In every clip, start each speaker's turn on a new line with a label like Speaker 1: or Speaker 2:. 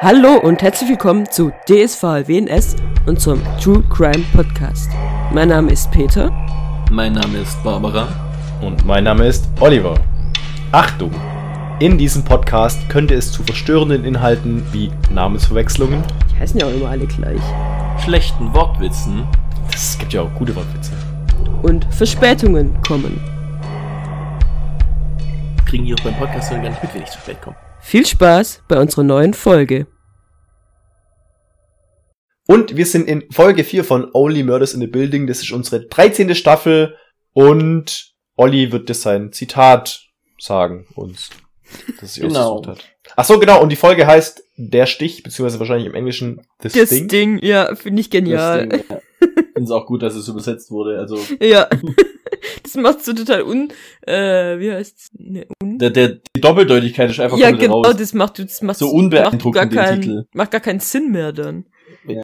Speaker 1: Hallo und herzlich willkommen zu DSVLWNS und zum True Crime Podcast. Mein Name ist Peter.
Speaker 2: Mein Name ist Barbara.
Speaker 3: Und mein Name ist Oliver. Achtung! In diesem Podcast könnte es zu verstörenden Inhalten wie Namensverwechslungen.
Speaker 1: Die heißen ja auch immer alle gleich.
Speaker 2: Schlechten Wortwitzen.
Speaker 3: Es gibt ja auch gute Wortwitze.
Speaker 1: Und Verspätungen kommen.
Speaker 2: Kriegen die auch beim Podcast hören gar nicht mit, wenn ich zu spät komme.
Speaker 1: Viel Spaß bei unserer neuen Folge.
Speaker 3: Und wir sind in Folge 4 von Only Murders in the Building. Das ist unsere 13. Staffel. Und Olli wird jetzt sein Zitat sagen uns. Das sich
Speaker 2: Genau.
Speaker 3: ausgesucht hat. Ach so, genau. Und die Folge heißt Der Stich, beziehungsweise wahrscheinlich im Englischen This,
Speaker 1: Das Ding,
Speaker 3: Thing.
Speaker 1: ja, finde ich genial.
Speaker 2: Deswegen, ja. Finde es auch gut, dass es übersetzt wurde. Also
Speaker 1: Ja. Das macht so total un. Äh, wie heißt's? Ne, un
Speaker 2: der, der, die Doppeldeutigkeit ist einfach
Speaker 1: ja,
Speaker 2: komplett
Speaker 1: genau,
Speaker 2: raus.
Speaker 1: das macht das macht
Speaker 2: So
Speaker 1: macht
Speaker 2: unbeeindruckend
Speaker 1: gar
Speaker 2: den
Speaker 1: keinen,
Speaker 2: Titel.
Speaker 1: Macht gar keinen Sinn mehr dann.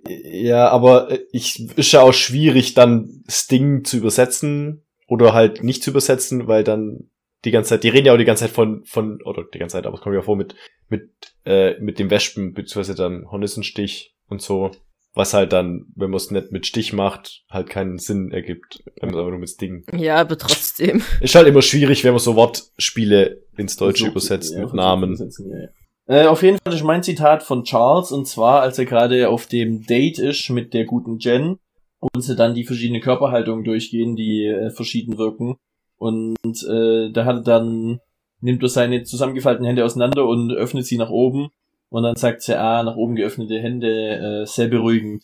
Speaker 3: Ja, aber äh, ich, ist ja auch schwierig, dann Sting zu übersetzen oder halt nicht zu übersetzen, weil dann die ganze Zeit, die reden ja auch die ganze Zeit von, von, oder die ganze Zeit, aber es kommt ja vor mit, mit, äh, mit dem Wespen, beziehungsweise dann Hornissenstich und so, was halt dann, wenn man es nicht mit Stich macht, halt keinen Sinn ergibt, wenn man es einfach nur mit Sting.
Speaker 1: Ja, aber trotzdem.
Speaker 3: Ist halt immer schwierig, wenn man so Wortspiele ins Deutsche
Speaker 2: Versucht,
Speaker 3: übersetzt
Speaker 2: ja,
Speaker 3: mit
Speaker 2: versucht
Speaker 3: Namen.
Speaker 2: übersetzen, ja, ja. Äh, auf jeden Fall ist mein Zitat von Charles und zwar, als er gerade auf dem Date ist mit der guten Jen und sie dann die verschiedenen Körperhaltungen durchgehen, die äh, verschieden wirken. Und äh, da hat er dann, nimmt er seine zusammengefalteten Hände auseinander und öffnet sie nach oben. Und dann sagt sie, ah, nach oben geöffnete Hände, äh, sehr beruhigend.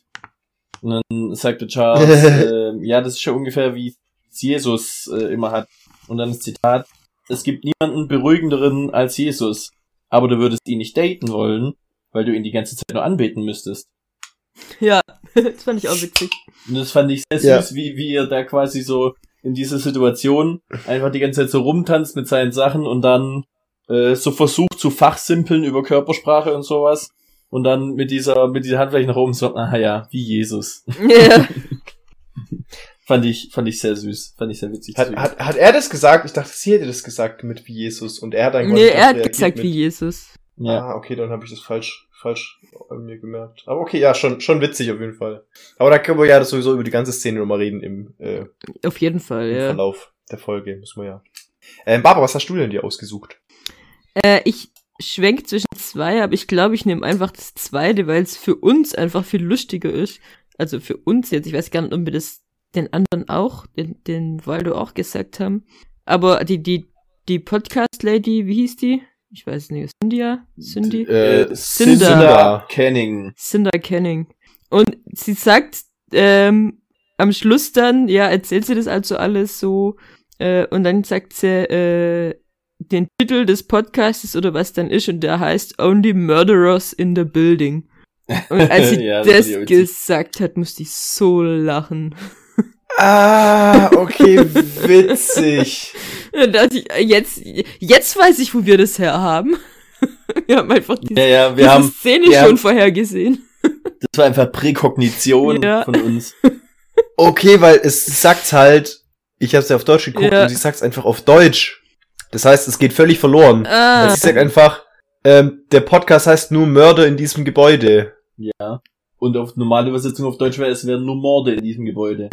Speaker 2: Und dann sagte Charles, äh, ja, das ist ja ungefähr wie es Jesus äh, immer hat. Und dann das Zitat, es gibt niemanden beruhigenderen als Jesus, aber du würdest ihn nicht daten wollen, weil du ihn die ganze Zeit nur anbeten müsstest.
Speaker 1: Ja, das fand ich auch witzig.
Speaker 2: Und das fand ich sehr
Speaker 3: Ja.
Speaker 2: süß, wie, wie er da quasi so in dieser Situation einfach die ganze Zeit so rumtanzt mit seinen Sachen und dann äh, so versucht zu fachsimpeln über Körpersprache und sowas. Und dann mit dieser, mit dieser Handfläche nach oben so, ah ja, wie Jesus.
Speaker 1: Ja.
Speaker 2: Fand ich, fand ich sehr süß. Fand ich sehr witzig.
Speaker 3: Hat, hat, hat er das gesagt? Ich dachte, sie hätte das gesagt mit wie Jesus und er hat dann
Speaker 1: nee,
Speaker 3: quasi
Speaker 1: er hat
Speaker 3: reagiert
Speaker 1: gesagt
Speaker 3: mit-
Speaker 1: wie Jesus.
Speaker 2: ja.
Speaker 3: Ah, okay, dann habe ich das falsch, falsch an mir gemerkt. Aber okay, ja, schon, schon witzig auf jeden Fall. Aber da können wir ja sowieso über die ganze Szene nochmal reden im, äh,
Speaker 1: Auf jeden Fall,
Speaker 3: im
Speaker 1: ja.
Speaker 3: Verlauf der Folge, müssen wir ja. Ähm, Barbara, was hast du denn dir ausgesucht?
Speaker 1: Äh, ich schwenk zwischen zwei, aber ich glaube, ich nehme einfach das zweite, weil es für uns einfach viel lustiger ist. Also für uns jetzt. Ich weiß gar nicht, ob wir das den anderen auch, den, den Waldo auch gesagt haben. Aber die, die, die Podcast-Lady, wie hieß die? Ich weiß nicht, Cynthia? Cindy?
Speaker 3: Äh,
Speaker 1: Cinder.
Speaker 3: Cinder.
Speaker 2: Canning.
Speaker 1: Cinder Canning. Und sie sagt ähm, am Schluss dann, ja, erzählt sie das also alles so. Äh, und dann sagt sie äh, den Titel des Podcasts oder was dann ist. Und der heißt Only Murderers in the Building. Und als sie
Speaker 2: Ja, das
Speaker 1: das
Speaker 2: fand ich auch witzig.
Speaker 1: gesagt hat, musste ich so lachen.
Speaker 3: Ah, okay, witzig.
Speaker 1: Da dachte ich, äh, jetzt, jetzt weiß ich, wo wir das her haben. Wir haben einfach diese,
Speaker 2: Ja, ja,
Speaker 1: diese
Speaker 2: wir haben,
Speaker 1: Szene
Speaker 2: wir
Speaker 1: schon
Speaker 2: haben-
Speaker 1: vorhergesehen.
Speaker 2: das war einfach Präkognition
Speaker 1: Ja.
Speaker 2: von uns.
Speaker 3: Okay, weil es sagt halt, ich habe es ja auf Deutsch geguckt
Speaker 1: Ja.
Speaker 3: und sie sagt es einfach auf Deutsch. Das heißt, es geht völlig verloren.
Speaker 1: Ah.
Speaker 3: Sie sagt einfach, ähm, der Podcast heißt nur Mörder in diesem Gebäude.
Speaker 2: Ja. Und auf normale Übersetzung auf Deutsch wäre es wären nur Morde in diesem Gebäude.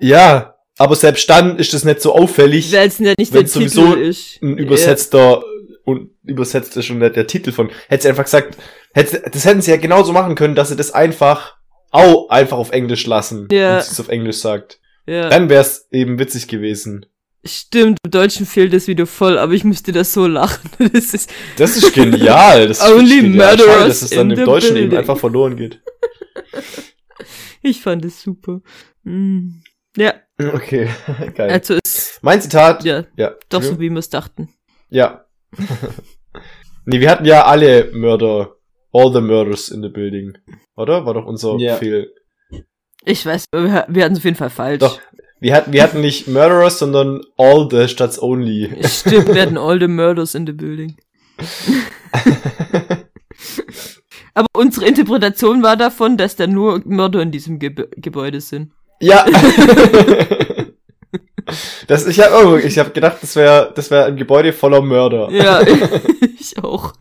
Speaker 3: Ja, aber selbst dann ist das nicht so auffällig.
Speaker 1: Weil es ja nicht der
Speaker 3: wenn's sowieso
Speaker 1: Titel ist.
Speaker 3: Ein
Speaker 1: Ja.
Speaker 3: übersetzter und übersetzt ist schon der, der Titel von. Hätte sie einfach gesagt, hätte, das hätten sie ja genauso machen können, dass sie das einfach au einfach auf Englisch lassen
Speaker 1: Ja.
Speaker 3: und sie es auf Englisch sagt.
Speaker 1: Ja,
Speaker 3: Dann wär's eben witzig gewesen.
Speaker 1: stimmt, im Deutschen fehlt das wieder voll, aber ich müsste das so lachen. Das ist,
Speaker 3: Das ist genial. Das ist
Speaker 1: Only
Speaker 3: wirklich genial. Schade,
Speaker 1: murderers
Speaker 3: dass es dann
Speaker 1: in
Speaker 3: im
Speaker 1: the
Speaker 3: Deutschen eben
Speaker 1: building.
Speaker 3: einfach verloren geht.
Speaker 1: ich fand es super. Mm. Ja,
Speaker 3: Okay, geil.
Speaker 1: also es,
Speaker 3: mein Zitat.
Speaker 1: ja,
Speaker 3: ja.
Speaker 1: doch so
Speaker 3: Äh, Entschuldigung.
Speaker 1: wie wir es dachten.
Speaker 3: Ja. nee, wir hatten ja alle Mörder. All the murders in the building. Oder? War doch unser
Speaker 2: Ja.
Speaker 3: Fehl.
Speaker 1: Ich weiß, wir, wir hatten es auf jeden Fall falsch.
Speaker 3: Doch. Wir hatten, wir hatten nicht Murderers, sondern All the statt Only.
Speaker 1: Stimmt, wir hatten all the murders in the building. Aber unsere Interpretation war davon, dass da nur Mörder in diesem Geb Gebäude sind.
Speaker 3: Ja. das, ich habe oh, ich hab gedacht, das wäre das wär ein Gebäude voller Mörder.
Speaker 1: Ja, ich auch.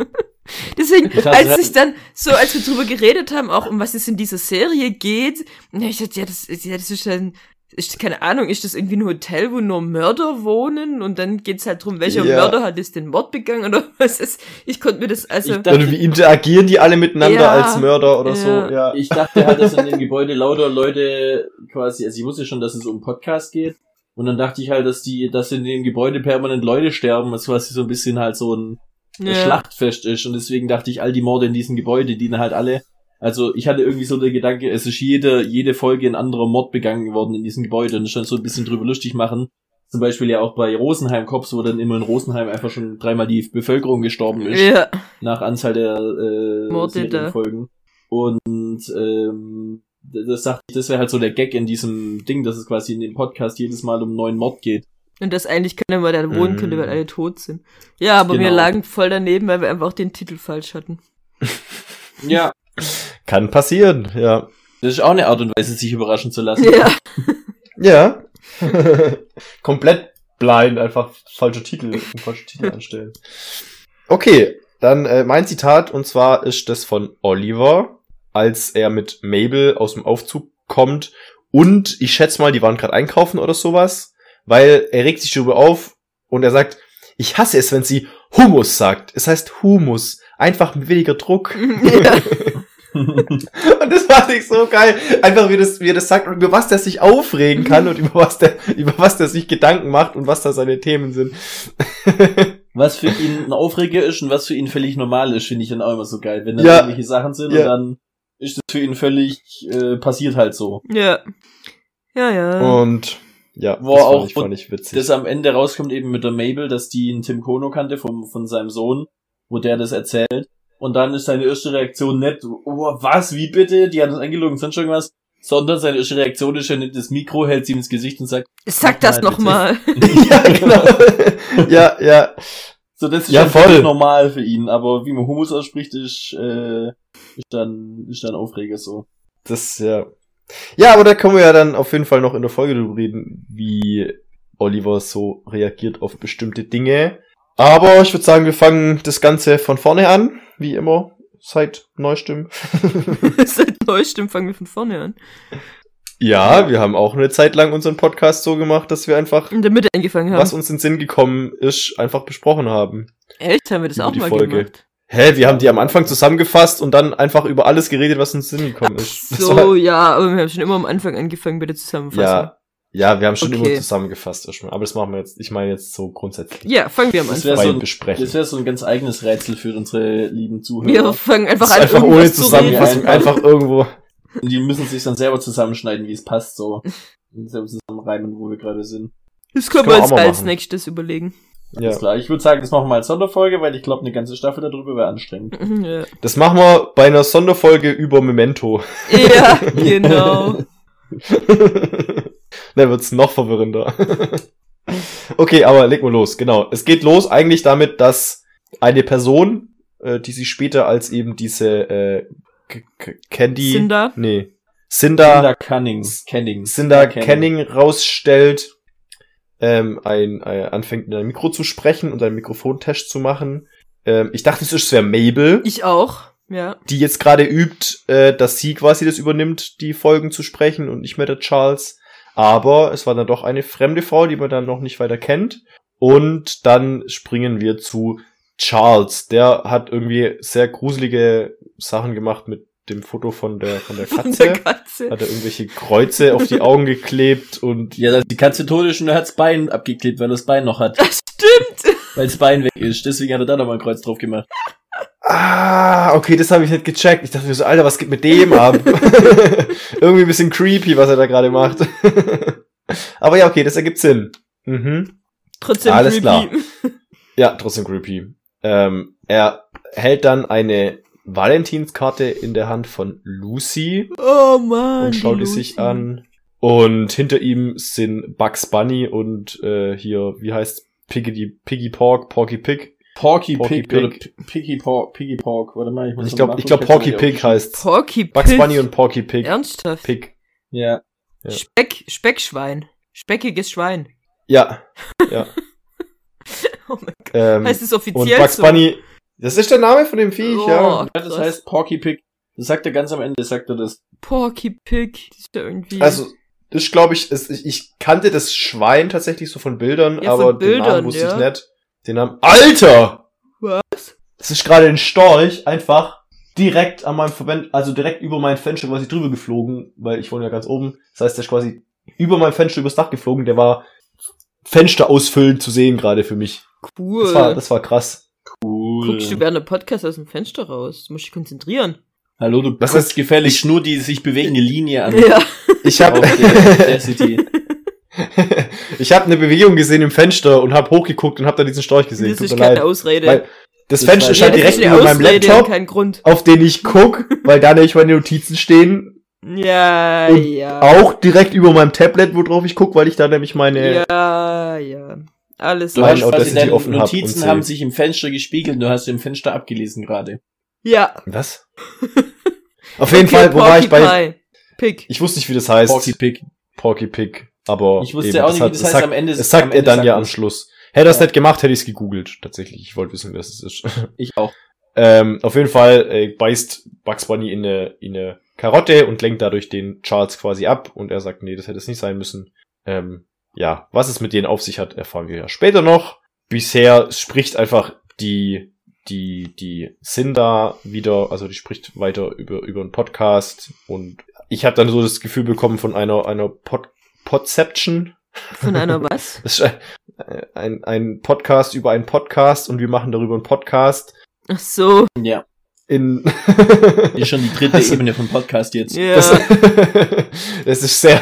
Speaker 1: Deswegen,
Speaker 2: Ich dachte,
Speaker 1: als
Speaker 2: sie
Speaker 1: ich dann, so als wir drüber geredet haben, auch um was es in dieser Serie geht, und ich dachte, ja, das, ist- ja, das ist dann, ist, keine Ahnung, ist das irgendwie ein Hotel, wo nur Mörder wohnen und dann geht's halt drum, welcher
Speaker 3: Ja.
Speaker 1: Mörder hat jetzt den Mord begangen oder was ist. Ich konnte mir das, also,
Speaker 2: Ich dachte-
Speaker 3: Oder wie interagieren die alle miteinander
Speaker 1: Ja.
Speaker 3: als Mörder oder so?
Speaker 1: Ja.
Speaker 3: Ja.
Speaker 2: Ich dachte halt, dass in dem Gebäude lauter Leute quasi, also ich wusste schon, dass es um Podcast geht. Und dann dachte ich halt, dass die, dass in dem Gebäude permanent Leute sterben, was quasi so ein bisschen halt so ein
Speaker 1: ja.
Speaker 2: Schlachtfest ist. Und deswegen dachte ich, all die Morde in diesem Gebäude dienen halt alle. Also ich hatte irgendwie so den Gedanke, es ist jede, jede Folge ein anderer Mord begangen worden in diesem Gebäude und schon so ein bisschen drüber lustig machen. Zum Beispiel ja auch bei Rosenheim Cops, wo dann immer in Rosenheim einfach schon dreimal die Bevölkerung gestorben ist
Speaker 1: ja.
Speaker 2: nach Anzahl der äh,
Speaker 1: Morde da.
Speaker 2: Serienfolgen. Und ähm, d- das sagt ich, das wäre halt so der Gag in diesem Ding, dass es quasi in dem Podcast jedes Mal um einen neuen Mord geht.
Speaker 1: Und dass eigentlich keiner mehr da wohnen
Speaker 3: Mm.
Speaker 1: könnte, weil alle tot sind. Ja, aber wir
Speaker 2: Mhm. Genau.
Speaker 1: lagen voll daneben, weil wir einfach auch den Titel falsch hatten.
Speaker 2: Ja.
Speaker 3: Kann passieren, ja.
Speaker 2: Das ist auch eine Art und Weise, sich überraschen zu lassen.
Speaker 1: Ja,
Speaker 3: Ja. Komplett blind, einfach falscher Titel, einen falschen Titel anstellen. Okay, dann äh, mein Zitat und zwar ist das von Oliver, als er mit Mabel aus dem Aufzug kommt und ich schätze mal, die waren gerade einkaufen oder sowas, weil er regt sich darüber auf und er sagt, ich hasse es, wenn sie Humus sagt. Es heißt Humus, einfach mit weniger Druck.
Speaker 1: ja.
Speaker 3: Und das fand ich so geil. Einfach wie das, wie er das sagt und über was der sich aufregen
Speaker 2: Mhm.
Speaker 3: kann und über was der, über was der sich Gedanken macht und was da seine Themen sind.
Speaker 2: Was für ihn ein Aufreger ist und was für ihn völlig normal ist, finde ich dann auch immer so geil. Wenn da
Speaker 3: Ja.
Speaker 2: irgendwelche Sachen sind
Speaker 3: Ja.
Speaker 2: und dann ist das für ihn völlig äh, passiert halt so.
Speaker 1: ja. Ja,
Speaker 2: Oh,
Speaker 1: ja.
Speaker 3: Und ja,
Speaker 2: Mhm. Wo
Speaker 3: das
Speaker 2: auch-
Speaker 3: fand ich, fand ich witzig.
Speaker 2: das am Ende rauskommt eben mit der Mabel, dass die einen Tim Kono kannte vom, von seinem Sohn, wo der das erzählt. Und dann ist seine erste Reaktion nicht, oh, was, wie bitte, die haben uns angelogen, sonst irgendwas. Sondern seine erste Reaktion ist, er nimmt das Mikro, hält sie ihm ins Gesicht und sagt,
Speaker 1: Sag das
Speaker 2: nochmal,
Speaker 1: nochmal.
Speaker 3: ja, genau. ja, ja.
Speaker 2: so, das ist
Speaker 3: Ja,
Speaker 2: ja voll
Speaker 3: voll.
Speaker 2: normal für ihn, aber wie man Humus ausspricht, ist, äh, ist dann, ist dann Aufreger so.
Speaker 3: Das, ja. Ja, aber da können wir ja dann auf jeden Fall noch in der Folge drüber reden, wie Oliver so reagiert auf bestimmte Dinge. Aber ich würde sagen, wir fangen das Ganze von vorne an, wie immer, seit Neustimmen.
Speaker 1: Seit Neustimmen fangen wir von vorne an.
Speaker 3: Ja, wir haben auch eine Zeit lang unseren Podcast so gemacht, dass wir einfach,
Speaker 1: In der Mitte angefangen haben.
Speaker 3: was uns in den Sinn gekommen ist, einfach besprochen haben.
Speaker 1: Echt? Haben wir das
Speaker 3: Über
Speaker 1: auch
Speaker 3: die
Speaker 1: mal
Speaker 3: Folge.
Speaker 1: gemacht?
Speaker 3: Hä, wir haben die am Anfang zusammengefasst und dann einfach über alles geredet, was uns in den Sinn gekommen ist. Das
Speaker 1: So,
Speaker 3: war- halt
Speaker 1: ja, aber wir haben schon immer am Anfang angefangen bei der Zusammenfassung.
Speaker 3: ja, ja, wir haben schon
Speaker 1: Okay.
Speaker 3: immer zusammengefasst erstmal. Aber das machen wir jetzt, ich meine jetzt so grundsätzlich.
Speaker 1: Ja, fangen wir am
Speaker 2: Das
Speaker 1: Anfang.
Speaker 2: wär
Speaker 3: beim
Speaker 2: so ein-
Speaker 3: Besprechen.
Speaker 2: Das wäre so ein ganz eigenes Rätsel für unsere lieben
Speaker 1: Wir
Speaker 2: Zuhörer.
Speaker 1: fangen
Speaker 3: Das
Speaker 1: einfach
Speaker 3: ist
Speaker 1: an,
Speaker 3: einfach ohne
Speaker 1: irgendwas zu
Speaker 3: Zusammenfassung,
Speaker 2: reden.
Speaker 3: einfach irgendwo.
Speaker 2: Und die müssen sich dann selber zusammenschneiden, wie es passt, so. Und selber zusammenreimen, wo wir gerade sind.
Speaker 1: Das können
Speaker 3: können
Speaker 1: wir
Speaker 3: wir
Speaker 1: uns
Speaker 3: auch mal
Speaker 1: als
Speaker 3: machen.
Speaker 1: nächstes überlegen.
Speaker 3: Ja.
Speaker 2: Ist klar. Ich würde sagen, das machen wir als Sonderfolge, weil ich glaube, eine ganze Staffel darüber wäre anstrengend.
Speaker 1: Ja,
Speaker 3: Das machen wir bei einer Sonderfolge über Memento.
Speaker 1: ja genau.
Speaker 3: Dann wird's noch verwirrender. okay, aber leg mal los, genau. Es geht los eigentlich damit, dass eine Person, äh, die sich später als eben diese äh, K- K- Candy.
Speaker 1: Cinder.
Speaker 3: Nee. Cinder,
Speaker 2: Cinder Canning. Canning.
Speaker 3: Cinder Canning rausstellt, ähm, ein, äh, anfängt in ein Mikro zu sprechen und einen Mikrofontest zu machen. Ähm, ich dachte, es ist wäre Mabel,
Speaker 1: Ich auch. Ja.
Speaker 3: die jetzt gerade übt, äh, dass sie quasi das übernimmt, die Folgen zu sprechen und nicht mehr der Charles. Aber es war dann doch eine fremde Frau, die man dann noch nicht weiter kennt. Und dann springen wir zu Charles. Der hat irgendwie sehr gruselige Sachen gemacht mit dem Foto von der, von der
Speaker 1: Von
Speaker 3: Katze.
Speaker 1: der Katze.
Speaker 3: Hat er irgendwelche Kreuze auf die Augen geklebt und
Speaker 2: Ja, das- die Katze tot ist und er hat's Bein abgeklebt, weil er das Bein noch hat.
Speaker 1: Das stimmt.
Speaker 2: Weil das Bein weg ist. Deswegen hat er da nochmal ein Kreuz drauf gemacht.
Speaker 3: Ah, okay, das habe ich nicht gecheckt. Ich dachte mir so, Alter, was geht mit dem ab? Irgendwie ein bisschen creepy, was er da gerade macht. Aber ja, okay, das ergibt Sinn. Mhm.
Speaker 1: Trotzdem
Speaker 3: Alles
Speaker 1: creepy.
Speaker 3: klar. Ja, trotzdem creepy. Ähm, er hält dann eine Valentinskarte in der Hand von Lucy
Speaker 1: Oh man.
Speaker 3: und schaut die sich an. Und hinter ihm sind Bugs Bunny und äh, hier, wie heißt Piggy, Piggy Pork, Porky Pig.
Speaker 2: Porky,
Speaker 3: Porky
Speaker 2: Pig, oder
Speaker 3: Pig.
Speaker 2: P- Piggy Pork, Piggy Pork, warte mal, ich muss
Speaker 3: Ich
Speaker 2: noch mal
Speaker 3: glaube, ich
Speaker 2: nachgucken,
Speaker 3: glaub,
Speaker 2: hab's
Speaker 3: Porky
Speaker 2: mir
Speaker 3: Pig
Speaker 2: nicht aufgeschrieben.
Speaker 3: heißt
Speaker 1: Porky
Speaker 3: Bugs
Speaker 1: Pig.
Speaker 3: Bunny und Porky Pig.
Speaker 1: Ernsthaft.
Speaker 3: Pig.
Speaker 2: Ja.
Speaker 3: Ja.
Speaker 1: Speck, Speckschwein. Speckiges Schwein.
Speaker 3: Ja, ja.
Speaker 1: Oh mein Gott.
Speaker 3: Ähm,
Speaker 1: Oh Heißt es
Speaker 3: und
Speaker 1: offiziell
Speaker 3: Bugs
Speaker 1: so?
Speaker 3: Bunny, Das ist der Name von dem Viech, ja.
Speaker 1: Oh,
Speaker 2: Ja, das
Speaker 1: krass.
Speaker 2: heißt Porky Pig. Das sagt er ganz am Ende, sagt er das.
Speaker 1: Porky Pig. Das ist ja irgendwie.
Speaker 3: Also, das glaube ich, es- ich, ich kannte das Schwein tatsächlich so von Bildern,
Speaker 1: Ja, von
Speaker 3: aber den
Speaker 1: Bildern,
Speaker 3: Namen wusste
Speaker 1: ja.
Speaker 3: ich nicht. Den Namen. Alter!
Speaker 1: Was?
Speaker 3: Das ist gerade ein Storch, einfach direkt an meinem Verband, also direkt über mein Fenster quasi drüber geflogen, weil ich wohne ja ganz oben. Das heißt, der ist quasi über mein Fenster übers Dach geflogen, der war Fenster ausfüllend zu sehen gerade für mich.
Speaker 1: Cool.
Speaker 3: Das war, das war krass.
Speaker 2: Cool.
Speaker 1: Guckst du während dem Podcast aus dem Fenster raus? Du musst dich konzentrieren.
Speaker 2: Hallo, du
Speaker 3: Was
Speaker 2: Was
Speaker 3: ist-
Speaker 2: guckst gefällig nur die sich bewegende Linie an.
Speaker 1: Ja.
Speaker 3: Ich
Speaker 2: Auf
Speaker 3: habe
Speaker 2: der Audacity.
Speaker 3: ich habe eine Bewegung gesehen im Fenster und habe hochgeguckt und habe dann diesen Storch gesehen.
Speaker 1: Das
Speaker 3: Tut
Speaker 1: ist
Speaker 3: mir
Speaker 1: keine
Speaker 3: leid.
Speaker 1: Ausrede.
Speaker 3: Weil- Das
Speaker 2: Das
Speaker 3: Fenster
Speaker 2: war- Ja,
Speaker 3: stand
Speaker 2: das
Speaker 3: direkt
Speaker 1: ist eine
Speaker 3: über meinem
Speaker 1: Ausrede und
Speaker 3: Laptop,
Speaker 1: kein Grund.
Speaker 3: auf den ich guck, weil da nämlich meine Notizen stehen.
Speaker 1: Ja,
Speaker 3: Und
Speaker 1: ja.
Speaker 3: Auch direkt über meinem Tablet, worauf ich guck, weil ich da nämlich meine.
Speaker 1: Ja, ja. Alles
Speaker 2: Du
Speaker 3: Mein
Speaker 2: hast
Speaker 1: klar.
Speaker 2: quasi
Speaker 3: Audacity
Speaker 2: deine
Speaker 3: offen hab und
Speaker 2: Notizen
Speaker 3: seh.
Speaker 2: haben sich im Fenster gespiegelt, du hast im Fenster abgelesen gerade.
Speaker 1: Ja.
Speaker 3: Was? auf jeden Fall, wo war ich bei?
Speaker 1: Pick.
Speaker 3: Ich wusste nicht, wie das heißt.
Speaker 2: Porky Pig.
Speaker 3: Porky Pig. Aber
Speaker 2: Ich wusste
Speaker 3: eben,
Speaker 2: auch
Speaker 3: das
Speaker 2: nicht,
Speaker 3: hat-
Speaker 2: wie das
Speaker 3: das
Speaker 2: heißt
Speaker 3: sagt,
Speaker 2: am Ende.
Speaker 3: Das sagt
Speaker 2: am
Speaker 3: er
Speaker 2: Ende
Speaker 3: dann ja am
Speaker 2: man's.
Speaker 3: Schluss. Hätte er es
Speaker 2: Ja.
Speaker 3: nicht gemacht, hätte ich es gegoogelt. Tatsächlich. Ich wollte wissen, wer es ist.
Speaker 2: Ich auch.
Speaker 3: Ähm, auf jeden Fall äh, beißt Bugs Bunny in eine, in eine Karotte und lenkt dadurch den Charles quasi ab und er sagt, nee, das hätte es nicht sein müssen. Ähm, ja, was es mit denen auf sich hat, erfahren wir ja später noch. Bisher spricht einfach die, die, die Cinda wieder, also die spricht weiter über, über einen Podcast und ich habe dann so das Gefühl bekommen von einer, einer Pod, Podception,
Speaker 1: Von einer was?
Speaker 3: das ist äh, ein, ein Podcast über einen Podcast und wir machen darüber einen Podcast
Speaker 1: Ach so.
Speaker 2: Ja,
Speaker 3: in
Speaker 2: ist schon die dritte
Speaker 3: Also-
Speaker 2: Ebene vom Podcast jetzt.
Speaker 1: Ja.
Speaker 3: Das, das ist sehr,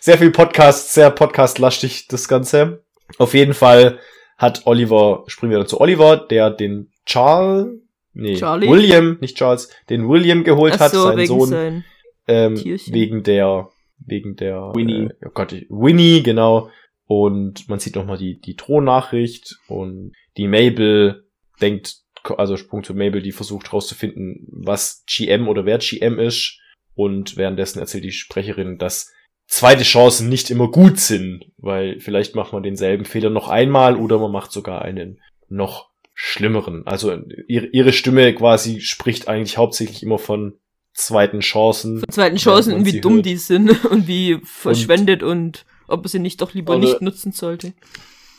Speaker 3: sehr viel Podcast, sehr podcastlastig, das Ganze. Auf jeden Fall hat Oliver, springen wir dann zu Oliver, der den Charles, nee,
Speaker 1: Charlie?
Speaker 3: William, nicht Charles, den William geholt
Speaker 1: Ach
Speaker 3: hat,
Speaker 1: so,
Speaker 3: seinen
Speaker 1: wegen
Speaker 3: Sohn,
Speaker 1: sein.
Speaker 3: ähm,
Speaker 1: Tierchen.
Speaker 3: wegen der, wegen der,
Speaker 2: Winnie.
Speaker 3: äh, oh Gott, ich- Winnie, genau. Und man sieht nochmal die, die Thronnachricht und die Mabel denkt, also Sprung zu Mabel, die versucht rauszufinden, was GM oder wer GM ist. Und währenddessen erzählt die Sprecherin, dass zweite Chancen nicht immer gut sind, weil vielleicht macht man denselben Fehler noch einmal oder man macht sogar einen noch schlimmeren. Also ihre, ihre Stimme quasi spricht eigentlich hauptsächlich immer von zweiten Chancen.
Speaker 1: Zweiten Chancen
Speaker 3: Ja,
Speaker 1: und
Speaker 3: man halt.
Speaker 1: wie
Speaker 3: sie
Speaker 1: dumm
Speaker 3: hört.
Speaker 1: die sind und wie verschwendet und, ob man sie nicht doch lieber
Speaker 2: Oder-
Speaker 1: nicht nutzen sollte.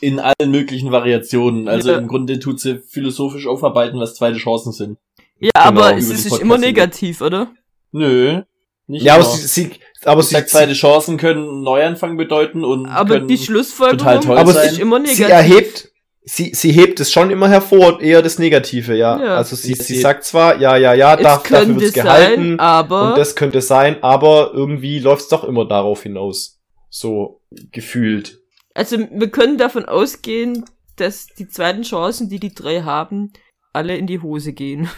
Speaker 2: In allen möglichen Variationen. Also
Speaker 1: Ja.
Speaker 2: im Grunde tut sie philosophisch aufarbeiten, was zweite Chancen sind.
Speaker 1: Ja,
Speaker 3: Genau,
Speaker 1: aber
Speaker 3: über
Speaker 1: es
Speaker 2: den
Speaker 1: ist
Speaker 2: Podcast
Speaker 1: immer
Speaker 2: hinweg.
Speaker 1: negativ, oder?
Speaker 2: Nö. Nicht
Speaker 3: Ja, aber
Speaker 2: immer.
Speaker 3: sie, sie aber
Speaker 2: Ich
Speaker 3: sie,
Speaker 2: sag, zweite Chancen können einen Neuanfang bedeuten und
Speaker 1: Aber
Speaker 2: können,
Speaker 1: die
Speaker 2: total
Speaker 1: Schlussfolgerung
Speaker 2: toll
Speaker 1: aber
Speaker 2: sein.
Speaker 1: ist immer
Speaker 3: sie, sie
Speaker 1: negativ.
Speaker 3: erhebt sie, sie hebt es schon immer hervor, eher das Negative, ja.
Speaker 1: Ja.
Speaker 3: Also sie,
Speaker 2: Sie-
Speaker 3: sie sagt zwar, ja, ja, ja,
Speaker 1: es
Speaker 3: darf, dafür
Speaker 1: könnte
Speaker 3: wird's
Speaker 1: sein,
Speaker 3: gehalten
Speaker 1: aber
Speaker 3: und das könnte sein, aber irgendwie läuft's doch immer darauf hinaus. So gefühlt.
Speaker 1: also wir können davon ausgehen, dass die zweiten Chancen, die die drei haben, alle in die Hose gehen.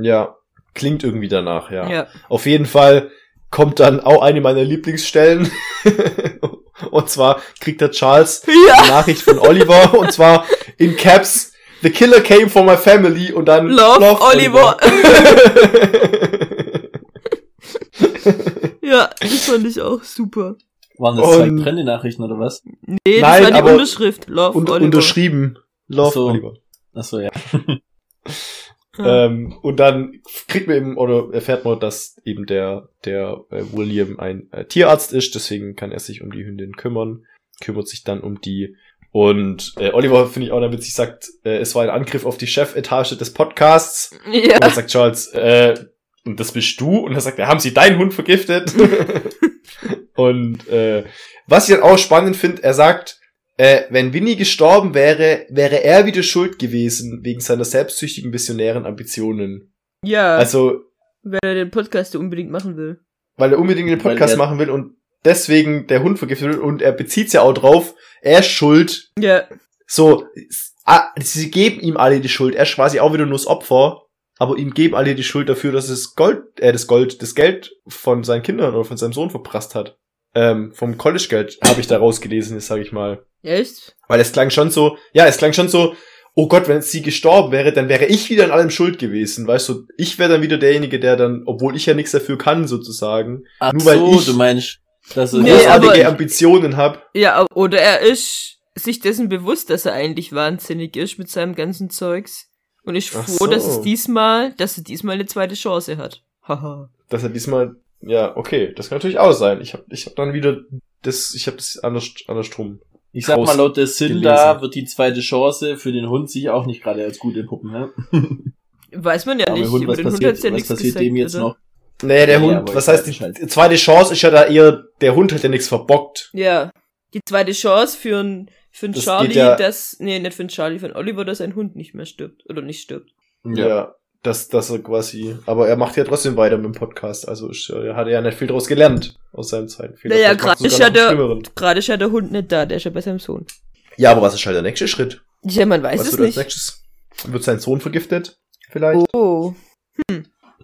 Speaker 3: Ja. Klingt irgendwie danach, ja.
Speaker 1: Ja.
Speaker 3: Auf jeden Fall kommt dann auch eine meiner Lieblingsstellen. und zwar kriegt der Charles
Speaker 1: Ja,
Speaker 3: eine Nachricht von Oliver und zwar in Caps. The killer came for my family und dann
Speaker 1: Love, Oliver.
Speaker 3: Oliver.
Speaker 1: ja, das fand ich auch super.
Speaker 2: waren das zwei
Speaker 3: Und-
Speaker 2: brennende Nachrichten oder was?
Speaker 1: Nee,
Speaker 3: Nein,
Speaker 1: das war die
Speaker 3: aber-
Speaker 1: Unterschrift. Love
Speaker 3: Und,
Speaker 1: Oliver.
Speaker 3: unterschrieben. Love
Speaker 2: So.
Speaker 3: Oliver.
Speaker 2: Achso, ja.
Speaker 1: Ja.
Speaker 3: Ähm, und dann kriegt man eben oder erfährt man, dass eben der der äh, William ein äh, Tierarzt ist, deswegen kann er sich um die Hündin kümmern, kümmert sich dann um die und äh, Oliver finde ich auch dann witzig sagt, äh, es war ein Angriff auf die Chefetage des Podcasts. Und
Speaker 1: ja.
Speaker 3: dann sagt Charles, äh, und das bist du? Und dann sagt er, haben sie deinen Hund vergiftet? und äh, was ich dann auch spannend finde, er sagt, äh, wenn Winnie gestorben wäre, wäre er wieder schuld gewesen, wegen seiner selbstsüchtigen visionären Ambitionen.
Speaker 1: ja,
Speaker 3: Also,
Speaker 1: wenn er den Podcast unbedingt machen will.
Speaker 3: weil er unbedingt den
Speaker 2: Weil
Speaker 3: Podcast
Speaker 2: er-
Speaker 3: machen will und deswegen der Hund vergiftet wird und er bezieht ja auch drauf, er ist schuld,
Speaker 1: Ja,
Speaker 3: so, s- ah, sie geben ihm alle die Schuld. Er ist quasi auch wieder nur das Opfer, aber ihm geben alle die Schuld dafür, dass es Gold, äh, das Gold, das Geld von seinen Kindern oder von seinem Sohn verprasst hat. Ähm, vom College-Geld habe ich da rausgelesen, jetzt sage ich mal.
Speaker 1: echt?
Speaker 3: Weil es klang schon so, ja, es klang schon so, oh Gott, wenn sie gestorben wäre, dann wäre ich wieder an allem schuld gewesen, weißt du? Ich wäre dann wieder derjenige, der dann, obwohl ich ja nichts dafür kann, sozusagen,
Speaker 2: Ach
Speaker 3: Nur weil
Speaker 2: so,
Speaker 3: ich-
Speaker 2: du meinst, dass er
Speaker 1: Nee,
Speaker 3: großartige
Speaker 1: aber-
Speaker 3: Ambitionen habe.
Speaker 1: Ja, au- oder er ist sich dessen bewusst, dass er eigentlich wahnsinnig ist mit seinem ganzen Zeugs. Und ich
Speaker 3: Ach
Speaker 1: froh, dass es
Speaker 3: so.
Speaker 1: diesmal, dass sie diesmal eine zweite Chance hat. Haha.
Speaker 3: Dass er diesmal, ja, okay, das kann natürlich auch sein. Ich habe ich hab dann wieder das, ich habe das anders, andersrum.
Speaker 2: Ich sag
Speaker 3: Groß
Speaker 2: mal, laut der Sinda
Speaker 3: gelesen.
Speaker 2: wird die zweite Chance für den Hund sich auch nicht gerade als gut entpuppen. Ne?
Speaker 1: Weiß man ja
Speaker 2: Aber
Speaker 1: nicht,
Speaker 2: Hund,
Speaker 1: über
Speaker 2: was
Speaker 1: den Hund hat's
Speaker 2: passiert,
Speaker 1: ja
Speaker 2: was
Speaker 1: nichts
Speaker 2: passiert
Speaker 1: gesagt.
Speaker 2: dem jetzt
Speaker 1: oder?
Speaker 2: noch?
Speaker 3: Naja, der
Speaker 2: Ja,
Speaker 3: Hund,
Speaker 2: aber
Speaker 3: was
Speaker 2: ich
Speaker 3: heißt,
Speaker 2: weiß
Speaker 3: die
Speaker 2: Bescheid.
Speaker 3: zweite Chance ist ja da eher, der Hund hat ja nichts verbockt.
Speaker 1: Ja. Die zweite Chance für einen für einen
Speaker 3: Das geht
Speaker 1: Charlie,
Speaker 3: ja-
Speaker 1: dass. Nee, nicht für einen Charlie, für einen Oliver, dass ein Hund nicht mehr stirbt. Oder nicht stirbt.
Speaker 3: Ja. dass, dass er quasi, aber er macht ja trotzdem weiter mit dem Podcast, also ist, äh, hat er ja nicht viel draus gelernt aus seinem zweiten Fehler.
Speaker 1: Naja,
Speaker 3: Vielleicht macht's
Speaker 1: gerade
Speaker 3: sogar
Speaker 1: ist
Speaker 3: noch
Speaker 1: ja
Speaker 3: einen
Speaker 1: der-
Speaker 3: schlimmeren.
Speaker 1: Gerade ist ja der Hund nicht da, der ist ja bei seinem Sohn.
Speaker 3: Ja, aber was ist halt der nächste Schritt?
Speaker 1: Ja, man weiß
Speaker 3: was
Speaker 1: es
Speaker 3: wird als
Speaker 1: nicht.
Speaker 3: nächstes? Wird sein Sohn vergiftet? Vielleicht?
Speaker 1: Oh.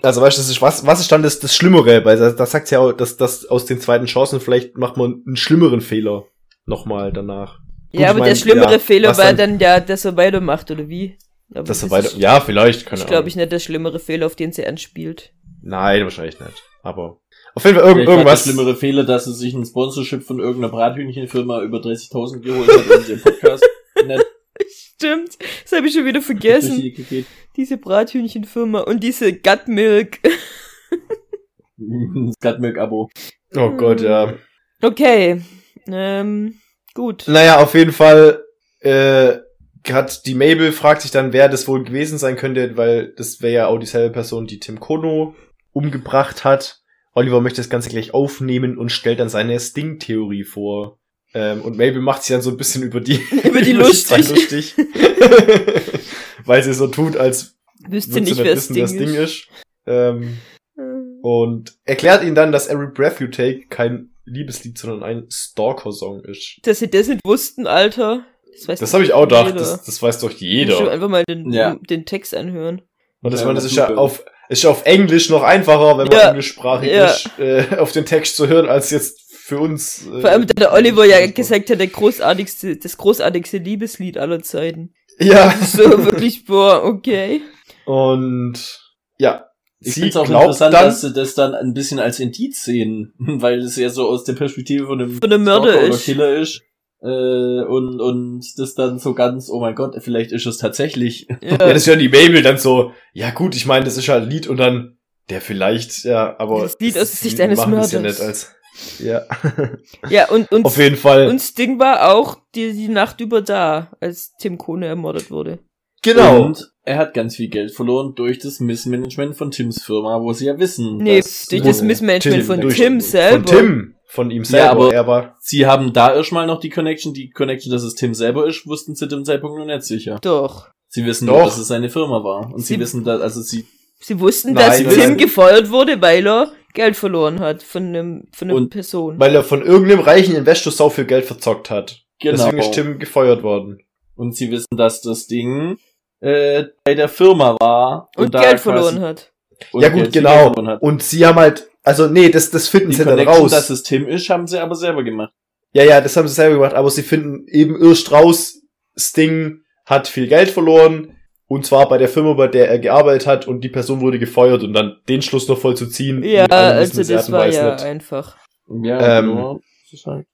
Speaker 3: Also weißt du, das ist, was, was ist dann das, das Schlimmere? Weil das, das sagt ja auch, dass, dass aus den zweiten Chancen vielleicht macht man einen schlimmeren Fehler nochmal danach.
Speaker 1: ja,
Speaker 3: Gut, ich
Speaker 1: aber der
Speaker 3: mein,
Speaker 1: schlimmere
Speaker 3: ja,
Speaker 1: Fehler
Speaker 3: was
Speaker 1: war
Speaker 3: dann-
Speaker 1: dann ja, dass er weitermacht, oder wie? Aber
Speaker 3: Dass
Speaker 1: das
Speaker 3: er weiter,
Speaker 1: ist-
Speaker 3: ja, vielleicht, keine
Speaker 1: Ich glaube,
Speaker 3: Ahnung.
Speaker 1: ich nicht der schlimmere Fehler, auf den sie anspielt.
Speaker 3: Nein, wahrscheinlich nicht. Aber auf jeden Fall
Speaker 2: Vielleicht
Speaker 3: irgend,
Speaker 2: war der
Speaker 3: irgendwas.
Speaker 2: schlimmere Fehler, dass sie sich ein Sponsorship von irgendeiner Brathühnchenfirma über 30.000 geholt hat und den Podcast nicht
Speaker 1: Stimmt, das habe ich schon wieder
Speaker 2: durch
Speaker 1: vergessen.
Speaker 2: die Ecke geht.
Speaker 1: Diese Brathühnchenfirma und diese Gutmilk.
Speaker 2: Das Gutmilk-Abo.
Speaker 3: Oh Gott, ja.
Speaker 1: Okay. Ähm, gut.
Speaker 3: Naja, auf jeden Fall äh, hat die Mabel fragt sich dann, wer das wohl gewesen sein könnte, weil das wäre ja auch dieselbe Person, die Tim Kono umgebracht hat. Oliver möchte das Ganze gleich aufnehmen und stellt dann seine Sting-Theorie vor. Ähm, und Mabel macht sich dann so ein bisschen über die
Speaker 1: Über die
Speaker 3: zwei lustig. weil sie so tut, als
Speaker 1: Wüsste
Speaker 3: würde
Speaker 1: nicht,
Speaker 3: sie
Speaker 1: wer
Speaker 3: nicht
Speaker 1: das
Speaker 3: wissen,
Speaker 1: Ding
Speaker 3: wer
Speaker 1: ist.
Speaker 3: das Ding ist. Ähm,
Speaker 1: Äh,
Speaker 3: und erklärt ihnen dann, dass Every Breath You Take kein Liebeslied, sondern ein Stalker-Song ist.
Speaker 1: Dass sie das nicht wussten, Alter. Das, weiß
Speaker 3: Das habe ich auch
Speaker 1: jeder.
Speaker 3: gedacht, das, das weiß doch
Speaker 1: Musst du
Speaker 3: jeder.
Speaker 1: einfach mal den,
Speaker 2: Ja.
Speaker 1: den Text anhören.
Speaker 3: Und das,
Speaker 2: Ja,
Speaker 3: meine, das
Speaker 2: das
Speaker 3: ist ja
Speaker 2: tut
Speaker 3: auf, ist ja auf Englisch noch einfacher, wenn man
Speaker 1: Ja.
Speaker 3: englischsprachig
Speaker 1: Ja.
Speaker 3: ist, äh, auf den Text zu hören, als jetzt für uns. Äh,
Speaker 1: Vor allem, da der Oliver ja gesagt hat, der großartigste, das großartigste Liebeslied aller Zeiten.
Speaker 3: Ja,
Speaker 1: So wirklich, boah, okay.
Speaker 3: und ja.
Speaker 2: Ich
Speaker 3: Sie
Speaker 2: finde es auch
Speaker 3: glaubt
Speaker 2: interessant,
Speaker 3: dann,
Speaker 2: dass sie das dann ein bisschen als Indiz sehen, weil es ja so aus der Perspektive von einem
Speaker 1: Von der Mörder
Speaker 2: Stalker oder
Speaker 1: ist.
Speaker 2: Killer ist. Äh, und, und das dann so ganz, oh mein Gott, vielleicht ist es tatsächlich.
Speaker 3: ja,
Speaker 1: Ja.
Speaker 3: das ist ja die Mabel dann so, ja gut, ich meine, das ist ja ein Lied und dann, der vielleicht, ja, aber.
Speaker 1: Das Lied aus der Sicht
Speaker 3: die
Speaker 1: eines
Speaker 3: machen das
Speaker 1: Mörders.
Speaker 3: Ja, nicht als, ja.
Speaker 1: ja, und, und,
Speaker 3: auf jeden Fall.
Speaker 1: und Sting war auch die, die Nacht über da, als Tim Kone ermordet wurde.
Speaker 3: genau.
Speaker 2: Und er hat ganz viel Geld verloren durch das Missmanagement von Tims Firma, wo sie ja wissen.
Speaker 1: Nee,
Speaker 2: dass-
Speaker 1: durch das
Speaker 2: wo-
Speaker 1: Missmanagement
Speaker 3: Tim
Speaker 1: von
Speaker 3: durch-
Speaker 1: Tim selber.
Speaker 3: Von Tim, von ihm selber.
Speaker 2: aber-
Speaker 3: er war
Speaker 2: Sie haben da erstmal noch die Connection, die Connection, dass es Tim selber ist, wussten sie dem Zeitpunkt noch nicht sicher.
Speaker 1: Doch.
Speaker 2: Sie wissen
Speaker 3: Doch.
Speaker 2: nur, dass es seine Firma war. Und sie,
Speaker 1: Sie-
Speaker 2: wissen, dass, also sie,
Speaker 1: Sie wussten,
Speaker 3: Nein,
Speaker 1: dass
Speaker 3: nein,
Speaker 1: Tim
Speaker 3: nein.
Speaker 1: gefeuert wurde, weil er Geld verloren hat von einem von einer
Speaker 2: Und-
Speaker 1: Person.
Speaker 3: Weil er von irgendeinem reichen Investor so viel Geld verzockt hat.
Speaker 2: genau.
Speaker 3: Deswegen ist Tim gefeuert worden.
Speaker 2: Und sie wissen, dass das Ding, äh, bei der Firma war.
Speaker 1: Und, Geld verloren hat.
Speaker 2: hat. Und
Speaker 3: ja gut,
Speaker 2: Geld
Speaker 3: genau.
Speaker 2: verloren hat.
Speaker 3: Und sie haben halt, also nee, das, das finden
Speaker 2: Die
Speaker 3: sie dann
Speaker 2: Connection, dass
Speaker 3: raus.
Speaker 2: es Tim ist, haben sie aber selber gemacht.
Speaker 3: Ja, ja, das haben sie selber gemacht, aber sie finden eben erst raus, Sting hat viel Geld verloren. Und zwar bei der Firma, bei der er gearbeitet hat und die Person wurde gefeuert und dann den Schluss noch vollzuziehen.
Speaker 1: Ja,
Speaker 3: mit allem
Speaker 1: also
Speaker 3: Wissen,
Speaker 1: das
Speaker 3: sie
Speaker 1: war
Speaker 3: hatten,
Speaker 1: ja
Speaker 3: weiß nicht.
Speaker 1: einfach.
Speaker 2: Ja,
Speaker 3: Ähm.
Speaker 2: nur, dass es halt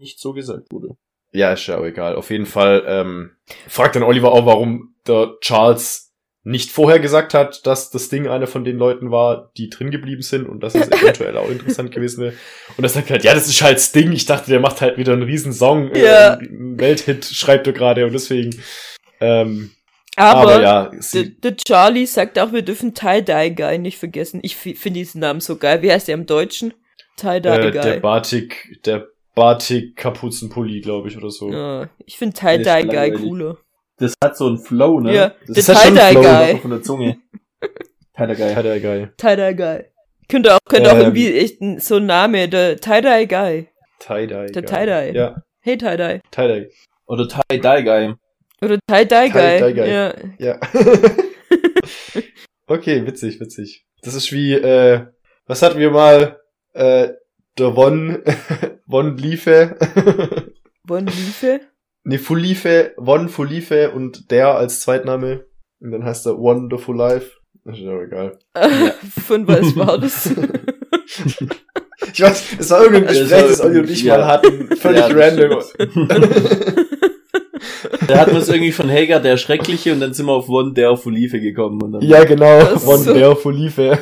Speaker 2: nicht so gesagt wurde.
Speaker 3: Ja, ist ja auch egal. Auf jeden Fall ähm, fragt dann Oliver auch, warum der Charles nicht vorher gesagt hat, dass das Ding einer von den Leuten war, die drin geblieben sind und dass es eventuell auch interessant gewesen wäre. Und er sagt halt, ja, das ist halt Sting. Ich dachte, der macht halt wieder einen riesen Song. äh,
Speaker 1: Ja.
Speaker 3: einen Welthit schreibt er gerade und deswegen. Ähm, aber,
Speaker 1: Aber,
Speaker 3: ja,
Speaker 1: der,
Speaker 3: sie,
Speaker 1: der Charlie sagt auch, wir dürfen Tie-Dye Guy nicht vergessen. Ich fi- finde diesen Namen so geil. Wie heißt der im Deutschen? Tie-Dye
Speaker 3: äh, der
Speaker 1: Guy.
Speaker 3: Batik, der Batik Kapuzenpulli, glaube ich, oder so.
Speaker 1: ja, Ah, ich finde
Speaker 2: Der
Speaker 1: Tie-Dye
Speaker 2: ist
Speaker 1: Guy
Speaker 2: langweilig.
Speaker 1: cooler.
Speaker 2: Das hat so einen Flow, ne?
Speaker 1: Ja,
Speaker 2: das
Speaker 1: der
Speaker 3: ist ja schon
Speaker 1: Tie-Dye
Speaker 3: Flow.
Speaker 1: Guy.
Speaker 2: von der Zunge. Keiner geil.
Speaker 3: Hat er geil.
Speaker 1: Tie-Dye Guy. Könnte auch, könnte auch
Speaker 3: Ähm.
Speaker 1: irgendwie echt ein- so ein Name, der Tie-Dye Guy.
Speaker 3: Tie-Dye.
Speaker 1: Der
Speaker 3: geil.
Speaker 1: Tie-Dye.
Speaker 3: Ja,
Speaker 1: Hey Tie-Dye.
Speaker 3: Tie-Dye.
Speaker 2: Oder Tie-Dye Guy.
Speaker 1: Oder Tie-Dye Guy.
Speaker 3: Tie-Dye Guy.
Speaker 1: Ja.
Speaker 3: Ja. okay, witzig, witzig. Das ist wie, äh, was hatten wir mal? Äh, der One, One Liefe,
Speaker 1: Von Liefe?
Speaker 3: ne, Fulife, One Fulife und der als Zweitname. Und dann heißt er Wonderful Life. Ist ja auch egal.
Speaker 1: Von was war das?
Speaker 3: Ich weiß, es war irgendein
Speaker 2: Das
Speaker 3: Gespräch,
Speaker 2: war
Speaker 3: das Olli und
Speaker 2: irgendwie,
Speaker 3: ich
Speaker 2: ja.
Speaker 3: mal hatten. Völlig
Speaker 2: Ja, das
Speaker 3: random.
Speaker 2: Da hatten wir es irgendwie von Helga der Schreckliche und dann sind wir auf One der Fulife gekommen. Und dann,
Speaker 3: Ja, genau.
Speaker 1: Das ist
Speaker 3: Von
Speaker 1: so-
Speaker 3: der Folife.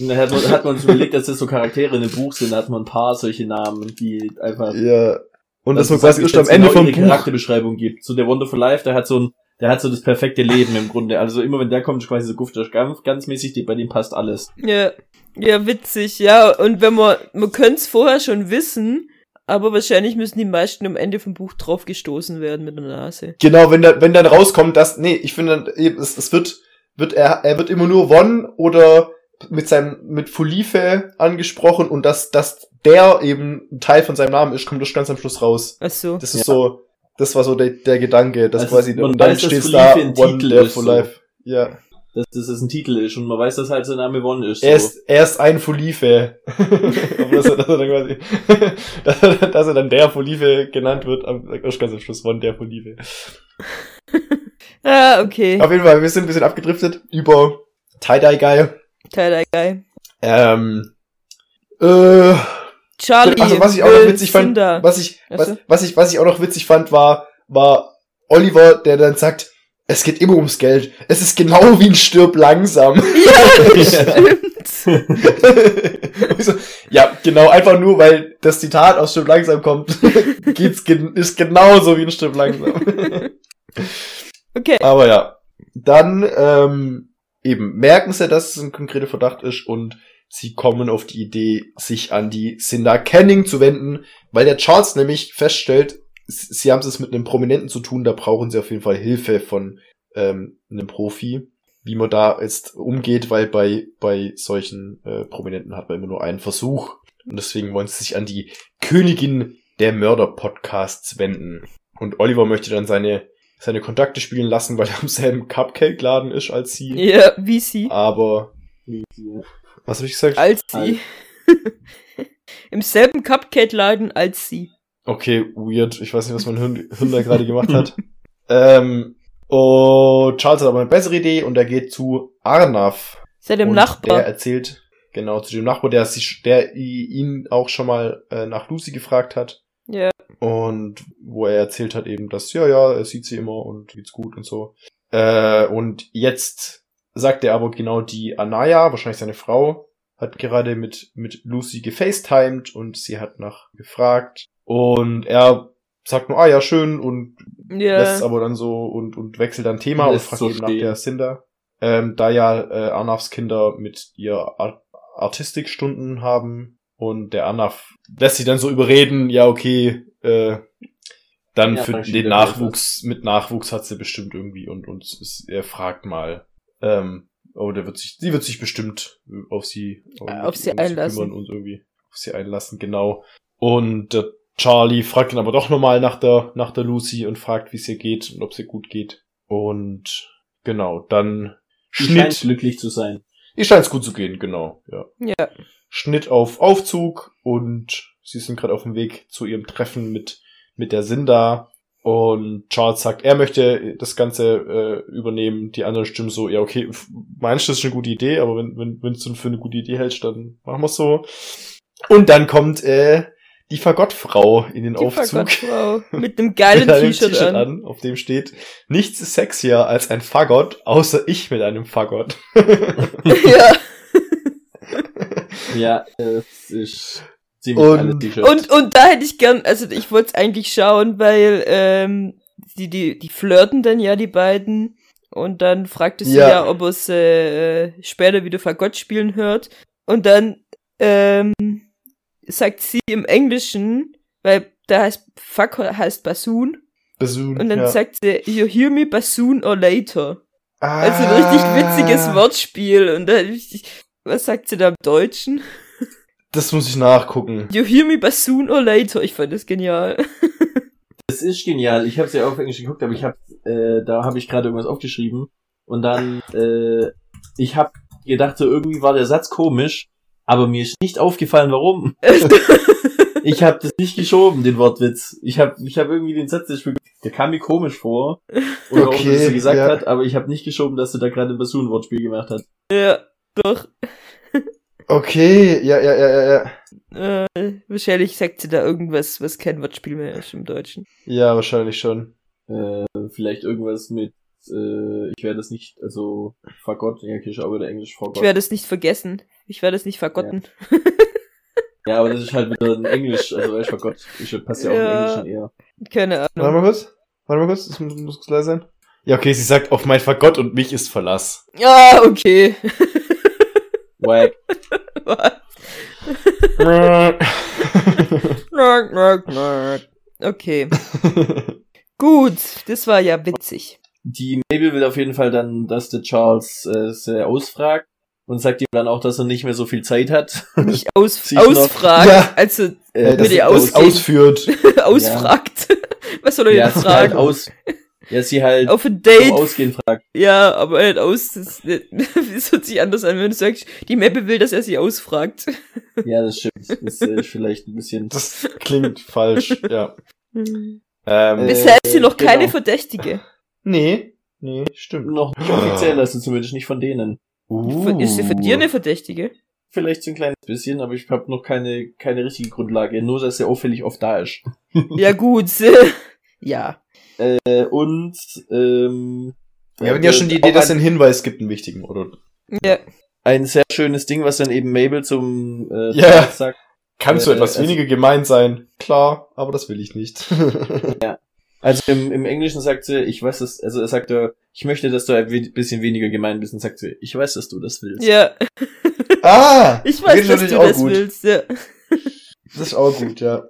Speaker 2: und dann hat, man, hat man uns überlegt, dass das so Charaktere in einem Buch sind, da hat man ein paar solche Namen, die einfach
Speaker 3: ja. Und das
Speaker 2: Also
Speaker 3: war quasi
Speaker 2: sagt,
Speaker 3: erst am
Speaker 2: dass
Speaker 3: Ende
Speaker 2: genau
Speaker 3: vom
Speaker 2: ihre
Speaker 3: Buch.
Speaker 2: Charakterbeschreibung gibt. So der Wonderful Life, der hat so ein, der hat so das perfekte Leben im Grunde. Also immer wenn der kommt, ist quasi so Guftasch ganz, ganz mäßig, die, bei dem passt alles.
Speaker 1: Ja, ja, witzig, ja. Und wenn man, man könnte es vorher schon wissen, aber wahrscheinlich müssen die meisten am Ende vom Buch draufgestoßen werden mit der Nase.
Speaker 3: Genau, wenn, da, wenn dann rauskommt, dass, nee, ich finde, dann eben, es, es wird, wird er, er wird immer nur One oder mit seinem, mit Folife angesprochen und dass, dass der eben ein Teil von seinem Namen ist, kommt das ganz am Schluss raus.
Speaker 1: Ach so.
Speaker 3: Das ist
Speaker 2: Ja.
Speaker 3: so, das war so der, der Gedanke, dass
Speaker 2: Also,
Speaker 3: quasi,
Speaker 2: man
Speaker 3: und dann
Speaker 2: weiß, dass
Speaker 3: steht
Speaker 2: Folife
Speaker 3: da
Speaker 2: ein
Speaker 3: One
Speaker 2: Titel
Speaker 3: There
Speaker 2: ist,
Speaker 3: for
Speaker 2: so.
Speaker 3: Life. Ja.
Speaker 2: Dass dass das ein Titel ist und man weiß, dass halt sein Name One ist. So.
Speaker 3: Er ist, er ist ein Folife. Aber dass, er, dass, er dann quasi, dass, er, dass er dann der Folife genannt wird, am erst ganz am Schluss von der Folife.
Speaker 1: Ah, okay.
Speaker 3: Auf jeden Fall, wir sind ein bisschen abgedriftet über Tie-Dye-Guy.
Speaker 1: Teil geil.
Speaker 3: Ähm, äh,
Speaker 1: Charlie.
Speaker 3: also was ich auch noch
Speaker 1: will
Speaker 3: witzig fand,
Speaker 1: Cinder.
Speaker 3: was ich,
Speaker 1: Ach
Speaker 3: was,
Speaker 1: so.
Speaker 3: was ich, was ich auch noch witzig fand, war, war Oliver, der dann sagt, es geht immer ums Geld. Es ist genau wie ein Stirb langsam.
Speaker 1: Stimmt.
Speaker 3: Ich so, ja, genau, einfach nur, weil das Zitat aus Stirb langsam kommt, geht's gen ist genauso wie ein Stirb langsam.
Speaker 1: Okay.
Speaker 3: Aber ja, dann ähm, eben merken sie, dass es ein konkreter Verdacht ist und sie kommen auf die Idee, sich an die Cinda Canning zu wenden, weil der Charles nämlich feststellt, s- sie haben es mit einem Prominenten zu tun, da brauchen sie auf jeden Fall Hilfe von ähm, einem Profi, wie man da jetzt umgeht, weil bei, bei solchen äh, Prominenten hat man immer nur einen Versuch. Und deswegen wollen sie sich an die Königin der Mörder-Podcasts wenden. Und Oliver möchte dann seine, seine Kontakte spielen lassen, weil er am selben Cupcake-Laden ist als sie.
Speaker 1: ja, wie sie.
Speaker 3: Aber, was habe ich gesagt?
Speaker 1: Als
Speaker 2: Als-
Speaker 1: sie. Im selben Cupcake-Laden als sie.
Speaker 3: Okay, weird. Ich weiß nicht, was mein Hirn, Hirn da gerade gemacht hat. ähm, und Charles hat aber eine bessere Idee und er geht zu Arnav.
Speaker 1: Seit dem
Speaker 3: und Der
Speaker 1: Nachbar.
Speaker 3: erzählt, genau, zu dem Nachbar, der, sich, der i- ihn auch schon mal äh, nach Lucy gefragt hat.
Speaker 1: Ja.
Speaker 3: Und wo er erzählt hat eben, dass, ja, ja, er sieht sie immer und geht's gut und so. Äh, und jetzt sagt er aber genau die Anaya, wahrscheinlich seine Frau, hat gerade mit, mit Lucy gefacetimed und sie hat nach gefragt. Und er sagt nur, ah ja, schön und lässt es
Speaker 1: ja.
Speaker 3: aber dann so und, und wechselt dann Thema und
Speaker 2: Lässt
Speaker 3: fragt
Speaker 2: so
Speaker 3: eben nach
Speaker 2: stehen.
Speaker 3: der Cinder. Ähm, da ja äh, Arnavs Kinder mit ihr Ar Artistikstunden haben und der Arnav lässt sie dann so überreden, ja okay, äh, dann
Speaker 2: Ja,
Speaker 3: für
Speaker 2: dann
Speaker 3: den
Speaker 2: steht
Speaker 3: Nachwuchs, mit Nachwuchs hat sie bestimmt irgendwie und, und es, er fragt mal, ähm, oh, der wird sich, die wird sich bestimmt auf sie,
Speaker 1: Auf sie
Speaker 3: um kümmern
Speaker 1: einlassen.
Speaker 3: Und irgendwie auf sie einlassen, genau. Und der Charlie fragt dann aber doch nochmal nach der, nach der Lucy und fragt, wie es ihr geht und ob es ihr gut geht. Und genau, dann
Speaker 2: Die scheint
Speaker 3: Schnitt.
Speaker 2: glücklich zu sein.
Speaker 3: Ihr scheint es gut zu gehen, genau, ja.
Speaker 1: Ja.
Speaker 3: Schnitt auf Aufzug und sie sind gerade auf dem Weg zu ihrem Treffen mit, mit der Sinda. Und Charles sagt, er möchte das Ganze äh, übernehmen. Die anderen stimmen so, ja, okay, f- meinst du, das ist eine gute Idee, aber wenn, wenn, wenn du für eine gute Idee hältst, dann machen wir es so. Und dann kommt äh, die Fagottfrau in den
Speaker 1: Die
Speaker 3: Aufzug.
Speaker 1: Fahrgastfrau. Mit einem geilen
Speaker 3: mit einem
Speaker 1: T-Shirt an.
Speaker 3: auf dem steht, nichts ist sexier als ein Fagott, außer ich mit einem Fagott.
Speaker 1: ja.
Speaker 2: Ja, es ist ziemlich
Speaker 3: Und-
Speaker 2: alles T-Shirt.
Speaker 1: Und, und da hätte ich gern, also ich wollte es eigentlich schauen, weil ähm, die, die, die flirten dann ja, die beiden. Und dann fragte sie
Speaker 3: Ja.
Speaker 1: ja, ob er es äh, später wieder Fagott spielen hört. Und dann ähm, sagt sie im Englischen, weil da heißt Fuck heißt Bassoon.
Speaker 3: Bassoon,
Speaker 1: Und dann
Speaker 3: ja.
Speaker 1: sagt sie, you hear me Bassoon or later.
Speaker 3: ah,
Speaker 1: Also ein richtig witziges Wortspiel. Und dann, was sagt sie da im Deutschen?
Speaker 3: Das muss ich nachgucken.
Speaker 1: You hear me Bassoon or later. Ich fand das genial.
Speaker 2: Das ist genial. Ich habe es ja auf Englisch geguckt, aber ich habe, äh, da habe ich gerade irgendwas aufgeschrieben und dann, äh, ich habe gedacht, so irgendwie war der Satz komisch, aber mir ist nicht aufgefallen, warum. Ich habe das nicht geschoben, den Wortwitz. Ich habe ich hab irgendwie den Satz, der ist mir- der kam mir komisch vor. Oder auch,
Speaker 3: Okay,
Speaker 2: was sie gesagt
Speaker 3: ja.
Speaker 2: hat, aber ich habe nicht geschoben, dass du da gerade ein Bassoon-Wortspiel gemacht hast.
Speaker 1: Ja, doch.
Speaker 3: Okay, ja, ja, ja, ja, ja.
Speaker 1: Äh, wahrscheinlich sagt sie da irgendwas, was kein Wortspiel mehr ist im Deutschen.
Speaker 3: Ja, wahrscheinlich schon.
Speaker 2: Äh, vielleicht irgendwas mit, äh, ich werde es nicht, also, Fagott, ja, Kirche, aber der Englisch
Speaker 1: Ich
Speaker 2: Fagott.
Speaker 1: werde es nicht vergessen. Ich werde es nicht vergotten.
Speaker 2: Ja, aber das ist halt wieder ein Englisch, also, weißt du, Fagott, ich passt ja auch
Speaker 1: Ja.
Speaker 2: im Englischen eher.
Speaker 1: Keine
Speaker 3: Warte
Speaker 1: Ahnung.
Speaker 3: mal kurz. Warte mal kurz. Das muss, muss klar sein. Ja, okay, sie sagt, auf mein Vergott und mich ist Verlass.
Speaker 1: Ja, Ah, okay.
Speaker 2: Wack.
Speaker 3: Äh,
Speaker 1: Knock, knock, knock. Okay. Gut, das war ja witzig.
Speaker 2: Die Mabel will auf jeden Fall dann, dass der Charles äh, sie ausfragt und sagt ihm dann auch, dass er nicht mehr so viel Zeit hat.
Speaker 1: Nicht aus,
Speaker 2: Sie ist noch-
Speaker 1: ausfragen.
Speaker 3: Ja.
Speaker 1: Also
Speaker 3: äh, dass
Speaker 1: Würde
Speaker 3: sie
Speaker 1: ihr
Speaker 3: das
Speaker 1: ausgehen.
Speaker 3: ausführt.
Speaker 1: ausfragt. Was soll er
Speaker 2: ja,
Speaker 1: denn
Speaker 2: sie halt
Speaker 1: fragen?
Speaker 2: aus, ja, sie halt
Speaker 1: Auf ein
Speaker 2: zum
Speaker 1: Date.
Speaker 2: Ausgehen fragt.
Speaker 1: Ja, aber halt aus. Das, das hört sich anders an, wenn du sagst, die Mappe will, dass er sie ausfragt.
Speaker 2: Ja, das stimmt. Das ist äh, vielleicht ein bisschen.
Speaker 3: Das klingt falsch, ja.
Speaker 1: Bisher
Speaker 3: Ähm,
Speaker 2: Äh,
Speaker 1: ist sie noch
Speaker 2: genau.
Speaker 1: keine Verdächtige.
Speaker 3: nee, nee, stimmt.
Speaker 2: Noch nicht offiziell, also zumindest nicht von denen.
Speaker 3: Uh.
Speaker 1: Ist sie für dir eine Verdächtige?
Speaker 2: Vielleicht so ein kleines bisschen, aber ich habe noch keine, keine richtige Grundlage. Nur, dass er auffällig oft da ist.
Speaker 1: Ja, gut. ja.
Speaker 2: Äh, und, ähm.
Speaker 3: Wir haben ja schon die Idee,
Speaker 2: auch
Speaker 3: dass es
Speaker 2: ein,
Speaker 3: einen Hinweis gibt, einen wichtigen, oder?
Speaker 1: Ja.
Speaker 2: ein sehr schönes Ding, was dann eben Mabel zum äh,
Speaker 3: Ja.
Speaker 2: Charles sagt.
Speaker 3: Kann so
Speaker 2: Äh,
Speaker 3: etwas
Speaker 2: also-
Speaker 3: weniger gemein sein. Klar, aber das will ich nicht.
Speaker 2: Also im, im Englischen sagt sie, ich weiß es, also er sagt, äh, ich möchte, dass du ein we- bisschen weniger gemein bist und sagt sie, ich weiß, dass du das willst.
Speaker 1: Ja.
Speaker 3: ah!
Speaker 1: Ich weiß,
Speaker 3: geht
Speaker 1: dass
Speaker 3: natürlich
Speaker 1: du
Speaker 3: auch
Speaker 1: das
Speaker 3: gut.
Speaker 1: willst. Ja.
Speaker 3: Das ist auch gut, ja.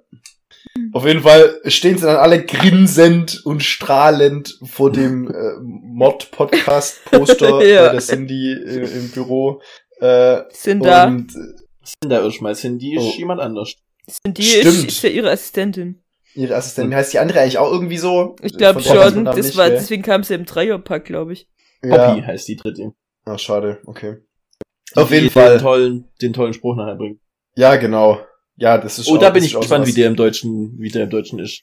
Speaker 1: Hm.
Speaker 3: Auf jeden Fall stehen sie dann alle grinsend und strahlend vor dem äh, Mod-Podcast-Poster
Speaker 1: Ja.
Speaker 3: bei der Cindy äh, im Büro. Äh,
Speaker 1: Sind da.
Speaker 3: und äh,
Speaker 2: Da schmeißt hin, die ist
Speaker 3: Oh.
Speaker 2: jemand anders.
Speaker 1: Sind die
Speaker 3: Stimmt.
Speaker 1: ist, ist ja ihre Assistentin.
Speaker 3: ihre Assistentin heißt die andere eigentlich auch irgendwie so.
Speaker 1: Ich glaube
Speaker 3: Von der weiß man
Speaker 1: schon.
Speaker 3: dann
Speaker 1: Das
Speaker 3: nicht,
Speaker 1: war,
Speaker 3: gell?
Speaker 1: deswegen kam sie im Dreierpack, glaube ich.
Speaker 2: Poppy
Speaker 3: Ja.
Speaker 2: heißt die dritte.
Speaker 3: Ah, schade, okay.
Speaker 2: Die,
Speaker 3: Auf jeden
Speaker 2: die
Speaker 3: Fall.
Speaker 2: Den tollen, den tollen Spruch nachher bringt.
Speaker 3: Ja, genau. Ja, das ist
Speaker 2: Oh, da
Speaker 3: das
Speaker 2: bin
Speaker 3: ist
Speaker 2: ich gespannt,
Speaker 3: sowas.
Speaker 2: wie der im Deutschen, wie der im Deutschen ist.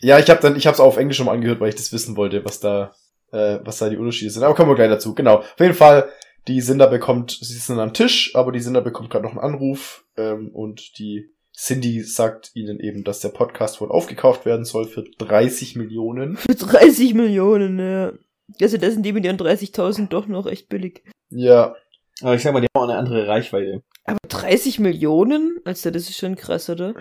Speaker 3: Ja, ich habe dann, ich hab's auf Englisch schon mal angehört, weil ich das wissen wollte, was da, äh, was da die Unterschiede sind. Aber kommen wir gleich dazu. Genau. Auf jeden Fall, die Sinda bekommt, sie sitzen am Tisch, aber die Sinda bekommt gerade noch einen Anruf ähm, und die Cindy sagt ihnen eben, dass der Podcast wohl aufgekauft werden soll für 30 Millionen.
Speaker 1: Für 30 Millionen, ja. Also das sind die mit ihren 30.000 doch noch echt billig.
Speaker 3: Ja,
Speaker 2: Aber ich sag mal, die haben auch eine andere Reichweite.
Speaker 1: Aber 30 Millionen? Also das ist schon krass, oder?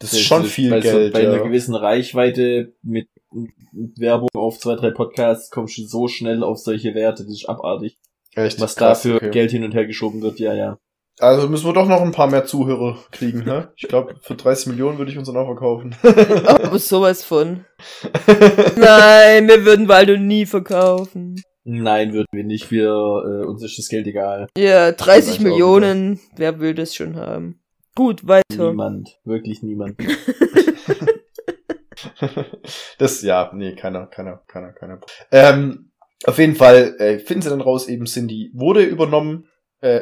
Speaker 3: das ist schon
Speaker 2: Also,
Speaker 3: viel
Speaker 2: bei so-
Speaker 3: Geld.
Speaker 2: Bei einer
Speaker 3: Ja.
Speaker 2: gewissen Reichweite mit, mit Werbung auf zwei, drei Podcasts kommst du so schnell auf solche Werte, das ist abartig.
Speaker 3: Echt
Speaker 2: Was
Speaker 3: krass,
Speaker 2: da für
Speaker 3: okay.
Speaker 2: Geld hin und her geschoben wird, ja, ja.
Speaker 3: Also müssen wir doch noch ein paar mehr Zuhörer kriegen, ne? Ich glaube, für 30 Millionen würde ich uns dann auch verkaufen.
Speaker 1: Aber sowas von. Nein, wir würden Waldo nie verkaufen.
Speaker 2: Nein, würden wir nicht. Wir, äh, uns ist das Geld egal.
Speaker 1: Ja, 30
Speaker 2: Vielleicht auch
Speaker 1: Millionen. Wer will das schon haben? Gut, weiter.
Speaker 2: Niemand, wirklich niemand.
Speaker 3: das, ja, nee, keiner, keiner, keiner, keiner. Ähm, auf jeden Fall äh, finden sie dann raus, eben Cindy wurde übernommen. Äh,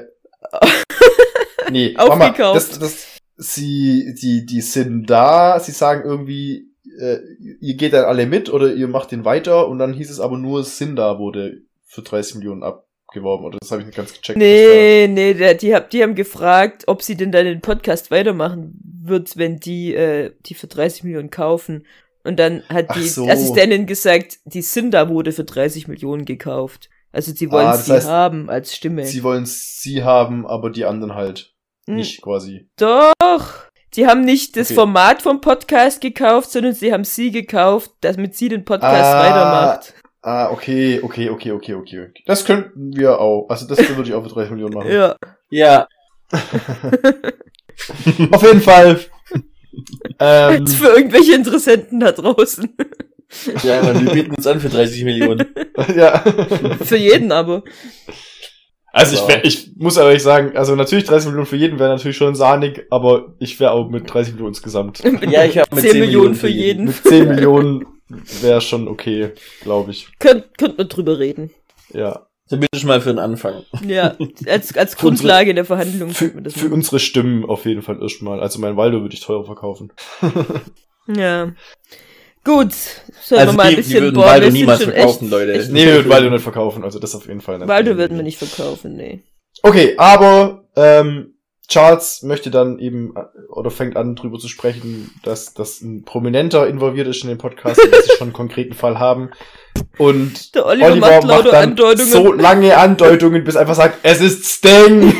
Speaker 3: nee, warte mal,
Speaker 1: Aufgekauft.
Speaker 3: das, das, sie, die, die sind da, sie sagen irgendwie, äh, ihr geht dann alle mit oder ihr macht den weiter und dann hieß es aber nur, Cinda wurde für 30 Millionen abgeworben oder das habe ich nicht ganz gecheckt.
Speaker 1: Nee, nee, der, die, hab, die haben gefragt, ob sie denn dann den Podcast weitermachen wird, wenn die, äh, die für 30 Millionen kaufen. Und dann hat
Speaker 3: Ach
Speaker 1: die
Speaker 3: so.
Speaker 1: Assistentin gesagt, die Cinda wurde für 30 Millionen gekauft. Also sie wollen
Speaker 3: Ah, das
Speaker 1: sie
Speaker 3: heißt,
Speaker 1: haben als Stimme.
Speaker 3: Sie wollen sie haben, aber die anderen halt
Speaker 1: Hm,
Speaker 3: nicht quasi.
Speaker 1: Doch! Die haben nicht das
Speaker 3: Okay.
Speaker 1: Format vom Podcast gekauft, sondern sie haben sie gekauft, damit sie den Podcast
Speaker 3: Ah.
Speaker 1: weitermacht.
Speaker 3: Ah, okay, okay, okay, okay, okay. okay. Das könnten wir auch. Also das würde ich auch für 30 Millionen machen.
Speaker 1: Ja.
Speaker 2: Ja,
Speaker 3: Auf jeden Fall. ähm,
Speaker 1: Jetzt für irgendwelche Interessenten da draußen.
Speaker 2: ja Mann, wir bieten uns an für 30 Millionen.
Speaker 3: ja.
Speaker 1: für jeden aber.
Speaker 3: Also ich, wär,
Speaker 2: Wow.
Speaker 3: ich muss ehrlich sagen, also natürlich 30 Millionen für jeden wäre natürlich schon sahnig, aber ich wäre auch mit 30 Millionen insgesamt.
Speaker 2: Ja, ich habe
Speaker 1: 10 Millionen für jeden.
Speaker 3: Mit 10 Millionen wäre schon okay, glaube ich.
Speaker 1: Könnt, könnt man drüber reden.
Speaker 3: Ja.
Speaker 2: Zumindest mal für den Anfang.
Speaker 1: Ja, als, als
Speaker 3: Für unsere-
Speaker 1: Grundlage der Verhandlung
Speaker 3: Für,
Speaker 1: könnte man das
Speaker 3: für
Speaker 1: machen.
Speaker 3: unsere Stimmen auf jeden Fall erstmal. Also mein Waldo würde ich teurer verkaufen.
Speaker 1: Ja. Gut, sollen wir
Speaker 2: Also
Speaker 1: mal ein
Speaker 2: die- die
Speaker 1: bisschen
Speaker 2: würden
Speaker 1: bohren.
Speaker 2: Waldo
Speaker 1: wir sind
Speaker 2: niemals
Speaker 1: schon
Speaker 2: verkaufen,
Speaker 1: echt,
Speaker 2: Leute.
Speaker 1: Echt,
Speaker 3: Nee, wir würden Waldo nicht verkaufen, also das auf jeden Fall. nicht.
Speaker 1: Waldo würden wir nicht verkaufen, nee.
Speaker 3: Okay, aber ähm, Charles möchte dann eben äh, oder fängt an drüber zu sprechen, dass, dass ein Prominenter involviert ist in den Podcast, und dass sie schon einen konkreten Fall haben. Und
Speaker 1: Der Oliver,
Speaker 3: Oliver
Speaker 1: macht
Speaker 3: macht
Speaker 1: laute
Speaker 3: dann
Speaker 1: Andeutungen.
Speaker 3: so lange Andeutungen, bis er einfach sagt, es ist Sting.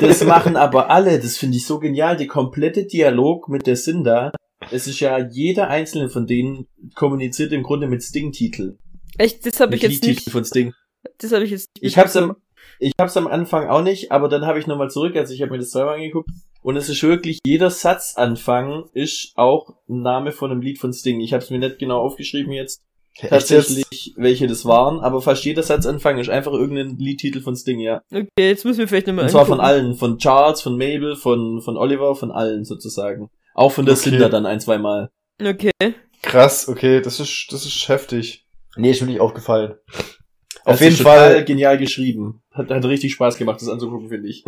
Speaker 2: Das machen aber alle, das finde ich so genial, der komplette Dialog mit der Cinder. Es ist ja jeder einzelne von denen kommuniziert im Grunde mit Sting-Titel.
Speaker 1: Echt, das habe ich
Speaker 2: Mit
Speaker 1: jetzt
Speaker 2: Liedtitel
Speaker 1: nicht.
Speaker 2: von Sting.
Speaker 1: Das habe ich jetzt nicht.
Speaker 2: Ich hab's am, ich hab's am Anfang auch nicht, aber dann habe ich nochmal zurück, also ich habe mir das zweimal angeguckt. Und es ist wirklich, jeder Satzanfang ist auch ein Name von einem Lied von Sting. Ich hab's mir nicht genau aufgeschrieben jetzt,
Speaker 3: Tatsächlich.
Speaker 2: tatsächlich, welche das waren, aber fast jeder Satzanfang ist einfach irgendein Liedtitel von Sting, ja.
Speaker 1: Okay, jetzt müssen wir vielleicht nochmal.
Speaker 2: Und zwar von allen, von Charles, von Mabel, von, von Oliver, von allen sozusagen. Auch von der
Speaker 3: Okay.
Speaker 2: Cinder dann ein, zweimal.
Speaker 1: Okay.
Speaker 3: Krass, okay, das ist, das ist heftig. Nee, ist mir nicht aufgefallen. Auf
Speaker 2: Also
Speaker 3: jeden
Speaker 2: ist
Speaker 3: Fall,
Speaker 2: Total genial geschrieben. Hat, hat richtig Spaß gemacht, das anzugucken, finde ich.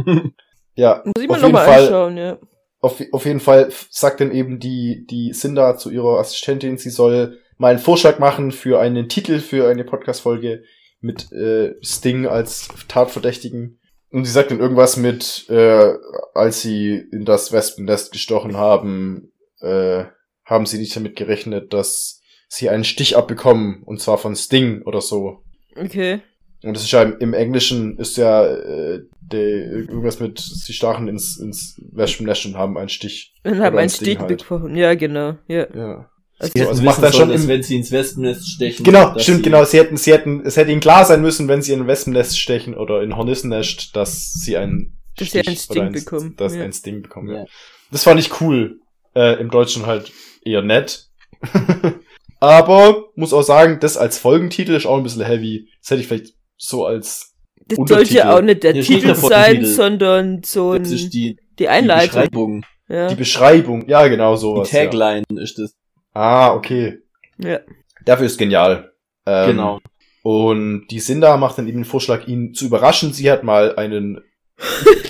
Speaker 3: ja,
Speaker 1: Muss ich
Speaker 3: Auf
Speaker 1: mir
Speaker 3: jeden
Speaker 1: nochmal
Speaker 3: Fall.
Speaker 1: anschauen, ja.
Speaker 3: auf, auf jeden Fall sagt dann eben die, die Cinda zu ihrer Assistentin, sie soll mal einen Vorschlag machen für einen Titel für eine Podcast-Folge mit äh, Sting als Tatverdächtigen. Und sie sagt dann irgendwas mit, äh, als sie in das Wespennest gestochen haben, äh, haben sie nicht damit gerechnet, dass sie einen Stich abbekommen, und zwar von Sting oder so.
Speaker 1: Okay.
Speaker 3: Und das ist ja im, im Englischen ist ja äh, der, irgendwas mit, sie stachen ins, ins Wespennest und haben einen Stich.
Speaker 1: Dann
Speaker 3: Oder
Speaker 1: haben wir einen
Speaker 3: ins Ding
Speaker 1: Stich
Speaker 3: halt.
Speaker 1: bekommen. Ja, genau. Ja.
Speaker 3: Ja.
Speaker 1: Also, das-
Speaker 2: Die
Speaker 3: Ja,
Speaker 2: hätten
Speaker 3: also macht
Speaker 2: wissen
Speaker 3: dann schon
Speaker 2: sollen, dass
Speaker 3: im-
Speaker 2: wenn sie ins Wespennest stechen.
Speaker 3: Genau,
Speaker 2: dass
Speaker 3: stimmt,
Speaker 2: sie-
Speaker 3: genau. Sie hätten, sie hätten, es hätte ihnen klar sein müssen, wenn sie in ein Wespennest stechen oder in Hornissennest, dass sie einen
Speaker 1: Dass sie
Speaker 3: Stich
Speaker 1: einen Sting
Speaker 3: oder
Speaker 1: bekommen,
Speaker 3: Dass
Speaker 1: ja.
Speaker 3: ein Sting bekommen. Ja.
Speaker 2: Ja.
Speaker 3: Das fand ich cool. Äh, Im Deutschen halt eher nett. Aber muss auch sagen, das als Folgentitel ist auch ein bisschen heavy. Das hätte ich vielleicht so als
Speaker 1: das sollte
Speaker 3: Untertitel.
Speaker 1: ja auch nicht der
Speaker 2: Hier steht
Speaker 1: Titel
Speaker 2: davor
Speaker 1: sein,
Speaker 2: Titel.
Speaker 1: sondern so ein,
Speaker 2: Das ist
Speaker 1: die,
Speaker 2: die, die
Speaker 1: Einleitung.
Speaker 2: Beschreibung.
Speaker 1: ja.
Speaker 3: die Beschreibung. Ja, genau
Speaker 2: Die
Speaker 3: sowas. ja.
Speaker 2: Tagline ist das.
Speaker 3: Ah, okay.
Speaker 1: Ja.
Speaker 3: Dafür ist genial. Ähm,
Speaker 2: genau.
Speaker 3: Und die Sinda macht dann eben den Vorschlag, ihn zu überraschen. Sie hat mal einen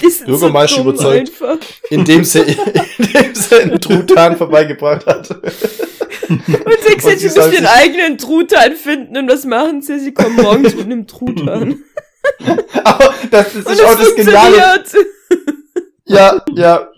Speaker 1: Die sind
Speaker 3: Bürgermeister
Speaker 1: dumm
Speaker 3: überzeugt.
Speaker 1: Einfach.
Speaker 3: indem sie, indem sie einen Truthahn vorbeigebracht hat.
Speaker 1: Und sie
Speaker 3: Und
Speaker 1: gesagt,
Speaker 3: sie
Speaker 1: sie
Speaker 3: soll
Speaker 1: müssen den
Speaker 3: sich-
Speaker 1: eigenen Truthahn finden und was machen sie? Sie kommen morgens mit einem Truthahn.
Speaker 3: Aber das, das
Speaker 1: Und
Speaker 3: ist auch
Speaker 1: das
Speaker 3: das Geniale.
Speaker 1: funktioniert.
Speaker 3: Ja, ja.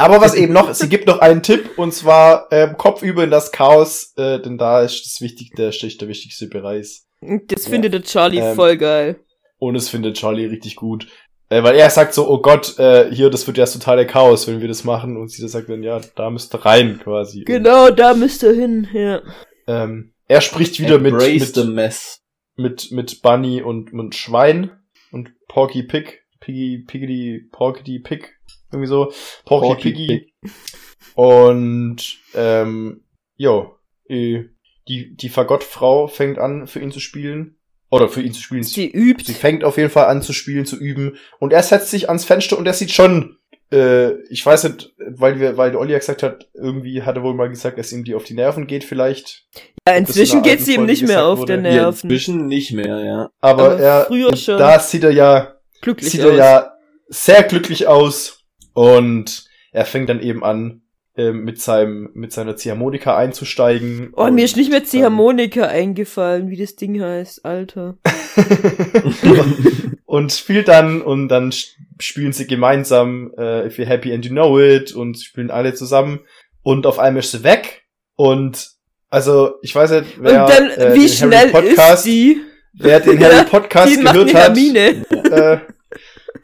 Speaker 3: Aber was eben noch, sie gibt noch einen Tipp, und zwar ähm, Kopf über in das Chaos, äh, denn da ist das wichtig, der, Stich- der wichtigste Bereich.
Speaker 1: Und Das
Speaker 3: Ja.
Speaker 1: findet der Charlie
Speaker 3: Ähm,
Speaker 1: voll geil.
Speaker 3: Und es findet Charlie richtig gut. Äh, weil er sagt so, oh Gott, äh, hier, das wird ja das totale Chaos, wenn wir das machen. Und sie sagt dann, ja, da müsst ihr rein quasi.
Speaker 1: Genau, da müsst ihr hin, ja.
Speaker 3: Und, ähm, er spricht wieder mit,
Speaker 2: Embrace
Speaker 3: mit,
Speaker 2: the mess.
Speaker 3: mit, mit Bunny und, und Schwein und Porky Pig. Piggy, Piggity, Porky Pig. Irgendwie so. Porky,
Speaker 2: Porky
Speaker 3: Piggy. Und, ähm, jo, äh, die, die Fagottfrau fängt an, für ihn zu spielen. Oder für ihn zu spielen.
Speaker 1: Sie
Speaker 3: Sie
Speaker 1: übt.
Speaker 3: fängt auf jeden Fall an zu spielen, zu üben. Und er setzt sich ans Fenster und er sieht schon, äh, ich weiß nicht, weil wir, weil der Olli ja gesagt hat, irgendwie hat er wohl mal gesagt, dass ihm die auf die Nerven geht vielleicht.
Speaker 1: Ja,
Speaker 3: das in
Speaker 1: inzwischen
Speaker 3: der
Speaker 1: geht's
Speaker 3: alten
Speaker 1: ihm
Speaker 3: Folge
Speaker 1: nicht mehr
Speaker 3: gesagt
Speaker 1: auf
Speaker 3: wurde.
Speaker 1: den
Speaker 3: Ja,
Speaker 2: Ja,
Speaker 1: Nerven.
Speaker 2: inzwischen nicht mehr, ja.
Speaker 3: Aber,
Speaker 1: Aber
Speaker 3: er,
Speaker 1: früher schon.
Speaker 3: da sieht er ja,
Speaker 1: Glücklich
Speaker 3: sieht
Speaker 1: aus.
Speaker 3: er ja sehr glücklich aus und er fängt dann eben an, ähm, mit seinem, mit seiner Ziehharmonika einzusteigen.
Speaker 1: Oh,
Speaker 3: und,
Speaker 1: mir ist nicht mehr
Speaker 3: ähm,
Speaker 1: Ziehharmonika eingefallen, wie das Ding heißt, Alter.
Speaker 3: und spielt dann und dann sch- spielen sie gemeinsam äh, If You're Happy and You Know It und spielen alle zusammen und auf einmal ist sie weg und also ich weiß nicht, wer
Speaker 1: und dann,
Speaker 3: äh,
Speaker 1: wie
Speaker 3: den
Speaker 1: schnell
Speaker 3: Harry Podcast,
Speaker 1: ist die?
Speaker 3: wer den
Speaker 1: Ja,
Speaker 3: Harry Podcast
Speaker 1: Die macht
Speaker 3: gehört
Speaker 1: eine
Speaker 3: hat,
Speaker 1: Hermine.
Speaker 3: äh,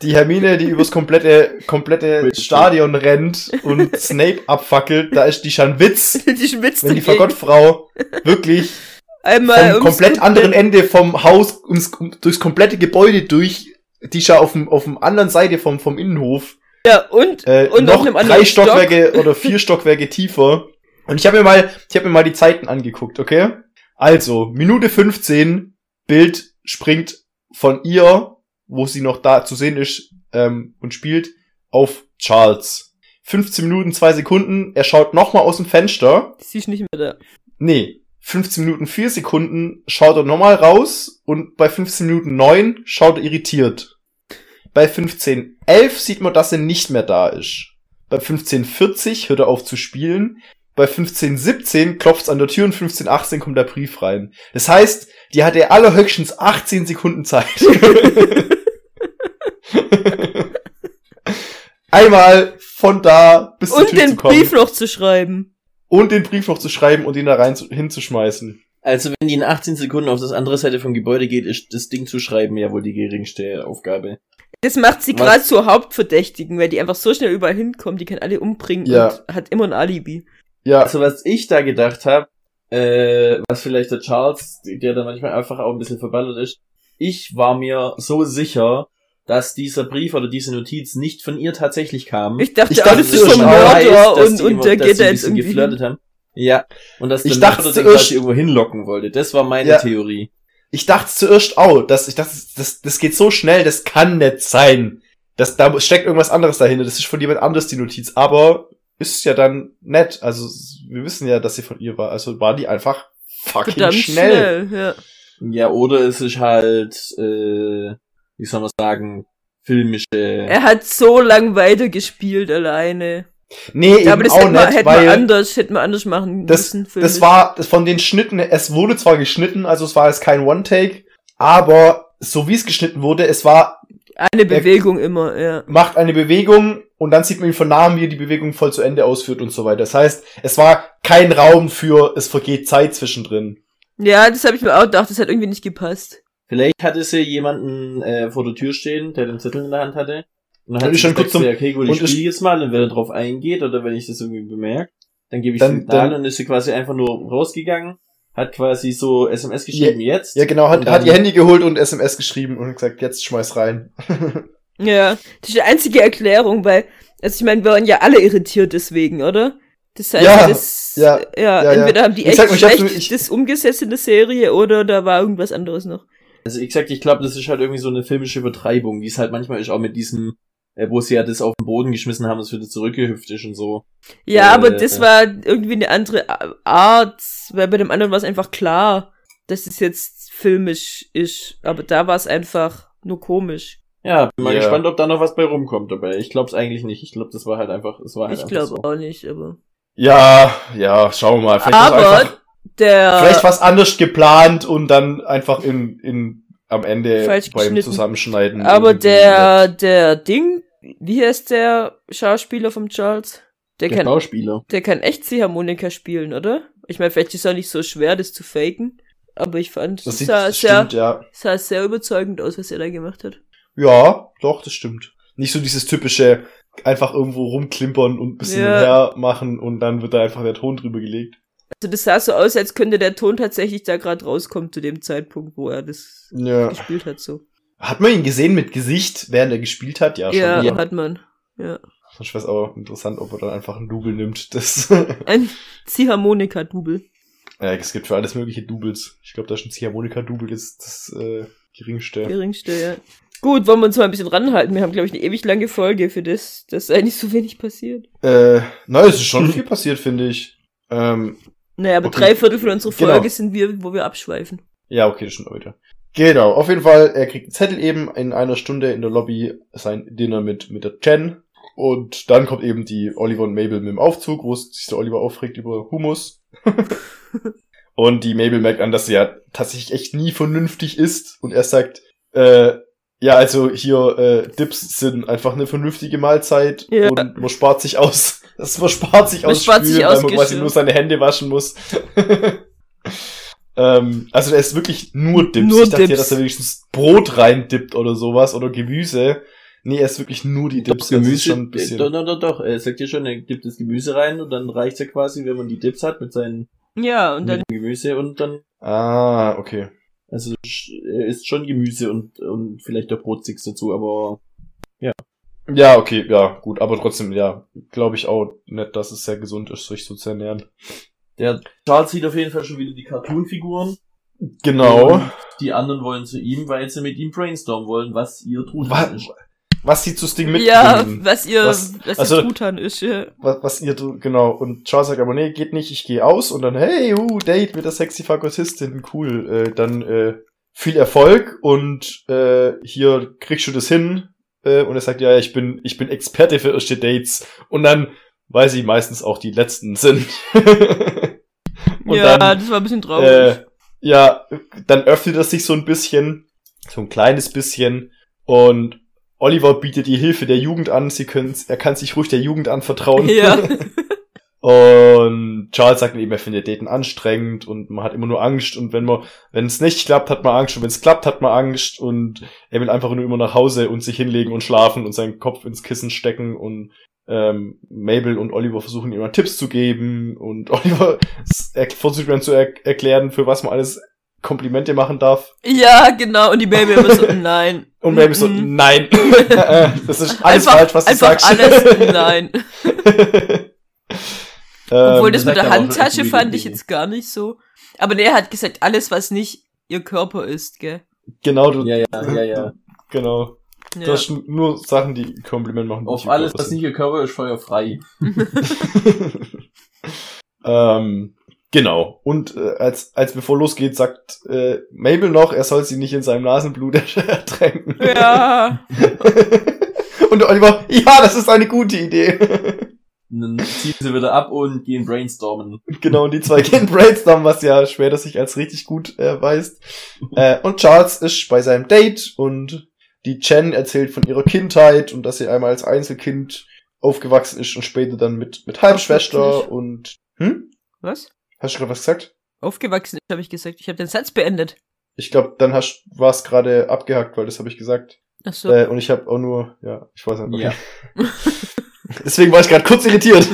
Speaker 3: die Hermine, die übers komplette komplette Stadion rennt und Snape abfackelt, da ist die schon Witz,
Speaker 1: Die schwitzt
Speaker 3: wenn die
Speaker 1: dagegen.
Speaker 3: Vergottfrau wirklich
Speaker 1: einmal
Speaker 3: vom
Speaker 1: ums-
Speaker 3: komplett anderen Ende vom Haus ums, um, durchs komplette Gebäude durch, die ist ja auf dem auf dem anderen Seite vom vom Innenhof
Speaker 1: Ja, und,
Speaker 3: äh,
Speaker 1: und
Speaker 3: noch
Speaker 1: auf einem anderen
Speaker 3: drei Stockwerke oder vier Stockwerke tiefer. Und ich habe mir mal ich habe mir mal die Zeiten angeguckt, okay? Also Minute 15 Bild springt von ihr, wo sie noch da zu sehen ist ähm, und spielt auf Charles. 15 Minuten zwei Sekunden. Er schaut noch mal aus dem Fenster.
Speaker 1: Stock. Sie ist nicht mehr da.
Speaker 3: Nee, 15 Minuten 4 Sekunden schaut er nochmal raus und bei 15 Minuten 9 schaut er irritiert. Bei 15 11 sieht man, dass er nicht mehr da ist. Bei 15 40 hört er auf zu spielen. Bei 15 17 klopft's an der Tür und 15 18 kommt der Brief rein. Das heißt, die hatte allerhöchstens 18 Sekunden Zeit. Einmal von da bis zur
Speaker 1: Und
Speaker 3: Tür
Speaker 1: den
Speaker 3: zu kommen.
Speaker 1: Brief noch zu schreiben.
Speaker 3: und den Brief noch zu schreiben und ihn da rein zu, hinzuschmeißen.
Speaker 2: Also wenn die in 18 Sekunden auf das andere Seite vom Gebäude geht, ist das Ding zu schreiben ja wohl die geringste Aufgabe.
Speaker 1: Das macht sie
Speaker 2: Was?
Speaker 1: gerade zur Hauptverdächtigen, weil die einfach so schnell überall hinkommt, die kann alle umbringen
Speaker 3: Ja.
Speaker 1: und hat immer ein Alibi.
Speaker 3: Ja,
Speaker 2: Also was ich da gedacht habe, äh, was vielleicht der Charles, der da manchmal einfach auch ein bisschen verballert ist, ich war mir so sicher, dass dieser Brief oder diese Notiz nicht von ihr tatsächlich kam.
Speaker 1: Ich dachte,
Speaker 3: Hm. Ich
Speaker 1: auch,
Speaker 3: dachte,
Speaker 1: das
Speaker 3: sie
Speaker 1: ist
Speaker 3: schon
Speaker 1: vom
Speaker 3: weiß,
Speaker 1: Mörder
Speaker 2: Also dass
Speaker 1: und,
Speaker 2: die
Speaker 1: und
Speaker 2: immer-
Speaker 1: der
Speaker 2: dass
Speaker 1: geht
Speaker 2: sie
Speaker 1: da
Speaker 2: ein
Speaker 1: jetzt
Speaker 2: bisschen
Speaker 1: irgendwie.
Speaker 2: geflirtet
Speaker 1: hin.
Speaker 2: haben. Ja. Und dass
Speaker 3: Ich
Speaker 2: der
Speaker 3: dachte
Speaker 2: Mörder den
Speaker 3: zuerst-
Speaker 2: quasi irgendwo hinlocken wollte. Das war meine
Speaker 3: Ja.
Speaker 2: Theorie.
Speaker 3: ich dachte zuerst, oh, das, ich dachte, das, das geht so schnell, das kann nicht sein. Das, da steckt irgendwas anderes dahinter, das ist von jemand anderes die Notiz, aber ist ja dann nett. Also, wir wissen ja, dass sie von ihr war, also war die einfach fucking
Speaker 1: Verdammt
Speaker 3: schnell.
Speaker 1: schnell. ja.
Speaker 2: Ja, oder es ist halt, äh, wie soll man sagen, filmische.
Speaker 1: Er hat so lang weitergespielt alleine.
Speaker 3: Nee, eben
Speaker 1: Ja, aber das
Speaker 3: auch
Speaker 1: hätte man,
Speaker 3: nicht,
Speaker 1: hätte man
Speaker 3: weil
Speaker 1: anders, hätte man anders machen müssen. für
Speaker 3: das
Speaker 1: mich.
Speaker 3: war das von den Schnitten, es wurde zwar geschnitten, also es war jetzt kein One-Take, aber so wie es geschnitten wurde, es war
Speaker 1: eine Bewegung immer, ja.
Speaker 3: macht eine Bewegung und dann sieht man ihn von nahem, wie er die Bewegung voll zu Ende ausführt und so weiter. Das heißt, es war kein Raum für, es vergeht Zeit zwischendrin.
Speaker 1: Ja, das habe ich mir auch gedacht, das hat irgendwie nicht gepasst.
Speaker 2: Vielleicht hatte sie jemanden äh, vor der Tür stehen, der den Zettel in der Hand hatte. Und
Speaker 3: Dann
Speaker 2: dann hat
Speaker 3: ist
Speaker 2: sie
Speaker 3: schon
Speaker 2: schon
Speaker 3: kurz
Speaker 2: kurz
Speaker 3: zum-
Speaker 2: okay, gut, ich
Speaker 3: und ist-
Speaker 2: spiele jetzt mal und wenn er drauf eingeht oder wenn ich das irgendwie bemerke, dann gebe ich
Speaker 3: Dann-
Speaker 2: Signal
Speaker 3: dann-
Speaker 2: und ist sie quasi einfach nur rausgegangen, hat quasi so SMS geschrieben jetzt.
Speaker 3: Ja, genau, hat,
Speaker 2: Und dann-
Speaker 3: hat ihr Handy geholt und SMS geschrieben und gesagt, jetzt schmeiß rein.
Speaker 1: Ja, das ist die einzige Erklärung, weil, also ich meine, wir waren ja alle irritiert deswegen, oder? Das heißt,
Speaker 3: Ja,
Speaker 1: das,
Speaker 3: ja,
Speaker 1: ja, ja,
Speaker 3: ja.
Speaker 1: entweder haben die
Speaker 3: Ich
Speaker 1: echt
Speaker 3: sag mal, ich hab's-
Speaker 1: schlecht
Speaker 3: ich-
Speaker 1: das umgesetzt in der Serie oder da war irgendwas anderes noch.
Speaker 2: Also wie gesagt, ich glaube, das ist halt irgendwie so eine filmische Übertreibung, wie es halt manchmal ist, auch mit diesem, äh, wo sie ja das auf den Boden geschmissen haben, es wieder zurückgehüpft ist und so.
Speaker 1: Ja, aber
Speaker 2: Äh,
Speaker 1: das
Speaker 2: äh.
Speaker 1: war irgendwie eine andere A- Art, weil bei dem anderen war es einfach klar, dass es jetzt filmisch ist, aber da war es einfach nur komisch.
Speaker 2: Ja, bin mal
Speaker 3: Ja.
Speaker 2: gespannt, ob da noch was bei rumkommt dabei. Ich glaube es eigentlich nicht. Ich glaube, das war halt einfach, es war halt
Speaker 1: Ich
Speaker 2: einfach
Speaker 1: glaube
Speaker 2: so.
Speaker 1: auch nicht, aber.
Speaker 3: ja, ja, schauen wir mal. Vielleicht war's
Speaker 1: aber
Speaker 3: einfach,
Speaker 1: der.
Speaker 3: vielleicht was anders geplant und dann einfach in, in, am Ende
Speaker 1: Falsch
Speaker 3: beim
Speaker 1: geschnitten.
Speaker 3: Zusammenschneiden.
Speaker 1: Aber
Speaker 3: irgendwie
Speaker 1: der, der Ding, wie heißt der Schauspieler vom Charles? Der,
Speaker 2: Der
Speaker 1: kann,
Speaker 2: Schauspieler.
Speaker 1: der kann echt Ziehharmonika spielen, oder? Ich meine, vielleicht ist es auch nicht so schwer, das zu faken. Aber ich fand,
Speaker 3: Das
Speaker 1: es
Speaker 3: sieht,
Speaker 1: sah,
Speaker 3: das
Speaker 1: sehr,
Speaker 3: stimmt, ja.
Speaker 1: sah sehr überzeugend aus, was er da gemacht hat.
Speaker 3: Ja, doch, das stimmt. Nicht so dieses typische, einfach irgendwo rumklimpern und ein bisschen
Speaker 1: Ja.
Speaker 3: her machen und dann wird da einfach der Ton drüber gelegt.
Speaker 1: Also das sah so aus, als könnte der Ton tatsächlich da gerade rauskommen zu dem Zeitpunkt, wo er das
Speaker 3: Ja.
Speaker 1: gespielt hat. So.
Speaker 3: Hat man ihn gesehen mit Gesicht, während er gespielt hat? Ja, schon.
Speaker 1: Ja,
Speaker 3: Ja.
Speaker 1: hat man.
Speaker 3: Ich weiß aber interessant, ob er dann einfach einen Double nimmt. Das
Speaker 1: Ein Ziehharmonika-Double.
Speaker 3: ja, es gibt für alles mögliche Doubles. Ich glaube, da ist ein Ziehharmonika-Double das, das äh, geringste.
Speaker 1: Geringste, ja. Gut, wollen wir uns mal ein bisschen ranhalten. Wir haben, glaube ich, eine ewig lange Folge für das, dass eigentlich so wenig passiert.
Speaker 3: Äh, na, es ist schon viel passiert, finde ich. Ähm,
Speaker 1: Naja, aber
Speaker 3: Okay.
Speaker 1: drei Viertel von unserer
Speaker 3: Genau.
Speaker 1: Folge sind wir, wo wir abschweifen.
Speaker 3: ja, okay, das stimmt auch wieder. Genau, auf jeden Fall, er kriegt einen Zettel eben in einer Stunde in der Lobby sein Dinner mit, mit der Jen. Und dann kommt eben die Oliver und Mabel mit dem Aufzug, wo sich der Oliver aufregt über Humus. und die Mabel merkt an, dass sie ja tatsächlich echt nie vernünftig ist. Und er sagt, äh, ja, also hier äh, Dips sind einfach eine vernünftige Mahlzeit
Speaker 1: Ja.
Speaker 3: und man spart sich aus, das man spart sich
Speaker 1: Man
Speaker 3: aus
Speaker 1: spart sich
Speaker 3: Spülen,
Speaker 1: aus
Speaker 3: weil man quasi
Speaker 1: Geschirr.
Speaker 3: nur seine Hände waschen muss. ähm, also er ist wirklich nur Dips.
Speaker 1: Nur
Speaker 3: ich dachte ja,
Speaker 1: Dips.
Speaker 3: dass er wenigstens Brot reindippt oder sowas oder Gemüse. Nee, er ist wirklich nur die Dips.
Speaker 2: Doch,
Speaker 3: Also es ist
Speaker 2: Gemüse, äh,
Speaker 3: schon ein bisschen.
Speaker 2: Doch, doch, doch, doch. Er sagt ja schon, er gibt das Gemüse rein und dann reicht's ja quasi, wenn man die Dips hat mit seinen
Speaker 1: Ja, und dann,
Speaker 2: mit dem Gemüse und dann,
Speaker 3: Ah, okay.
Speaker 2: also sch- er isst schon Gemüse und, und vielleicht auch Brotsticks dazu, aber
Speaker 3: Ja, okay, ja, gut, aber trotzdem, ja, glaube ich auch nicht, dass es sehr gesund ist, sich so zu ernähren.
Speaker 2: der Charles sieht auf jeden Fall schon wieder die Cartoon-Figuren.
Speaker 3: Genau.
Speaker 2: Und Die anderen wollen zu ihm, weil sie mit ihm brainstormen wollen, was ihr tun
Speaker 3: Was- Was sie zu Sting mitbringen.
Speaker 1: ja, was ihr,
Speaker 3: Was-
Speaker 1: was, was
Speaker 3: also-
Speaker 1: ihr Truthahn ist, ja.
Speaker 3: was, was ihr so, genau. Und Charles sagt aber, nee, geht nicht, ich gehe aus. Und dann, hey, uh, Date mit der sexy Fagottistin, cool. Äh, dann äh, viel Erfolg und äh, hier kriegst du das hin. Äh, und er sagt, ja, ich bin, ich bin Experte für erste Dates. Und dann, weil sie meistens auch die letzten sind. und
Speaker 1: ja,
Speaker 3: dann,
Speaker 1: das war ein bisschen traurig.
Speaker 3: äh, ja, dann öffnet er sich so ein bisschen, so ein kleines bisschen und Oliver bietet die Hilfe der Jugend an, sie können, er kann sich ruhig der Jugend anvertrauen.
Speaker 1: Ja.
Speaker 3: Und Charles sagt eben, er findet Daten anstrengend und man hat immer nur Angst und wenn man, wenn es nicht klappt, hat man Angst und wenn es klappt, hat man Angst und er will einfach nur immer nach Hause und sich hinlegen und schlafen und seinen Kopf ins Kissen stecken und ähm, Mabel und Oliver versuchen ihm mal Tipps zu geben und Oliver s- er- versucht dann zu er erklären, für was man alles Komplimente machen darf.
Speaker 1: ja, genau. Und die Baby immer so, nein.
Speaker 3: Und Mabel so,
Speaker 1: Mhm.
Speaker 3: nein, Äh, äh, das ist alles
Speaker 1: einfach,
Speaker 3: falsch, was du
Speaker 1: einfach
Speaker 3: sagst.
Speaker 1: alles, nein. Obwohl das
Speaker 3: ähm,
Speaker 2: das
Speaker 1: mit
Speaker 2: sagt
Speaker 1: der
Speaker 2: aber auch schon
Speaker 1: Handtasche
Speaker 2: irgendwie
Speaker 1: fand ich
Speaker 2: die Idee.
Speaker 1: jetzt gar nicht so. Aber der hat gesagt, alles, was nicht ihr Körper ist, gell?
Speaker 3: genau, du,
Speaker 2: Ja, ja, ja, ja.
Speaker 3: genau.
Speaker 1: Ja.
Speaker 3: Das sind nur Sachen, die Kompliment machen. die
Speaker 2: Auf
Speaker 3: nicht
Speaker 2: alles,
Speaker 3: überpassen.
Speaker 2: was nicht ihr Körper ist, feuerfrei.
Speaker 3: ähm, genau. Und äh, als, als bevor losgeht, sagt äh, Mabel noch, er soll sie nicht in seinem Nasenblut ertränken.
Speaker 1: ja.
Speaker 3: Und Oliver, ja, das ist eine gute Idee.
Speaker 2: Und Dann ziehen sie wieder ab und gehen brainstormen.
Speaker 3: genau, und die zwei gehen brainstorm, was ja später sich als richtig gut äh, weist. Äh, und Charles ist bei seinem Date und die Jen erzählt von ihrer Kindheit und dass sie einmal als Einzelkind aufgewachsen ist und später dann mit, mit Halbschwester
Speaker 1: Aufgewachsen
Speaker 3: und... Hm?
Speaker 1: Was?
Speaker 3: Hast du gerade was gesagt?
Speaker 1: Aufgewachsen ist, habe ich gesagt. Ich habe den Satz beendet.
Speaker 3: Ich glaube, dann war es gerade abgehackt, weil das habe ich gesagt.
Speaker 1: Ach so.
Speaker 3: Äh, und ich habe auch nur, ja, ich weiß einfach
Speaker 2: Ja.
Speaker 3: nicht. Deswegen war ich gerade kurz irritiert.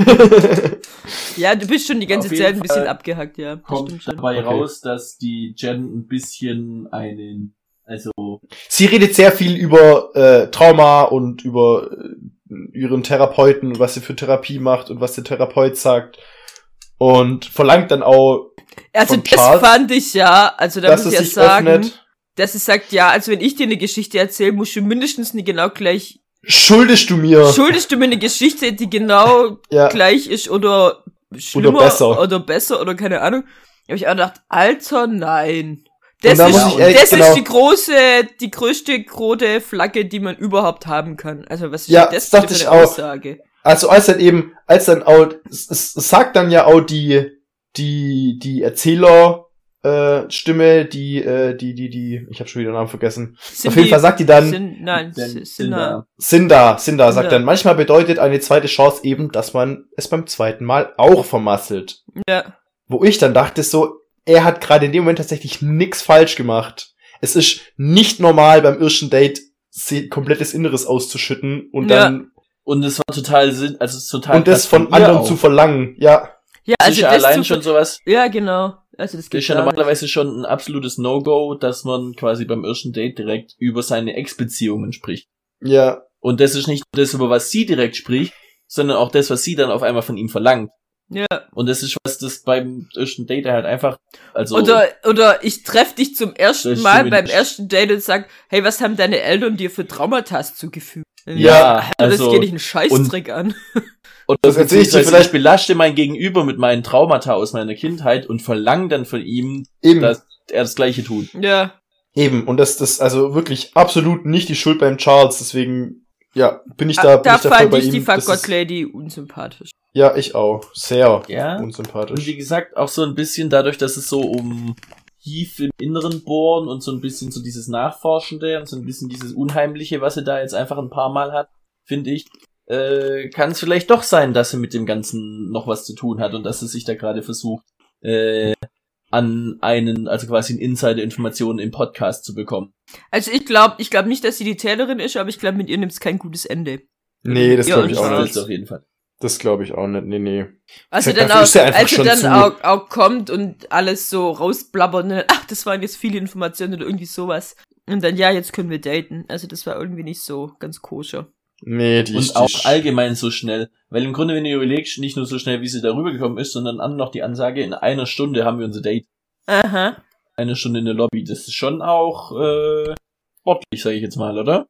Speaker 1: ja, du bist schon die ganze
Speaker 2: auf jeden
Speaker 1: Zeit ein bisschen
Speaker 2: Fall
Speaker 1: abgehackt, ja. Das stimmt
Speaker 2: Kommt
Speaker 1: schon.
Speaker 2: dabei
Speaker 3: Okay.
Speaker 2: raus, dass die Jen ein bisschen einen, also,
Speaker 3: Sie redet sehr viel über äh, Trauma und über äh, ihren Therapeuten und was sie für Therapie macht und was der Therapeut sagt. Und verlangt dann auch,
Speaker 1: Also
Speaker 3: von
Speaker 1: das
Speaker 3: Charles,
Speaker 1: fand ich ja, also da
Speaker 3: dass
Speaker 1: muss
Speaker 3: es
Speaker 1: ich ja
Speaker 3: sich
Speaker 1: sagen,
Speaker 3: öffnet.
Speaker 1: dass es sagt, ja, also wenn ich dir eine Geschichte erzähle, musst du mindestens eine genau gleich,
Speaker 3: Schuldest du mir?
Speaker 1: schuldest du mir eine Geschichte, die genau
Speaker 3: ja,
Speaker 1: gleich ist oder schlimmer oder
Speaker 3: besser.
Speaker 1: besser oder, keine Ahnung. Da hab ich auch gedacht, Alter, nein.
Speaker 3: Und
Speaker 1: Das,
Speaker 3: da
Speaker 1: ist,
Speaker 2: muss ich
Speaker 3: echt-
Speaker 1: das
Speaker 3: genau.
Speaker 1: ist die große, die größte rote Flagge, die man überhaupt haben kann. Also was ist
Speaker 3: Ja,
Speaker 1: denn
Speaker 3: das
Speaker 1: das
Speaker 3: dachte
Speaker 1: bitte für
Speaker 3: ich
Speaker 1: eine
Speaker 3: auch.
Speaker 1: Aussage?
Speaker 3: Also als dann eben, als dann auch, es, es es sagt dann ja auch die, die, die Erzähler, äh, Stimme, die, äh, die, die, die, ich habe schon wieder den Namen vergessen.
Speaker 1: Sind
Speaker 3: Auf jeden
Speaker 1: die-
Speaker 3: Fall sagt die dann,
Speaker 1: sind, nein,
Speaker 2: dann
Speaker 1: sind,
Speaker 2: sind
Speaker 1: sind
Speaker 2: da.
Speaker 3: Sinda, Sinda sagt
Speaker 1: Sinda.
Speaker 3: dann, manchmal bedeutet eine zweite Chance eben, dass man es beim zweiten Mal auch vermasselt.
Speaker 1: Ja.
Speaker 3: Wo ich dann dachte so, er hat gerade in dem Moment tatsächlich nix falsch gemacht. Es ist nicht normal beim ersten Date sie- komplettes Inneres auszuschütten und
Speaker 1: Ja.
Speaker 3: dann,
Speaker 2: Und es war total Sinn, also es ist total.
Speaker 3: und das
Speaker 2: krass von
Speaker 3: von
Speaker 2: ihr
Speaker 3: anderen
Speaker 2: auch.
Speaker 3: zu verlangen, ja.
Speaker 1: Ja, also
Speaker 2: Sicher
Speaker 1: das
Speaker 2: allein
Speaker 1: zu-
Speaker 2: schon sowas.
Speaker 1: Ja, genau. Also das
Speaker 2: Das
Speaker 1: geht
Speaker 2: ist ja
Speaker 1: gar nicht.
Speaker 2: normalerweise schon ein absolutes No-Go, dass man quasi beim ersten Date direkt über seine Ex-Beziehungen spricht.
Speaker 3: Ja,
Speaker 2: Und das ist nicht nur das, über was sie direkt spricht, sondern auch das, was sie dann auf einmal von ihm verlangt.
Speaker 1: Ja.
Speaker 2: Und das ist was, das beim ersten Date halt einfach, also,
Speaker 1: Oder, oder ich treffe dich zum
Speaker 2: Das
Speaker 1: ersten
Speaker 2: ist
Speaker 1: Mal
Speaker 2: schon
Speaker 1: beim
Speaker 2: wieder-
Speaker 1: ersten Date und sag, hey, was haben deine Eltern dir für Traumata zugefügt?
Speaker 2: Ja,
Speaker 1: also,
Speaker 2: also-
Speaker 1: das geht dich einen Scheißdreck an.
Speaker 2: oder
Speaker 3: das erzähl ich dir
Speaker 2: beziehungsweise
Speaker 3: vielleicht-
Speaker 2: ich belaschte mein Gegenüber mit meinen Traumata aus meiner Kindheit und verlange dann von ihm,
Speaker 3: eben.
Speaker 2: Das- er das Gleiche tut.
Speaker 1: Ja,
Speaker 3: Eben, und das das also wirklich absolut nicht die Schuld beim Charles, deswegen, ja, bin ich da,
Speaker 1: da,
Speaker 3: bin
Speaker 1: Ah, da
Speaker 3: ich da voll
Speaker 1: fand
Speaker 3: bei
Speaker 1: ich
Speaker 3: ihm.
Speaker 1: die
Speaker 3: Das
Speaker 1: Fuck
Speaker 3: ist-
Speaker 1: God Lady unsympathisch.
Speaker 3: Ja, ich auch. Sehr
Speaker 2: Ja. Und wie
Speaker 3: unsympathisch.
Speaker 2: gesagt, auch so ein bisschen dadurch, dass es so um tief im Inneren bohren und so ein bisschen so dieses Nachforschende und so ein bisschen dieses Unheimliche, was sie da jetzt einfach ein paar Mal hat, finde ich, äh, kann es vielleicht doch sein, dass sie mit dem Ganzen noch was zu tun hat und dass sie sich da gerade versucht, äh, an einen, also quasi eine Insider-Informationen im Podcast zu bekommen.
Speaker 1: Also ich glaube ich glaub nicht, dass sie die Täterin ist, aber ich glaube, mit ihr nimmt's kein gutes Ende.
Speaker 3: Nee, das
Speaker 1: Ja,
Speaker 3: glaube
Speaker 1: und
Speaker 3: ich
Speaker 1: Charles
Speaker 3: auch
Speaker 2: das
Speaker 3: nicht.
Speaker 2: ist auf jeden Fall.
Speaker 3: Das glaube ich auch nicht. Nee, nee.
Speaker 1: Also
Speaker 3: Dafür
Speaker 1: dann auch,
Speaker 3: ist er einfach
Speaker 1: als sie
Speaker 3: schon
Speaker 1: dann
Speaker 3: zu-
Speaker 1: auch, auch kommt und alles so rausblabbert und dann, ach, das waren jetzt viele Informationen oder irgendwie sowas. Und dann, ja, jetzt können wir daten. Also das war irgendwie nicht so ganz koscher.
Speaker 3: Nee, die
Speaker 2: Und
Speaker 3: ist
Speaker 2: auch
Speaker 3: die,
Speaker 2: allgemein so schnell. Weil im Grunde, wenn du überlegst, nicht nur so schnell, wie sie darüber gekommen ist, sondern dann noch die Ansage, in einer Stunde haben wir unser Date.
Speaker 1: Aha.
Speaker 2: eine Stunde in der Lobby. Das ist schon auch äh, sportlich, sage ich jetzt mal, oder?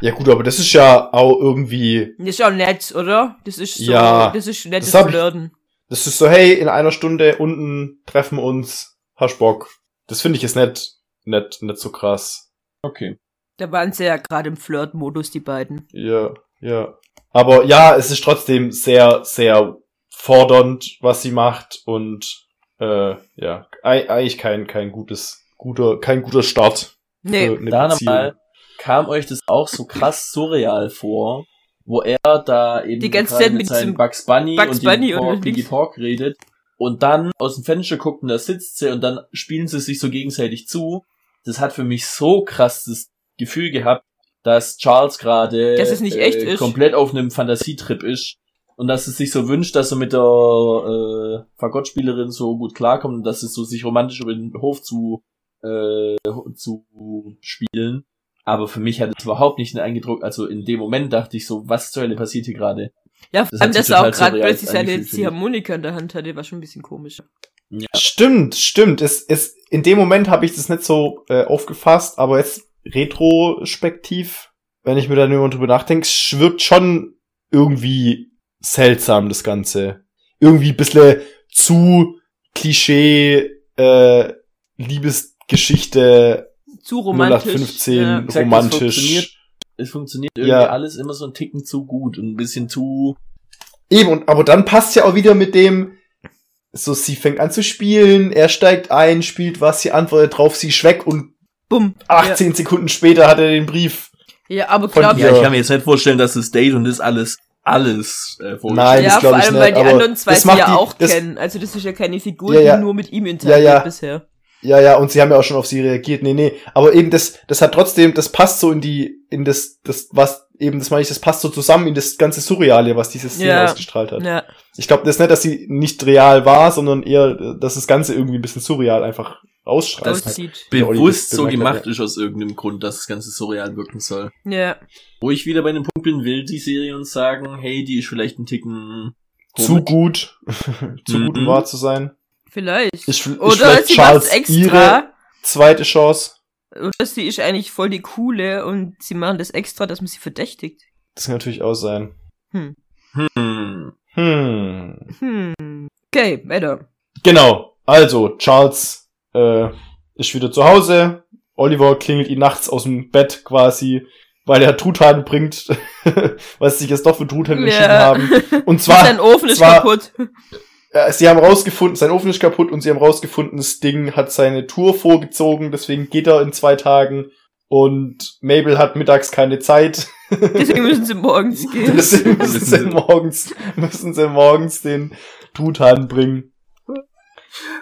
Speaker 3: Ja gut, aber das ist ja auch irgendwie.
Speaker 1: Das ist auch nett, oder? Das ist so,
Speaker 3: Ja.
Speaker 1: das ist nettes
Speaker 3: Das hab ich-
Speaker 1: Flirten.
Speaker 3: Das ist so, hey, in einer Stunde unten treffen uns, hast Bock. Das finde ich jetzt nicht, nicht, nicht so krass.
Speaker 2: Okay.
Speaker 1: Da waren sie ja gerade im Flirt-Modus, die beiden.
Speaker 3: Ja, ja. Aber ja, es ist trotzdem sehr, sehr fordernd, was sie macht und äh, ja, ei- eigentlich kein, kein gutes, guter, kein guter Start
Speaker 1: Nee,
Speaker 3: für eine
Speaker 2: da
Speaker 3: Beziehung.
Speaker 2: nochmal kam euch das auch so krass surreal vor, wo er da eben
Speaker 1: Die ganze
Speaker 2: gerade
Speaker 1: Zeit
Speaker 2: mit
Speaker 1: mit
Speaker 2: seinem
Speaker 1: diesem
Speaker 2: Bugs Bunny
Speaker 1: Bugs
Speaker 2: und Bunny
Speaker 1: Bunny und
Speaker 2: Pork, und
Speaker 1: links-
Speaker 2: Iggy Pork redet und dann aus dem Fenster guckt und da sitzt sie und dann spielen sie sich so gegenseitig zu. Das hat für mich so krass das Gefühl gehabt, dass Charles gerade äh,
Speaker 1: Dass es nicht echt ist.
Speaker 2: komplett auf einem Fantasietrip ist und dass es sich so wünscht, dass er mit der äh, Fagottspielerin so gut klarkommt und dass es so sich romantisch über den Hof zu äh, zu spielen. Aber für mich hat es überhaupt nicht den Eindruck, also in dem Moment dachte ich so, was zur Hölle passiert hier gerade?
Speaker 1: Ja,
Speaker 2: Das
Speaker 1: vor
Speaker 2: hat
Speaker 1: allem,
Speaker 2: sich
Speaker 1: dass er
Speaker 2: total
Speaker 1: auch gerade
Speaker 2: surreal
Speaker 1: plötzlich seine
Speaker 2: angefühlt, finde ich.
Speaker 1: Ziehharmonika in der Hand hatte, war schon ein bisschen komisch.
Speaker 3: Stimmt, stimmt. Es, es, in dem Moment habe ich das nicht so äh, aufgefasst, aber jetzt retrospektiv, wenn ich mir da nur drüber nachdenke, schwirrt schon irgendwie seltsam das Ganze. Irgendwie ein bisschen zu Klischee, äh, Liebesgeschichte
Speaker 1: Zu romantisch.
Speaker 3: 0815
Speaker 1: ja.
Speaker 2: Exakt, das funktioniert.
Speaker 3: romantisch.
Speaker 2: Es funktioniert irgendwie
Speaker 3: Ja.
Speaker 2: alles immer so ein Ticken zu gut und ein bisschen zu.
Speaker 3: Eben, und, aber dann passt ja auch wieder mit dem, so sie fängt an zu spielen, er steigt ein, spielt was, sie antwortet drauf, sie schweck und
Speaker 1: Bumm.
Speaker 3: 18 Sekunden später hat er den Brief.
Speaker 1: Ja, ja aber
Speaker 3: Von
Speaker 1: glaub
Speaker 3: dir. Ja.
Speaker 2: mir jetzt nicht vorstellen, dass das Date und das alles, alles äh, vorgestellt
Speaker 3: Nein, das
Speaker 1: Ja, vor
Speaker 3: glaube ich
Speaker 1: allem,
Speaker 3: nicht.
Speaker 1: weil die
Speaker 3: aber
Speaker 1: anderen zwei
Speaker 3: das
Speaker 1: sie
Speaker 3: macht
Speaker 1: ja
Speaker 3: die,
Speaker 1: auch
Speaker 3: das,
Speaker 1: kennen. Also das ist ja keine Figur,
Speaker 3: Ja, ja.
Speaker 1: die nur mit ihm interagiert
Speaker 3: Ja, ja.
Speaker 1: bisher.
Speaker 3: Ja, ja, und sie haben ja auch schon auf sie reagiert. Nee, nee. Aber eben das, das hat trotzdem, das passt so in die, in das, das, was, eben, das meine ich, das passt so zusammen in das ganze Surreale, was diese Szene
Speaker 1: Ja.
Speaker 3: ausgestrahlt hat.
Speaker 1: Ja.
Speaker 3: Ich glaube, das ist nicht, dass sie nicht real war, sondern eher, äh, dass das Ganze irgendwie ein bisschen surreal einfach ausstrahlt.
Speaker 1: Aussieht.
Speaker 3: Ja, Olli,
Speaker 2: Bewusst
Speaker 3: das
Speaker 2: so
Speaker 3: bemerkt
Speaker 2: gemacht
Speaker 3: hat,
Speaker 2: ist aus irgendeinem Grund, dass das Ganze surreal wirken soll.
Speaker 1: Ja.
Speaker 2: Wo ich wieder bei dem Punkt bin, will die Serie uns sagen, hey, die ist vielleicht ein Ticken
Speaker 3: zu gut, zu gut, um
Speaker 2: Mhm.
Speaker 3: wahr zu sein.
Speaker 1: Vielleicht.
Speaker 3: Ich, ich
Speaker 1: Oder
Speaker 3: vielleicht
Speaker 1: sie macht's
Speaker 3: Charles ihre
Speaker 1: extra.
Speaker 3: zweite Chance.
Speaker 1: Oder sie ist eigentlich voll die coole und sie machen das extra, dass man sie verdächtigt.
Speaker 3: Das kann natürlich auch sein.
Speaker 1: Hm.
Speaker 2: Hm.
Speaker 3: Hm.
Speaker 1: Hm. Okay, weiter.
Speaker 3: Genau. Also, Charles äh, ist wieder zu Hause. Oliver klingelt ihn nachts aus dem Bett quasi, weil er Truthahn bringt, was sich jetzt doch für Truthahn entschieden haben. Und
Speaker 1: Sein
Speaker 3: zwar,
Speaker 1: Ofen ist
Speaker 3: zwar-
Speaker 1: kaputt.
Speaker 3: äh, sie haben rausgefunden, sein Ofen ist kaputt und sie haben rausgefunden, das Ding hat seine Tour vorgezogen, deswegen geht er in zwei Tagen und Mabel hat mittags keine Zeit.
Speaker 1: Deswegen müssen sie morgens gehen.
Speaker 3: Deswegen müssen sie morgens, müssen sie morgens den Truthahn bringen.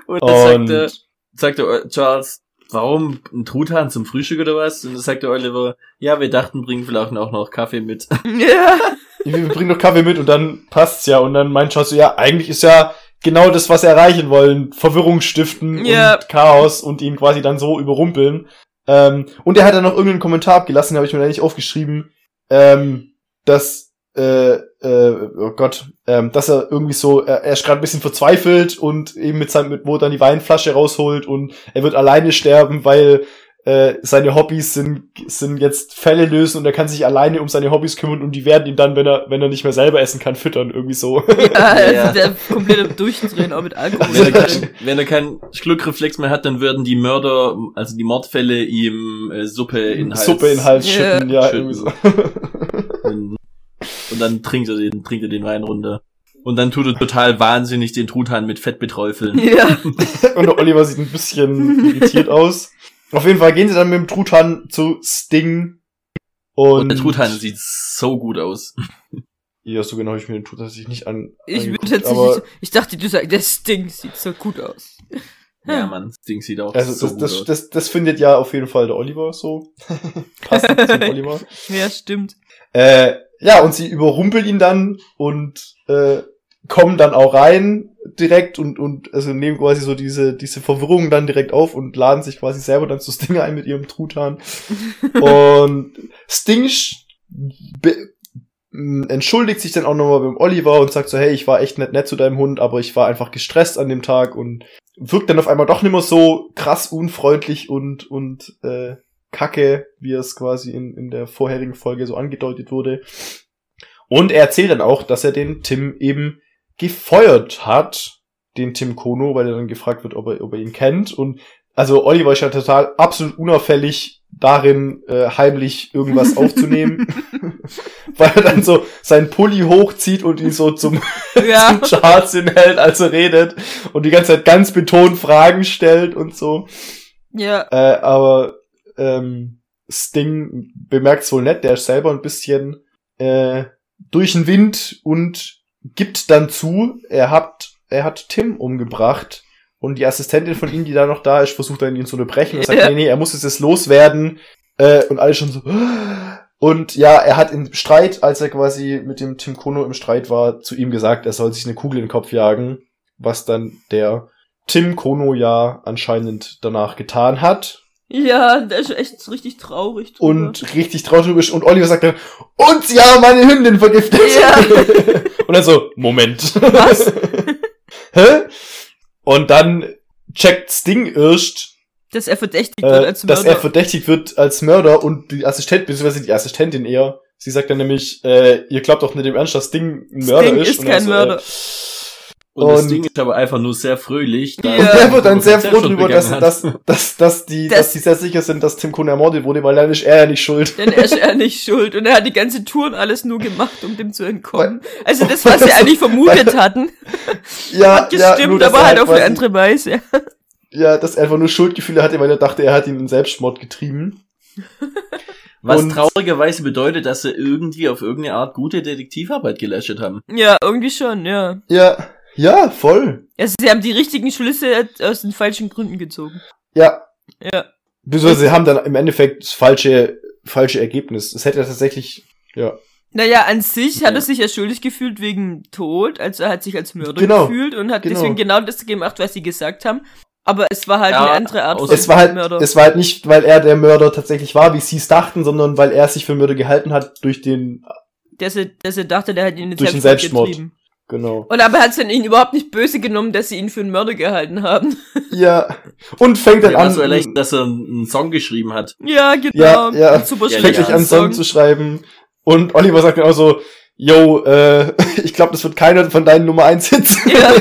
Speaker 2: Und dann sagt
Speaker 3: Und-
Speaker 2: er, sagt er, Charles, warum ein Truthahn zum Frühstück oder was? Und dann sagt der Oliver, ja, wir dachten, bringen vielleicht auch noch Kaffee mit.
Speaker 1: ja.
Speaker 3: wir wir bringen doch Kaffee mit und dann passt's ja. Und dann meint Charles so, ja, eigentlich ist ja genau das, was sie erreichen wollen. Verwirrung stiften
Speaker 1: Ja.
Speaker 3: und Chaos und ihn quasi dann so überrumpeln. Ähm, und er hat dann noch irgendeinen Kommentar abgelassen, habe ich mir da nicht aufgeschrieben, ähm, dass, äh, äh, oh Gott, ähm, dass er irgendwie so, er, er ist gerade ein bisschen verzweifelt und eben mit seinem, mit wo er dann die Weinflasche rausholt und er wird alleine sterben, weil äh, seine Hobbys sind, sind jetzt Fälle lösen und er kann sich alleine um seine Hobbys kümmern und die werden ihn dann, wenn er, wenn er nicht mehr selber essen kann, füttern, irgendwie so.
Speaker 1: ja,
Speaker 2: Ja.
Speaker 1: also der komplett am Durchdrehen, auch mit Alkohol.
Speaker 2: Wenn er,
Speaker 1: Ja,
Speaker 2: kein, wenn er keinen Schluckreflex mehr hat, dann würden die Mörder, also die Mordfälle, ihm äh, Suppe in den Hals.
Speaker 3: Suppe in den Hals
Speaker 1: Ja.
Speaker 3: schütten, ja,
Speaker 2: Schütten.
Speaker 3: irgendwie so.
Speaker 2: Und, und dann trinkt er den, trinkt er den Wein runter. Und dann tut er total wahnsinnig den Truthahn mit Fett beträufeln.
Speaker 3: Und der Oliver sieht ein bisschen irritiert aus. Auf jeden Fall gehen sie dann mit dem Truthahn zu Sting. Und,
Speaker 2: Und der Truthahn sieht so gut aus.
Speaker 3: Ja, so genau habe ich mir den Truthahn tatsächlich nicht an.
Speaker 1: ich würde
Speaker 3: angeguckt,
Speaker 1: tatsächlich, ich dachte, du sagst, das Ding sieht so gut aus.
Speaker 2: Ja, Mann, das Ding sieht auch
Speaker 3: aber, Also,
Speaker 2: so
Speaker 3: das,
Speaker 2: gut
Speaker 3: das,
Speaker 2: aus.
Speaker 3: das, das findet ja auf jeden Fall der Oliver so. Passend zum Oliver.
Speaker 1: Ja, stimmt.
Speaker 3: Äh, ja, und sie überrumpeln ihn dann und äh, kommen dann auch rein direkt und, und also nehmen quasi so diese, diese Verwirrung dann direkt auf und laden sich quasi selber dann zu Sting ein mit ihrem Truthahn. und Sting sch- be- m, entschuldigt sich dann auch nochmal beim Oliver und sagt so, hey, ich war echt nicht nett zu deinem Hund, aber ich war einfach gestresst an dem Tag und wirkt dann auf einmal doch nicht mehr so krass unfreundlich und, und äh, Kacke, wie es quasi in, in der vorherigen Folge so angedeutet wurde. Und er erzählt dann auch, dass er den Tim eben gefeuert hat, den Tim Kono, weil er dann gefragt wird, ob er, ob er ihn kennt. Und also Oliver ist ja total absolut unauffällig darin, äh, heimlich irgendwas aufzunehmen, weil er dann so seinen Pulli hochzieht und ihn so zum,
Speaker 1: Ja.
Speaker 3: zum Charles hinhält, als er redet und die ganze Zeit ganz betont Fragen stellt und so.
Speaker 1: Ja.
Speaker 3: Äh, aber ähm, Sting bemerkt's wohl nett, der ist selber ein bisschen äh, durch den Wind und gibt dann zu, er hat, er hat Tim umgebracht. Und die Assistentin von ihm, die da noch da ist, versucht dann ihn zu unterbrechen und sagt,
Speaker 1: Ja.
Speaker 3: nee, nee, er muss jetzt jetzt loswerden. Äh, und alle schon so. Und ja, er hat im Streit, als er quasi mit dem Tim Kono im Streit war, zu ihm gesagt, er soll sich eine Kugel in den Kopf jagen, was dann der Tim Kono ja anscheinend danach getan hat.
Speaker 1: Ja, der ist echt richtig traurig. drüber.
Speaker 3: und richtig traurig ist und Oliver sagt dann, und sie haben meine Hündin vergiftet.
Speaker 1: Ja.
Speaker 3: und dann so, Moment.
Speaker 1: Was?
Speaker 3: Hä? Und dann checkt Sting erst,
Speaker 1: dass er verdächtigt wird
Speaker 3: äh,
Speaker 1: als
Speaker 3: dass er
Speaker 1: Mörder.
Speaker 3: verdächtigt wird als Mörder und die Assistentin, beziehungsweise die Assistentin eher, sie sagt dann nämlich, äh, ihr glaubt doch nicht im Ernst, dass Sting ein Mörder
Speaker 1: Sting
Speaker 3: ist.
Speaker 1: ist
Speaker 3: Und dann
Speaker 1: kein
Speaker 3: so,
Speaker 1: Mörder.
Speaker 3: Äh,
Speaker 2: Und, das
Speaker 3: Und-
Speaker 2: Ding ist aber einfach nur sehr fröhlich. da-
Speaker 1: Ja.
Speaker 3: und der wird dann sehr
Speaker 2: Selbstmord
Speaker 3: froh darüber, dass,
Speaker 2: begangen
Speaker 3: dass, dass, dass, die,
Speaker 1: Das-
Speaker 3: dass die sehr sicher sind, dass Tim Kuhn ermordet wurde, weil dann ist er ja nicht schuld.
Speaker 1: Denn er ist er nicht schuld. Und er hat die ganze Tour und alles nur gemacht, um dem zu entkommen. Also das,
Speaker 3: weil
Speaker 1: was sie
Speaker 3: das-
Speaker 1: eigentlich vermutet hatten,
Speaker 3: Ja,
Speaker 1: hat
Speaker 3: ja, nur,
Speaker 1: gestimmt,
Speaker 3: dass
Speaker 1: aber
Speaker 3: er
Speaker 1: halt auf eine
Speaker 3: quasi-
Speaker 1: andere Weise.
Speaker 3: Ja, dass er einfach nur Schuldgefühle hatte, weil er dachte, er hat ihn in Selbstmord getrieben.
Speaker 2: Was
Speaker 3: Und-
Speaker 2: traurigerweise bedeutet, dass sie irgendwie auf irgendeine Art gute Detektivarbeit geleistet haben.
Speaker 1: Ja, irgendwie schon, ja.
Speaker 3: Ja, ja, voll.
Speaker 1: Also sie haben die richtigen Schlüsse aus den falschen Gründen gezogen.
Speaker 3: Ja.
Speaker 1: Ja.
Speaker 3: Beziehungsweise sie haben dann im Endeffekt das falsche, falsche Ergebnis. Es hätte tatsächlich, ja.
Speaker 1: Naja, an sich hat
Speaker 2: Ja.
Speaker 1: er sich ja schuldig gefühlt wegen Tod, also er hat sich als Mörder
Speaker 3: Genau.
Speaker 1: gefühlt und hat
Speaker 3: Genau.
Speaker 1: deswegen genau das gemacht, was sie gesagt haben. Aber es war halt
Speaker 2: Ja,
Speaker 1: eine andere Art
Speaker 2: aus-
Speaker 1: von
Speaker 3: Es war halt,
Speaker 1: Mörder.
Speaker 3: es war halt nicht, weil er der Mörder tatsächlich war, wie sie es dachten, sondern weil er sich für Mörder gehalten hat durch den,
Speaker 1: dass, er, dass er dachte, der hat ihn in den
Speaker 3: Durch den Selbstmord.
Speaker 1: getrieben.
Speaker 3: genau.
Speaker 1: Und aber hat es dann ihn überhaupt nicht böse genommen, dass sie ihn für einen Mörder gehalten haben.
Speaker 3: Ja. Und fängt dann
Speaker 2: Ja,
Speaker 3: an,
Speaker 2: so erleicht, dass er einen Song geschrieben hat.
Speaker 1: Ja, genau.
Speaker 3: Ja, ja.
Speaker 1: Ein Super
Speaker 2: Ja,
Speaker 3: fängt
Speaker 1: schlechter
Speaker 3: sich an, Song zu schreiben. Und Oliver sagt dann auch so, yo, äh, ich glaube, das wird keiner von deinen Nummer 1 Hits.
Speaker 1: Ja,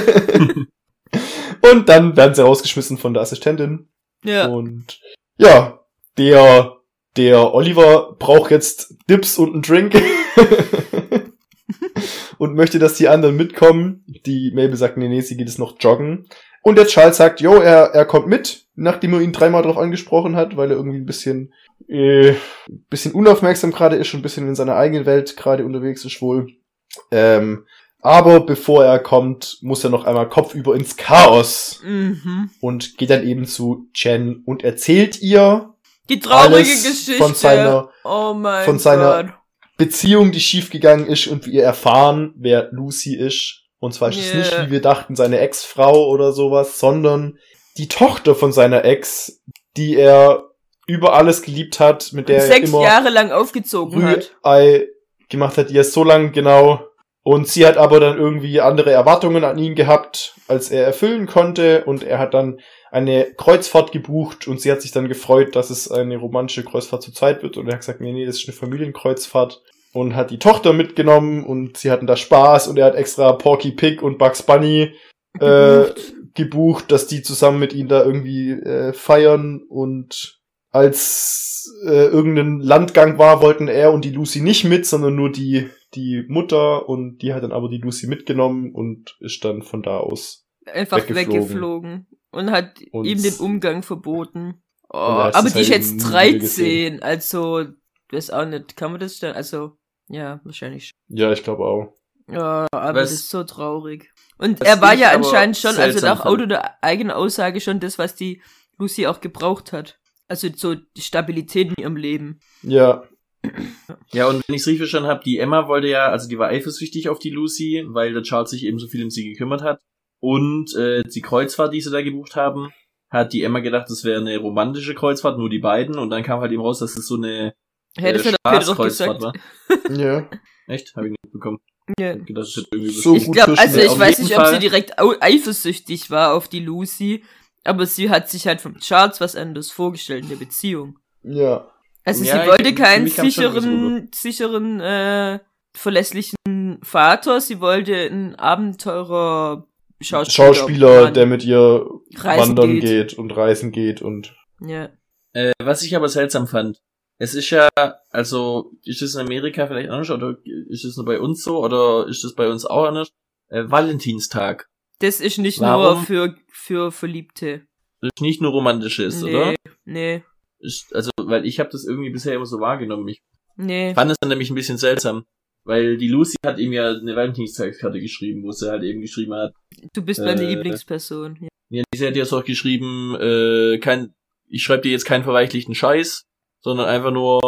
Speaker 3: Und dann werden sie rausgeschmissen von der Assistentin.
Speaker 1: ja.
Speaker 3: Und ja, der, der Oliver braucht jetzt Dips und einen Drink. und möchte, dass die anderen mitkommen. Die Mabel sagt, nee, nee, sie geht jetzt noch joggen. Und der Charles sagt, jo, er, er kommt mit, nachdem er ihn dreimal drauf angesprochen hat, weil er irgendwie ein bisschen, äh, ein bisschen unaufmerksam gerade ist und ein bisschen in seiner eigenen Welt gerade unterwegs ist wohl. Ähm, aber bevor er kommt, muss er noch einmal kopfüber ins Chaos
Speaker 1: Mhm.
Speaker 3: und geht dann eben zu Jen und erzählt ihr
Speaker 1: Die traurige
Speaker 3: Alles
Speaker 1: Geschichte.
Speaker 3: von seiner
Speaker 1: oh mein
Speaker 3: von seiner-
Speaker 1: Gott.
Speaker 3: Beziehung, die schiefgegangen ist und wir erfahren, wer Lucy ist. Und zwar ist es
Speaker 1: Yeah.
Speaker 3: nicht, wie wir dachten, seine Ex-Frau oder sowas, sondern die Tochter von seiner Ex, die er über alles geliebt hat, mit der er
Speaker 1: Sechs
Speaker 3: immer
Speaker 1: Jahre lang aufgezogen hat.
Speaker 3: Rührei gemacht hat, die er so lang genau. Und sie hat aber dann irgendwie andere Erwartungen an ihn gehabt, als er erfüllen konnte. Und er hat dann eine Kreuzfahrt gebucht und sie hat sich dann gefreut, dass es eine romantische Kreuzfahrt zur Zeit wird. Und er hat gesagt, nee, nee, das ist eine Familienkreuzfahrt. Und hat die Tochter mitgenommen und sie hatten da Spaß und er hat extra Porky Pig und Bugs Bunny äh, gebucht, dass die zusammen mit ihm da irgendwie äh, feiern und als äh, irgendein Landgang war, wollten er und die Lucy nicht mit, sondern nur die die Mutter und die hat dann aber die Lucy mitgenommen und ist dann von da aus.
Speaker 1: Einfach
Speaker 3: weggeflogen.
Speaker 1: weggeflogen. Und hat
Speaker 3: Und-
Speaker 1: ihm den Umgang verboten. Oh,
Speaker 3: Und er hat's
Speaker 1: aber die ist
Speaker 3: halt
Speaker 1: jetzt
Speaker 3: nie wieder
Speaker 1: 13.
Speaker 3: gesehen.
Speaker 1: Also, weiß auch nicht. Kann man das stellen? Also, ja, wahrscheinlich schon.
Speaker 3: Ja, ich glaube auch.
Speaker 1: Ja, aber
Speaker 2: Was-
Speaker 1: das ist so traurig. Und
Speaker 2: was
Speaker 1: er war
Speaker 2: ich
Speaker 1: ja
Speaker 2: aber
Speaker 1: anscheinend schon, also
Speaker 2: seltsam
Speaker 1: nach
Speaker 2: fand.
Speaker 1: Auto der eigenen Aussage schon das, was die Lucy auch gebraucht hat. Also so die Stabilität in ihrem Leben.
Speaker 3: Ja,
Speaker 2: Ja, und wenn ich es richtig verstanden habe, die Emma wollte ja, also die war eifersüchtig auf die Lucy, weil der Charles sich eben so viel um sie gekümmert hat. Und äh, die Kreuzfahrt, die sie da gebucht haben, hat die Emma gedacht, das wäre eine romantische Kreuzfahrt, nur die beiden. Und dann kam halt eben raus, dass es so eine
Speaker 1: Hätte
Speaker 2: äh,
Speaker 1: es ja doch Peter doch gesagt.
Speaker 2: war.
Speaker 3: ja.
Speaker 2: Echt? Habe ich nicht bekommen.
Speaker 1: Ja.
Speaker 2: Ich hab gedacht, das hätte irgendwie
Speaker 3: So
Speaker 1: Ich
Speaker 3: gut
Speaker 1: glaube,
Speaker 3: zwischen-
Speaker 1: also
Speaker 2: Auf
Speaker 1: ich weiß
Speaker 2: jeden
Speaker 1: nicht, ob
Speaker 2: Fall.
Speaker 1: sie direkt au- eifersüchtig war auf die Lucy, aber sie hat sich halt vom Charles was anderes vorgestellt in der Beziehung.
Speaker 3: Ja.
Speaker 1: Also
Speaker 2: Ja,
Speaker 1: sie
Speaker 2: ich-
Speaker 1: wollte
Speaker 2: für
Speaker 1: keinen
Speaker 2: mich kam's schon
Speaker 1: sicheren, sicheren, äh, verlässlichen Vater, sie wollte einen Abenteurer Schauspieler,
Speaker 3: Schauspieler,
Speaker 1: Mann.
Speaker 3: der mit ihr
Speaker 1: Reisen
Speaker 3: wandern geht.
Speaker 1: geht.
Speaker 3: und reisen geht und
Speaker 1: ja.
Speaker 2: Äh, was ich aber seltsam fand, es ist ja, also, ist es in Amerika vielleicht anders oder ist es nur bei uns so oder ist es bei uns auch anders? Äh, Valentinstag.
Speaker 1: Das ist nicht
Speaker 2: Warum?
Speaker 1: nur für, für Verliebte.
Speaker 2: Das ist nicht nur romantisch ist,
Speaker 1: nee,
Speaker 2: oder?
Speaker 1: nee.
Speaker 2: Ist- Also, weil ich habe das irgendwie bisher immer so wahrgenommen. Ich
Speaker 1: Nee.
Speaker 2: fand es dann nämlich ein bisschen seltsam, weil die Lucy hat ihm ja eine Valentinstagskarte geschrieben, wo sie halt eben geschrieben hat,
Speaker 1: Du bist meine
Speaker 2: Äh,
Speaker 1: Lieblingsperson. Ja.
Speaker 2: ja, sie hat jetzt auch geschrieben, äh, kein, ich schreibe dir jetzt keinen verweichlichten Scheiß, sondern einfach nur,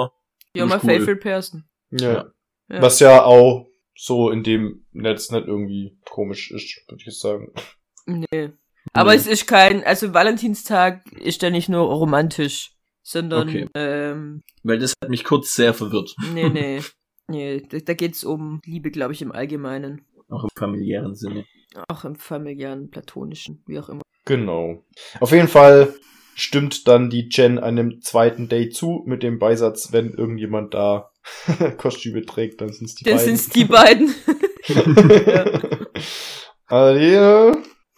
Speaker 1: You're my
Speaker 2: ist cool.
Speaker 1: favorite person.
Speaker 3: Ja.
Speaker 2: Ja.
Speaker 1: Ja.
Speaker 3: Was ja auch so in dem Netz nicht irgendwie komisch ist, würde ich jetzt sagen.
Speaker 1: Nee. Aber
Speaker 2: Hm.
Speaker 1: es ist kein, also Valentinstag ist ja nicht nur romantisch, sondern,
Speaker 2: Okay.
Speaker 1: ähm,
Speaker 2: weil das hat mich kurz sehr verwirrt,
Speaker 1: nee, nee. Nee, da, da geht's um Liebe, glaube ich, im Allgemeinen.
Speaker 2: auch im familiären Sinne.
Speaker 1: Auch im familiären, platonischen, wie auch immer.
Speaker 3: Genau. Auf jeden Fall stimmt dann die Jen einem zweiten Date zu mit dem Beisatz, wenn irgendjemand da Kostüme trägt, dann sind's die
Speaker 1: Das
Speaker 3: beiden.
Speaker 1: sind's die beiden.
Speaker 3: also,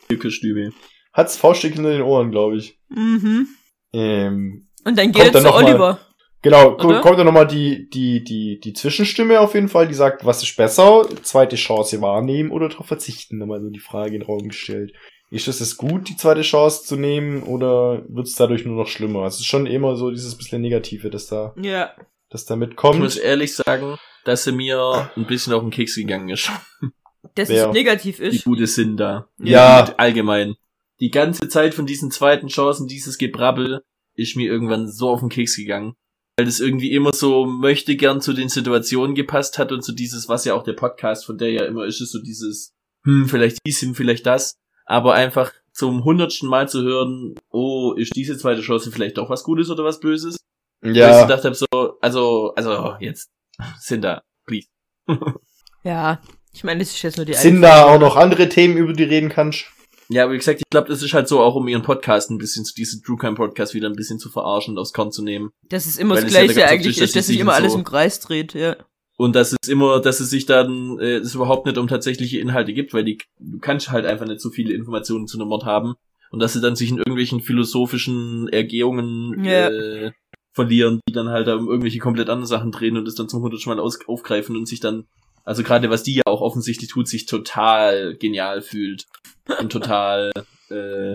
Speaker 3: die, äh,
Speaker 2: Kostüme.
Speaker 3: hat's Fauststück hinter den Ohren, glaube ich.
Speaker 1: mhm.
Speaker 3: Ähm,
Speaker 1: Und dann geht
Speaker 3: Kommt
Speaker 1: er
Speaker 3: dann
Speaker 1: zu
Speaker 3: noch mal.
Speaker 1: Oliver.
Speaker 3: genau, ko-
Speaker 1: Oder?
Speaker 3: kommt dann nochmal die, die, die, die Zwischenstimme auf jeden Fall, die sagt, was ist besser, zweite Chance wahrnehmen oder darauf verzichten, nochmal so die Frage in den Raum gestellt. Ist es es gut, die zweite Chance zu nehmen oder wird's dadurch nur noch schlimmer? Es ist schon immer so dieses bisschen Negative, das da,
Speaker 1: Ja.
Speaker 3: das da
Speaker 2: Ich muss
Speaker 3: mitkommt.
Speaker 2: ehrlich sagen, dass sie mir ein bisschen auf den Keks gegangen ist.
Speaker 1: Dass
Speaker 3: Wer?
Speaker 1: es negativ
Speaker 2: Die
Speaker 1: ist.
Speaker 2: gute Sinn da.
Speaker 3: Ja.
Speaker 2: Und allgemein. Die ganze Zeit von diesen zweiten Chancen, dieses Gebrabbel, ist mir irgendwann so auf den Keks gegangen. Weil das irgendwie immer so möchte gern zu den Situationen gepasst hat und so dieses, was ja auch der Podcast von der ja immer ist, ist so dieses, hm, vielleicht dies, hm, vielleicht das. Aber einfach zum hundertsten Mal zu hören, oh, ist diese zweite Chance vielleicht doch was Gutes oder was Böses? Weil ich so
Speaker 3: Ja,
Speaker 2: gedacht habe, so, also, also, jetzt, sind da, please.
Speaker 1: Ja. Ich meine, das ist jetzt nur die
Speaker 3: sind
Speaker 1: eine
Speaker 3: da
Speaker 1: Folge.
Speaker 3: auch noch andere Themen, über die du reden kannst?
Speaker 2: Ja, aber wie gesagt, ich glaube, das ist halt so auch, um ihren Podcast ein bisschen zu diesem True Crime Podcast wieder ein bisschen zu verarschen und aufs Korn zu nehmen.
Speaker 1: Dass es immer
Speaker 2: Weil
Speaker 1: das
Speaker 2: es ja
Speaker 1: Gleiche
Speaker 2: ganz
Speaker 1: eigentlich
Speaker 2: optisch, dass
Speaker 1: ist,
Speaker 2: die
Speaker 1: dass sich
Speaker 2: sich
Speaker 1: immer
Speaker 2: so-
Speaker 1: alles im Kreis dreht, ja.
Speaker 2: Und dass es immer, dass es sich dann, äh, es überhaupt nicht um tatsächliche Inhalte gibt, weil die, du kannst halt einfach nicht so viele Informationen zu einem Mord haben. Und dass sie dann sich in irgendwelchen philosophischen Ergehungen
Speaker 1: Ja.
Speaker 2: äh, verlieren, die dann halt um irgendwelche komplett anderen Sachen drehen und es dann zum hundertsten Mal aus, aufgreifen und sich dann, also gerade was die ja auch offensichtlich tut, sich total genial fühlt und total äh,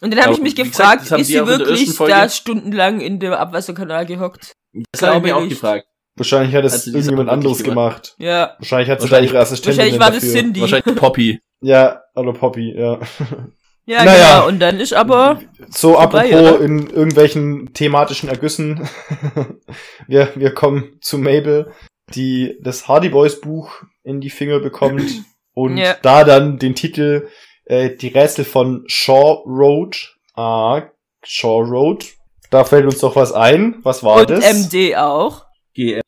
Speaker 1: Und dann habe ich
Speaker 2: Ja,
Speaker 1: mich
Speaker 2: wie gesagt,
Speaker 1: gefragt,
Speaker 2: das haben
Speaker 1: ist
Speaker 2: die
Speaker 1: sie
Speaker 2: auch in der
Speaker 1: wirklich
Speaker 2: ersten Folge-
Speaker 1: da stundenlang in dem Abwasserkanal gehockt?
Speaker 2: das habe ich
Speaker 1: Glaube
Speaker 2: mir auch
Speaker 1: nicht.
Speaker 2: gefragt.
Speaker 3: Wahrscheinlich hat es
Speaker 2: Also, die ist
Speaker 3: irgendjemand
Speaker 2: auch wirklich
Speaker 3: anderes gemacht.
Speaker 1: Ja.
Speaker 3: Wahrscheinlich hat sie da
Speaker 2: Wahrscheinlich-
Speaker 3: ihre Assistentin
Speaker 1: Wahrscheinlich war das
Speaker 3: dafür.
Speaker 1: Cindy.
Speaker 2: Wahrscheinlich Poppy.
Speaker 3: Ja, oder Poppy, ja.
Speaker 1: Ja,
Speaker 3: Naja.
Speaker 1: genau. Und dann ist aber.
Speaker 3: So,
Speaker 1: Vorbei,
Speaker 3: apropos
Speaker 1: oder?
Speaker 3: in irgendwelchen thematischen Ergüssen. wir, wir kommen zu Mabel, die das Hardy Boys Buch in die Finger bekommt und
Speaker 1: Ja.
Speaker 3: da dann den Titel äh, Die Rätsel von Shaw Road. Ah, Shaw Road. Da fällt uns doch was ein. Was war
Speaker 1: Und
Speaker 3: das?
Speaker 1: MD auch.
Speaker 2: GM.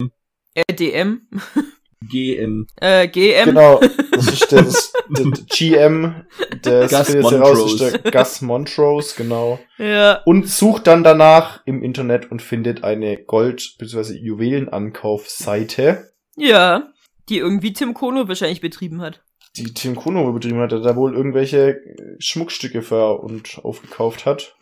Speaker 1: Äh, DM.
Speaker 2: GM.
Speaker 1: Äh, GM.
Speaker 3: Genau, das ist der, das, der, der GM, der
Speaker 2: Gus
Speaker 3: findet jetzt heraus,
Speaker 2: Montrose.
Speaker 3: das ist der Gus Montrose, genau.
Speaker 1: Ja.
Speaker 3: Und sucht dann danach im Internet und findet eine Gold- bzw. Juwelenankaufseite,
Speaker 1: Ja. Die irgendwie Tim Kono wahrscheinlich betrieben hat.
Speaker 3: die Tim Kuno betrieben hat, der da wohl irgendwelche äh, Schmuckstücke ver und aufgekauft hat.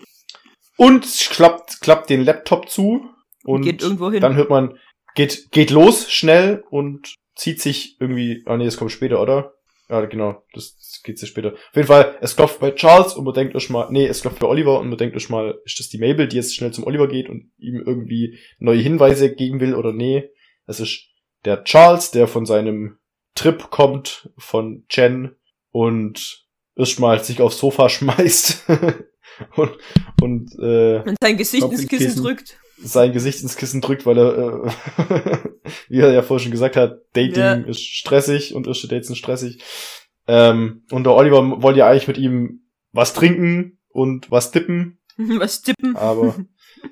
Speaker 3: Und klappt, klappt den Laptop zu und
Speaker 1: Geht irgendwo hin.
Speaker 3: dann hört man, geht, geht los, schnell und zieht sich irgendwie, ah nee, das kommt später, oder? Ja, genau, das, das geht sehr später. Auf jeden Fall, es klopft bei Charles und man denkt euch mal, nee, es klopft bei Oliver und man denkt euch mal, ist das die Mabel, die jetzt schnell zum Oliver geht und ihm irgendwie neue Hinweise geben will oder nee? Es ist der Charles, der von seinem Trip kommt, von Jen und erstmal sich aufs Sofa schmeißt und, und äh,
Speaker 1: Und sein Gesicht
Speaker 2: Auf
Speaker 1: ins
Speaker 2: den
Speaker 1: Kissen
Speaker 2: Kissen.
Speaker 1: drückt.
Speaker 3: sein Gesicht ins Kissen drückt, weil er, äh, wie er ja vorhin schon gesagt hat, Dating
Speaker 1: Ja.
Speaker 3: ist stressig und erste Dates sind stressig. Ähm, und der Oliver m- wollte ja eigentlich mit ihm was trinken und was tippen,
Speaker 1: Was tippen.
Speaker 3: aber,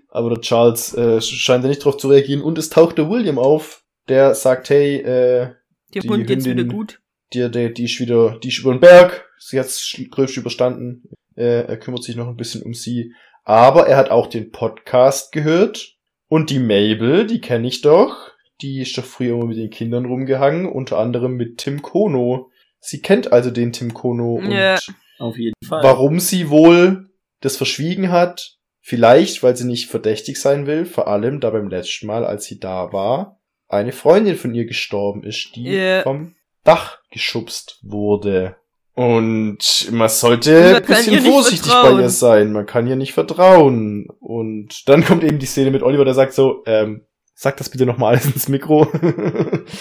Speaker 3: aber der Charles äh, scheint da nicht drauf zu reagieren. Und es taucht der William auf, der sagt, hey, äh,
Speaker 1: Dir
Speaker 3: die
Speaker 1: Hund geht's wieder
Speaker 3: Hündin-
Speaker 1: gut.
Speaker 3: die, die, die ist wieder, die ist über den Berg, sie hat's sch- gröbst überstanden, äh, er kümmert sich noch ein bisschen um sie. Aber er hat auch den Podcast gehört und die Mabel, die kenne ich doch, die ist doch früher immer mit den Kindern rumgehangen, unter anderem mit Tim Kono. Sie kennt also den Tim Kono und
Speaker 1: Ja.
Speaker 2: Auf jeden Fall.
Speaker 3: warum sie wohl das verschwiegen hat, vielleicht weil sie nicht verdächtig sein will, vor allem da beim letzten Mal, als sie da war, eine Freundin von ihr gestorben ist, die
Speaker 1: Ja.
Speaker 3: vom Dach geschubst wurde. Und man sollte
Speaker 1: Man
Speaker 3: ein
Speaker 1: kann ihr
Speaker 3: bisschen
Speaker 1: nicht
Speaker 3: vorsichtig
Speaker 1: vertrauen.
Speaker 3: bei ihr sein. Man kann ihr nicht vertrauen. Und dann kommt eben die Szene mit Oliver, der sagt so, ähm, sag das bitte nochmal alles ins Mikro.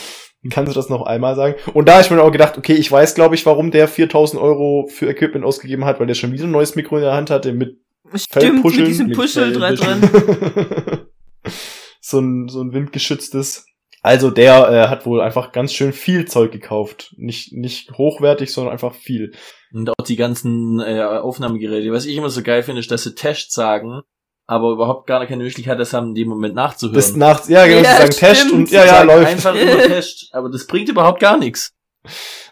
Speaker 3: Kannst du das noch einmal sagen? Und da habe ich mir auch gedacht, okay, ich weiß, glaube ich, warum der 4000 Euro für Equipment ausgegeben hat, weil der schon wieder ein neues Mikro in der Hand hatte mit
Speaker 1: Stimmt, mit
Speaker 3: Puscheln,
Speaker 1: diesem
Speaker 2: mit
Speaker 1: Puschel dran
Speaker 2: Fellwischen.
Speaker 1: dran.
Speaker 3: so ein, so ein windgeschütztes. Also der äh, hat wohl einfach ganz schön viel Zeug gekauft. Nicht, nicht hochwertig, sondern einfach viel.
Speaker 2: Und auch die ganzen äh, Aufnahmegeräte. Was ich immer so geil finde, ist, dass sie Test sagen, aber überhaupt gar keine Möglichkeit das haben, in dem Moment nachzuhören.
Speaker 3: Bis nachts, ja genau,
Speaker 1: Ja,
Speaker 3: sie sagen
Speaker 1: stimmt.
Speaker 3: Test und
Speaker 2: Sie
Speaker 3: ja, ja,
Speaker 2: sagen
Speaker 3: läuft.
Speaker 2: Einfach immer Test, aber das bringt überhaupt gar nichts.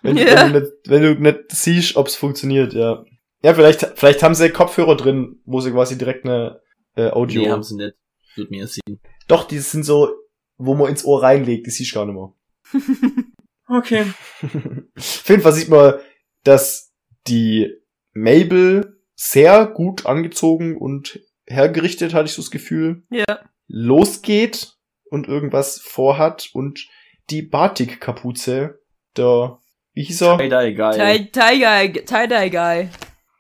Speaker 3: Wenn,
Speaker 1: Ja.
Speaker 3: wenn, du nicht, wenn du nicht siehst, ob's funktioniert, ja. Ja, vielleicht, vielleicht haben sie Kopfhörer drin, wo sie quasi direkt eine äh, Audio.
Speaker 2: Die haben sie nicht. Wird mir sehen.
Speaker 3: Doch, die sind so, wo man ins Ohr reinlegt, die siehst du gar nicht mehr.
Speaker 2: Okay.
Speaker 3: Auf jeden Fall sieht man, dass die Mabel sehr gut angezogen und hergerichtet, hatte ich so das Gefühl,
Speaker 1: Ja.
Speaker 3: losgeht und irgendwas vorhat und die Batik-Kapuze der, wie hieß er?
Speaker 2: Tie-Dye, geil.
Speaker 1: Tie- Tie-Dye Tie Guy.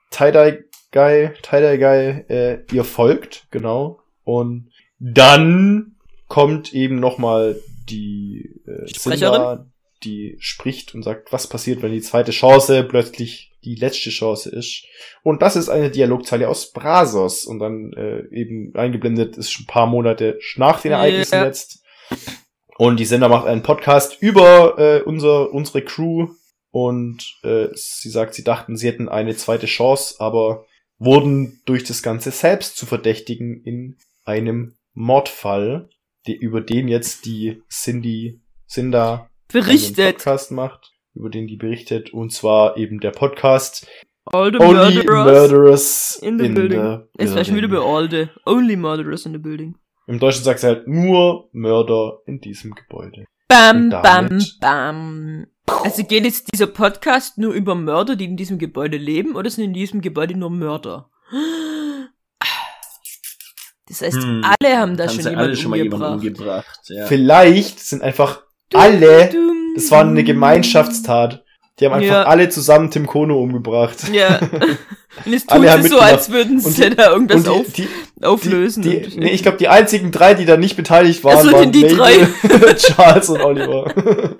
Speaker 3: Tie-Dye-Guy, Tie-Dye-Guy, äh, ihr folgt, genau. Und dann kommt eben nochmal die äh,
Speaker 1: Sprecherin?
Speaker 3: Cinda, die spricht und sagt, was passiert, wenn die zweite Chance plötzlich die letzte Chance ist. Und das ist eine Dialogzeile aus Brazos. Und dann äh, eben eingeblendet ist schon ein paar Monate nach den Ereignissen
Speaker 1: Ja.
Speaker 3: jetzt. Und die Sender macht einen Podcast über äh, unser, unsere Crew, und äh, sie sagt, sie dachten, sie hätten eine zweite Chance, aber wurden durch das Ganze selbst zu verdächtigen in einem Mordfall, die, über den jetzt die Cindy, Cinda einen
Speaker 1: Berichtet.
Speaker 3: Podcast macht, über den die berichtet, und zwar eben der Podcast
Speaker 1: All the
Speaker 3: Only
Speaker 1: Murderers.
Speaker 3: Murderers
Speaker 1: in the Building.
Speaker 3: the
Speaker 1: Jetzt wäre ich müde bei
Speaker 3: Building.
Speaker 1: All the. Only Murderers in the Building.
Speaker 3: Im Deutschen sagt sie halt nur Mörder in diesem Gebäude.
Speaker 1: Bam,
Speaker 3: Und
Speaker 1: bam,
Speaker 3: damit-
Speaker 1: bam. Also geht jetzt dieser Podcast nur über Mörder, die in diesem Gebäude leben, oder sind in diesem Gebäude nur Mörder? Das heißt,
Speaker 2: Hm.
Speaker 1: alle haben da
Speaker 2: Haben
Speaker 1: schon
Speaker 2: sie
Speaker 1: jemanden
Speaker 2: alle schon mal jemanden
Speaker 1: umgebracht.
Speaker 2: umgebracht. Ja.
Speaker 3: Vielleicht sind einfach
Speaker 1: Dum,
Speaker 3: alle
Speaker 1: dum,
Speaker 3: Es war eine
Speaker 1: dum.
Speaker 3: Gemeinschaftstat. Die haben einfach
Speaker 1: Ja.
Speaker 3: alle zusammen Tim Kono umgebracht.
Speaker 1: Ja. Und es tun
Speaker 3: Alle haben
Speaker 1: sie so,
Speaker 3: mitgemacht.
Speaker 1: als würden
Speaker 3: Und
Speaker 1: sie
Speaker 3: die-
Speaker 1: da irgendwas
Speaker 3: Und
Speaker 1: auf,
Speaker 3: die, die,
Speaker 1: auflösen.
Speaker 3: die,
Speaker 1: und-
Speaker 3: nee, ich glaube, die einzigen drei, die da nicht beteiligt waren,
Speaker 1: Ach so,
Speaker 3: waren
Speaker 1: die drei.
Speaker 3: Mabel, Charles und Oliver.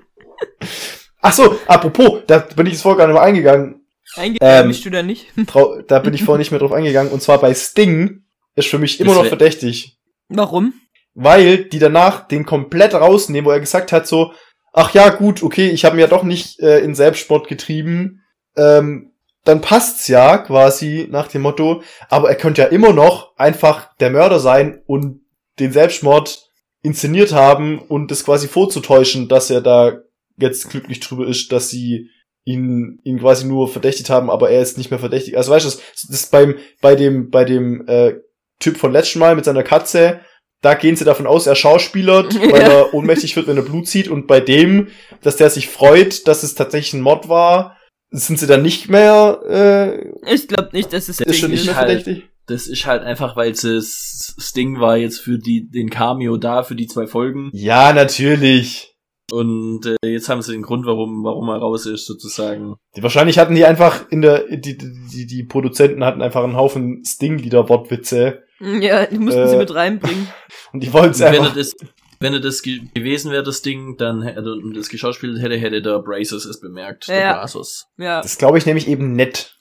Speaker 3: Ach so, apropos, da bin ich jetzt vorher gar nicht mehr eingegangen.
Speaker 1: Eingegangen
Speaker 3: ähm,
Speaker 1: bist du da nicht?
Speaker 3: Trau da bin ich vorher nicht mehr drauf eingegangen. Und zwar bei Sting ist für mich immer
Speaker 2: Das
Speaker 3: noch
Speaker 2: wär-
Speaker 3: verdächtig.
Speaker 1: Warum?
Speaker 3: weil die danach den komplett rausnehmen, wo er gesagt hat so, ach ja, gut, okay, ich habe ihn ja doch nicht äh, in Selbstsport getrieben, ähm, dann passt's ja quasi nach dem Motto, aber er könnte ja immer noch einfach der Mörder sein und den Selbstmord inszeniert haben und das quasi vorzutäuschen, dass er da jetzt glücklich drüber ist, dass sie ihn, ihn quasi nur verdächtigt haben, aber er ist nicht mehr verdächtig. Also weißt du, das, das ist beim, bei dem, bei dem äh, Typ von letzten Mal mit seiner Katze, da gehen sie davon aus, er schauspielert,
Speaker 1: Ja.
Speaker 3: weil er ohnmächtig wird, wenn er Blut sieht. Und bei dem, dass der sich freut, dass es tatsächlich ein Mord war, sind sie dann nicht mehr, äh,
Speaker 1: Ich glaube nicht, dass es
Speaker 2: Das
Speaker 3: ist schon
Speaker 1: Ding
Speaker 3: nicht mehr
Speaker 2: halt-
Speaker 3: verdächtig.
Speaker 2: Das ist halt einfach, weil es das Sting war jetzt für die, den Cameo da, für die zwei Folgen.
Speaker 3: Ja, natürlich.
Speaker 2: Und äh, jetzt haben sie den Grund, warum, warum er raus ist, sozusagen.
Speaker 3: Die, wahrscheinlich hatten die einfach in der, die, die, die Produzenten hatten einfach einen Haufen Sting-Lieder-Wortwitze.
Speaker 1: Ja, die mussten sie
Speaker 3: Äh,
Speaker 1: mit reinbringen.
Speaker 3: Und die wollten
Speaker 2: Und
Speaker 3: es
Speaker 2: wenn er
Speaker 3: einfach.
Speaker 2: das, wenn er das ge gewesen wäre, das Ding, dann hätte und das geschauspielt hätte, hätte der Braces es bemerkt,
Speaker 1: Ja.
Speaker 2: der Brasus.
Speaker 1: Ja.
Speaker 3: Das glaube ich nämlich eben nett.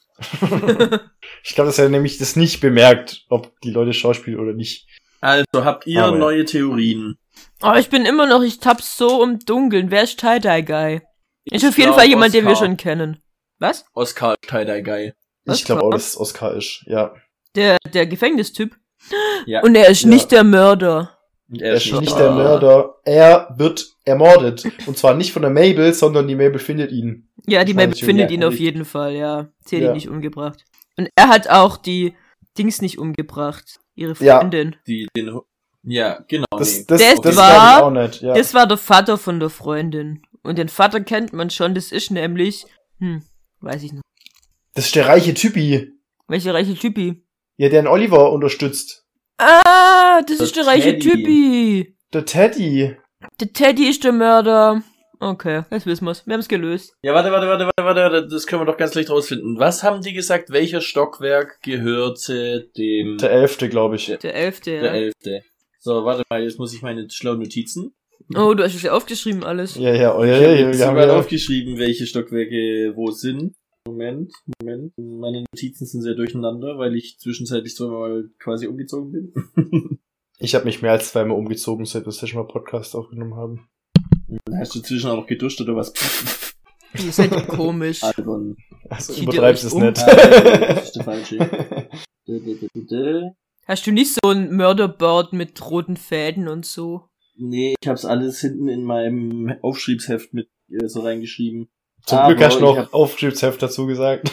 Speaker 3: ich glaube, dass er nämlich das nicht bemerkt, ob die Leute Schauspiel oder nicht.
Speaker 2: Also habt ihr
Speaker 3: Aber ja.
Speaker 2: neue Theorien?
Speaker 1: Oh, ich bin immer noch, ich tapp so im Dunkeln. Wer ist Tie-Dye-Guy? Ist auf jeden Fall jemand, den wir schon kennen. Was?
Speaker 2: Oscar Tie-Dye Guy.
Speaker 3: Ich glaube auch, dass es Oscar ist. Ja.
Speaker 1: Der, der Gefängnistyp.
Speaker 2: Ja.
Speaker 1: Und er ist
Speaker 3: Ja.
Speaker 1: nicht der Mörder.
Speaker 3: Er ist nicht der Mörder. Er wird ermordet. Und zwar nicht von der Mabel, sondern die Mabel findet ihn.
Speaker 1: Ja, die
Speaker 3: Ich meine,
Speaker 1: Mabel
Speaker 3: sie
Speaker 1: findet
Speaker 3: merken
Speaker 1: ihn auf
Speaker 3: nicht.
Speaker 1: jeden Fall, ja. Sie hat
Speaker 3: Ja.
Speaker 1: ihn nicht umgebracht. Und er hat auch die Dings nicht umgebracht. Ihre
Speaker 3: Ja.
Speaker 1: Freundin.
Speaker 2: Die, den, Hu- ja, genau. Das,
Speaker 3: Das, das,
Speaker 1: Das
Speaker 3: das, das
Speaker 1: war-
Speaker 3: glaub ich auch nicht. Ja.
Speaker 1: Das war der Vater von der Freundin. Und den Vater kennt man schon, das ist nämlich, hm, weiß ich noch.
Speaker 3: das ist der reiche Typi,
Speaker 1: Welcher reiche Typi?
Speaker 3: ja, der den Oliver unterstützt.
Speaker 1: Ah, das
Speaker 2: Der
Speaker 1: ist der reiche
Speaker 2: Teddy.
Speaker 1: Typi.
Speaker 3: Der Teddy.
Speaker 1: Der Teddy ist der Mörder. Okay, jetzt wissen wir's. Wir haben's gelöst.
Speaker 2: Ja, warte, warte, warte, warte, warte, warte, das können wir doch ganz leicht rausfinden. Was haben die gesagt? Welches Stockwerk gehörte dem
Speaker 3: Der elfte, glaube ich.
Speaker 1: Der elfte, ja.
Speaker 2: der elfte? So, warte mal, jetzt muss ich meine schlauen Notizen.
Speaker 1: Oh, du hast es ja aufgeschrieben alles.
Speaker 3: Ja, ja, oh, ja,
Speaker 2: Ich
Speaker 3: ja,
Speaker 2: hab
Speaker 3: ja,
Speaker 2: jetzt
Speaker 3: wir haben
Speaker 2: sogar
Speaker 3: ja,
Speaker 2: aufgeschrieben, welche Stockwerke wo sind. Moment, Moment. Meine Notizen sind sehr durcheinander, weil ich zwischenzeitlich zweimal quasi umgezogen bin.
Speaker 3: ich habe mich mehr als zweimal umgezogen, seit wir das letzte Mal Podcast aufgenommen haben.
Speaker 2: Hast du zwischen auch noch geduscht oder was? Pff,
Speaker 1: Die ist halt komisch.
Speaker 2: Albern. Ah,
Speaker 3: Also
Speaker 1: Zieht ihr
Speaker 3: übertreibst
Speaker 1: euch
Speaker 3: es
Speaker 1: um?
Speaker 3: nicht.
Speaker 2: Das ist der falsche. Dö, dö, dö, dö, dö.
Speaker 1: Hast du nicht so ein Mörderboard mit roten Fäden und so?
Speaker 2: Nee, ich hab's alles hinten in meinem Aufschriebsheft mit äh, so reingeschrieben.
Speaker 3: Zum
Speaker 2: Aber
Speaker 3: Glück hast du
Speaker 2: ich
Speaker 3: noch
Speaker 2: hab-
Speaker 3: Aufschriebsheft dazu gesagt.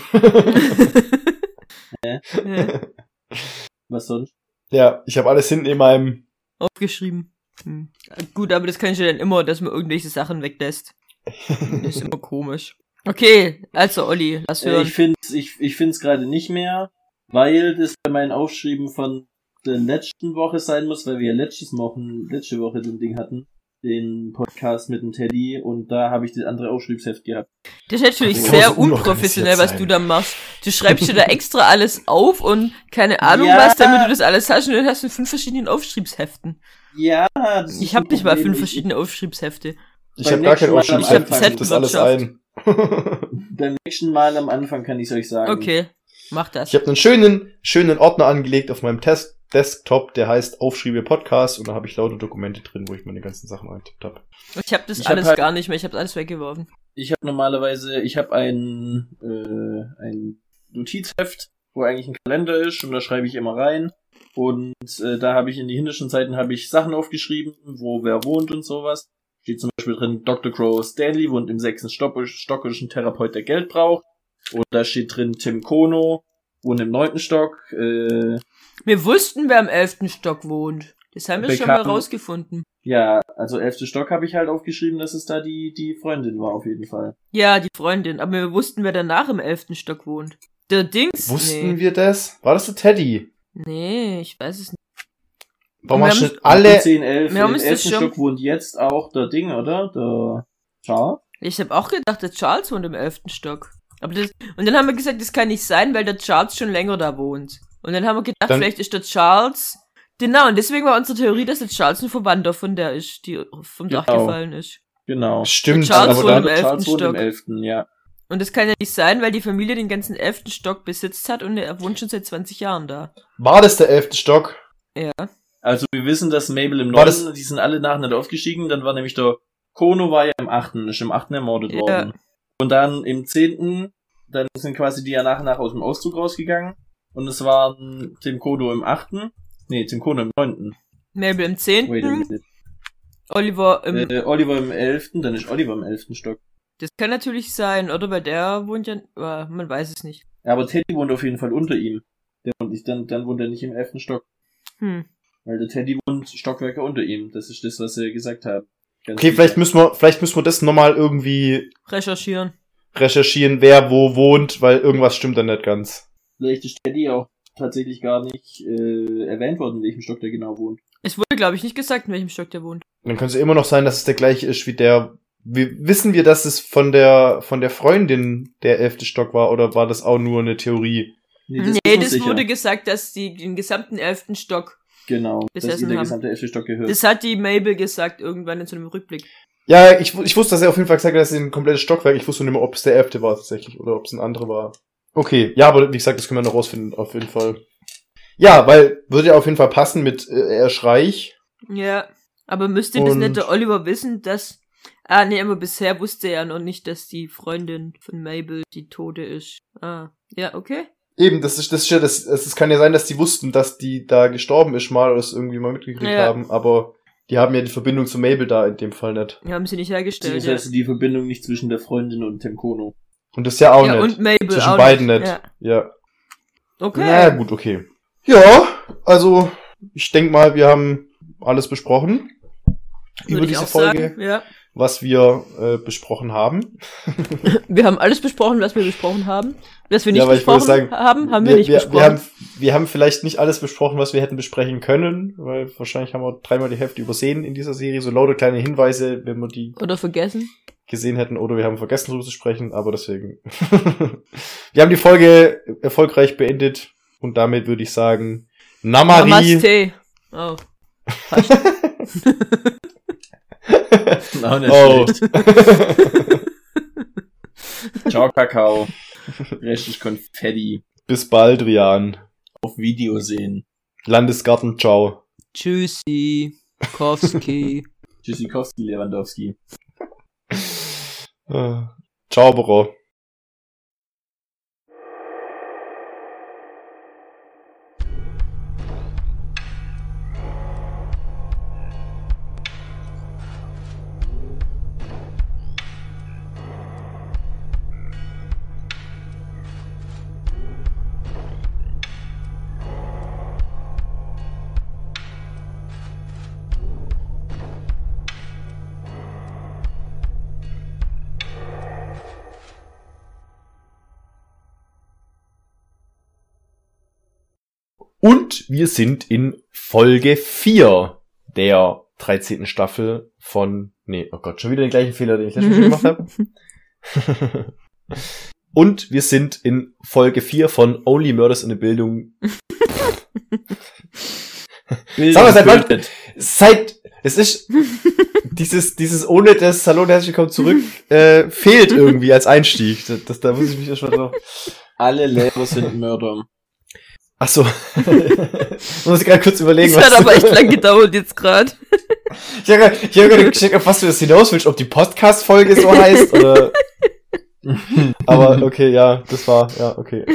Speaker 1: Ja,
Speaker 2: Was sonst?
Speaker 3: ja, ich habe alles hinten in meinem.
Speaker 1: aufgeschrieben. Hm. Gut, aber das kannst du dann immer, dass man irgendwelche Sachen weglässt. Das ist immer komisch. Okay, also Olli, lass
Speaker 2: Äh,
Speaker 1: hören.
Speaker 2: ich find's, ich, ich find's gerade nicht mehr, weil das bei meinen Aufschrieben von der letzten Woche sein muss, weil wir ja letztes Wochen, letzte Woche den Ding hatten, den Podcast mit dem Teddy und da habe ich das andere Aufschriebsheft gehabt.
Speaker 1: Das ist natürlich
Speaker 3: Das
Speaker 2: Also,
Speaker 3: muss
Speaker 1: sehr
Speaker 3: unorganisiert
Speaker 1: unprofessionell, was
Speaker 3: sein.
Speaker 1: du da machst. Du schreibst dir da extra alles auf und keine Ahnung
Speaker 2: Ja.
Speaker 1: was, damit du das alles hast und dann hast du fünf verschiedenen Aufschriebsheften.
Speaker 2: Ja, das ist
Speaker 1: Ich habe
Speaker 2: ein
Speaker 1: nicht mal
Speaker 2: Problem.
Speaker 1: fünf
Speaker 2: Äh, Ich-
Speaker 1: verschiedene Aufschriebshefte.
Speaker 3: Ich
Speaker 2: Beim
Speaker 3: habe gar
Speaker 2: nächsten Mal
Speaker 3: kein
Speaker 2: am
Speaker 3: Aufschriebsheft, ich
Speaker 1: Anfang.
Speaker 3: tippe das alles ein.
Speaker 2: Beim nächsten Mal am Anfang kann ich's euch sagen.
Speaker 1: Okay, mach das.
Speaker 3: ich habe einen schönen, schönen Ordner angelegt auf meinem Test Desktop, der heißt Aufschriebe Podcast und da habe ich lauter Dokumente drin, wo ich meine ganzen Sachen eingetippt habe.
Speaker 1: Ich habe das
Speaker 2: Ich hab
Speaker 1: alles
Speaker 2: halt-
Speaker 1: gar nicht mehr, ich habe alles weggeworfen.
Speaker 2: Ich habe normalerweise, ich habe ein, äh, ein Notizheft, wo eigentlich ein Kalender ist und da schreibe ich immer rein. Und äh, da habe ich in die hindischen Zeiten habe ich Sachen aufgeschrieben, wo wer wohnt und sowas. Steht zum Beispiel drin, Dr. Crow Stanley wohnt im sechsten Stock, Stock ist ein Therapeut, der Geld braucht. Und da steht drin, Tim Kono wohnt im neunten Stock. Äh,
Speaker 1: Wir wussten, wer am elften Stock wohnt. Das haben wir schon mal
Speaker 2: Bekannt-
Speaker 1: rausgefunden.
Speaker 2: ja, also elfte Stock habe ich halt aufgeschrieben, dass es da die, die Freundin war auf jeden Fall.
Speaker 1: Ja, die Freundin, aber wir wussten, wer danach im elften Stock wohnt. Der Dings.
Speaker 3: Wussten
Speaker 1: nee.
Speaker 3: wir das? War das der Teddy?
Speaker 1: Nee, ich weiß es nicht.
Speaker 3: Warum
Speaker 1: Wir
Speaker 3: hast du
Speaker 1: haben-
Speaker 3: nicht alle.
Speaker 2: 10, 11,
Speaker 1: Wir haben
Speaker 2: im
Speaker 1: es das
Speaker 2: elften
Speaker 1: schon-
Speaker 2: Stock wohnt jetzt auch der Ding, oder? Der Charles?
Speaker 1: Ich habe auch gedacht, der Charles wohnt im elften Stock. Aber das, und dann haben wir gesagt, das kann nicht sein, weil der Charles schon länger da wohnt. Und dann haben wir gedacht,
Speaker 3: Dann-
Speaker 1: vielleicht ist der Charles. Genau, und deswegen war unsere Theorie, dass der Charles ein Verwandter von der ist, die vom Dach
Speaker 2: Genau.
Speaker 1: gefallen ist.
Speaker 2: Genau.
Speaker 3: Stimmt,
Speaker 1: Charles
Speaker 3: aber
Speaker 1: wohnt
Speaker 3: dann
Speaker 1: im elften
Speaker 2: Charles wohnt im
Speaker 1: Stock.
Speaker 2: 11. Ja.
Speaker 1: Und das kann ja nicht sein, weil die Familie den ganzen elften Stock besitzt hat und er wohnt schon seit 20 Jahren da.
Speaker 3: war das der elfte Stock.
Speaker 1: Ja.
Speaker 2: Also wir wissen, dass Mabel im
Speaker 3: War
Speaker 2: 9. Die sind alle nacheinander aufgestiegen. Dann war nämlich der Kono war ja im 8. Ist im 8. ermordet
Speaker 1: Ja.
Speaker 2: worden. Und dann im 10. Dann sind quasi die ja nach und nach aus dem Auszug rausgegangen. Und es waren Tim Kono im 8. Nee, Tim Kono im 9.
Speaker 1: Mabel im
Speaker 2: Wait a
Speaker 1: 10.,
Speaker 2: minute.
Speaker 1: Oliver im
Speaker 2: Äh, Oliver im 11. Dann ist Oliver im 11. Stock.
Speaker 1: Das kann natürlich sein, oder? Weil der wohnt ja. ah, Man weiß es nicht.
Speaker 2: Ja, aber Teddy wohnt auf jeden Fall unter ihm. Der wohnt nicht, dann, dann wohnt er nicht im 11. Stock.
Speaker 1: Hm.
Speaker 2: Weil der Teddy wohnt Stockwerke unter ihm. Das ist das, was sie gesagt haben. Ganz
Speaker 3: Okay,
Speaker 2: sicher.
Speaker 3: vielleicht müssen wir, vielleicht müssen wir das nochmal irgendwie
Speaker 1: Recherchieren.
Speaker 3: recherchieren, wer wo wohnt, weil irgendwas stimmt dann nicht ganz.
Speaker 2: Vielleicht ist Teddy auch tatsächlich gar nicht äh, erwähnt worden, in welchem Stock der genau wohnt.
Speaker 1: Es wurde, glaube ich, nicht gesagt, in welchem Stock der wohnt.
Speaker 3: Dann könnte es immer noch sein, dass es der gleiche ist wie der. Wie, wissen wir, dass es von der von der Freundin der elfte Stock war oder war das auch nur eine Theorie?
Speaker 1: nee,
Speaker 2: wissen wir
Speaker 1: das wurde gesagt, dass die den gesamten elften Stock.
Speaker 2: Genau,
Speaker 1: bis
Speaker 2: dass
Speaker 1: erst
Speaker 2: ihm der
Speaker 1: haben.
Speaker 2: gesamte elfte Stock gehört.
Speaker 1: Das hat die Mabel gesagt, irgendwann in so einem Rückblick.
Speaker 3: Ja, ich, wu- ich wusste, dass er auf jeden Fall gesagt hat, dass es ein komplettes Stockwerk. Ich wusste nur nicht mehr, ob es der elfte war tatsächlich oder ob es ein anderer war. Okay, ja, aber wie gesagt, das können wir noch rausfinden, auf jeden Fall. Ja, weil würde ja auf jeden Fall passen mit äh, er schreich.
Speaker 1: Ja. Aber müsste das
Speaker 3: Und-
Speaker 1: nicht der Oliver wissen, dass. Ah, nee, aber bisher wusste er ja noch nicht, dass die Freundin von Mabel die Tode ist. Ah. Ja, okay.
Speaker 3: Eben, das ist, das ist ja, das, das, das kann ja sein, dass die wussten, dass die da gestorben ist mal oder es irgendwie mal mitgekriegt
Speaker 1: Ja.
Speaker 3: haben, aber die haben ja die Verbindung zu Mabel da in dem Fall nicht.
Speaker 1: Wir haben sie nicht hergestellt. Ja,
Speaker 2: Beziehungsweise also die Verbindung nicht zwischen der Freundin und Tim Kono.
Speaker 3: Und das ist ja auch
Speaker 1: ja
Speaker 3: nicht.
Speaker 1: und Mabel
Speaker 3: Zwischen
Speaker 1: auch
Speaker 3: beiden nicht.
Speaker 1: Ja.
Speaker 3: Ja.
Speaker 1: Okay.
Speaker 3: Na gut, okay. Ja, also, ich denk mal, wir haben alles besprochen
Speaker 1: Würde
Speaker 3: über
Speaker 1: ich
Speaker 3: diese
Speaker 1: auch
Speaker 3: Folge,
Speaker 1: Sagen. Ja.
Speaker 3: was wir äh, besprochen haben.
Speaker 1: Wir haben alles besprochen, was wir besprochen haben. Was wir nicht
Speaker 3: Ja, aber ich
Speaker 1: besprochen
Speaker 3: würde sagen,
Speaker 1: haben, haben wir, nicht
Speaker 3: wir,
Speaker 1: besprochen.
Speaker 3: wir, haben, wir haben vielleicht nicht alles besprochen, was wir hätten besprechen können, weil wahrscheinlich haben wir dreimal die Hälfte übersehen in dieser Serie, so lauter kleine Hinweise, wenn man die
Speaker 1: Oder vergessen.
Speaker 3: gesehen hätten oder wir haben vergessen drüber zu sprechen, aber deswegen. wir haben die Folge erfolgreich beendet und damit würde ich sagen, Namari.
Speaker 1: Namaste. Oh.
Speaker 2: Auch nicht
Speaker 3: Oh.
Speaker 2: schlecht. Ciao, Kakao. Richtig Konfetti.
Speaker 3: Bis bald, Rian.
Speaker 2: Auf Video sehen.
Speaker 3: Landesgarten, ciao.
Speaker 1: Tschüssi. Kowski.
Speaker 2: Tschüssikowski, Lewandowski.
Speaker 3: Äh, Ciao, Bro. Und wir sind in Folge 4 der 13. Staffel von. Nee, oh Gott, schon wieder den gleichen Fehler, den ich letztes Mal gemacht habe. Und wir sind in Folge 4 von Only Murders in the Bildung. Sag mal, seit wann-
Speaker 2: Bildet.
Speaker 3: Seit. Es ist. Dieses, dieses ohne das Salon herzlich willkommen zurück äh, fehlt irgendwie als Einstieg. Das, das, da muss ich mich erstmal drauf.
Speaker 2: Alle Lehrer sind Mörder.
Speaker 3: Ach so. muss ich gerade kurz überlegen,
Speaker 1: Das hat aber echt lang gedauert jetzt gerade.
Speaker 3: Ich habe gerade gecheckt, auf was du das hinaus willst, ob die Podcast-Folge so heißt oder. Aber okay, ja, das war, ja, okay.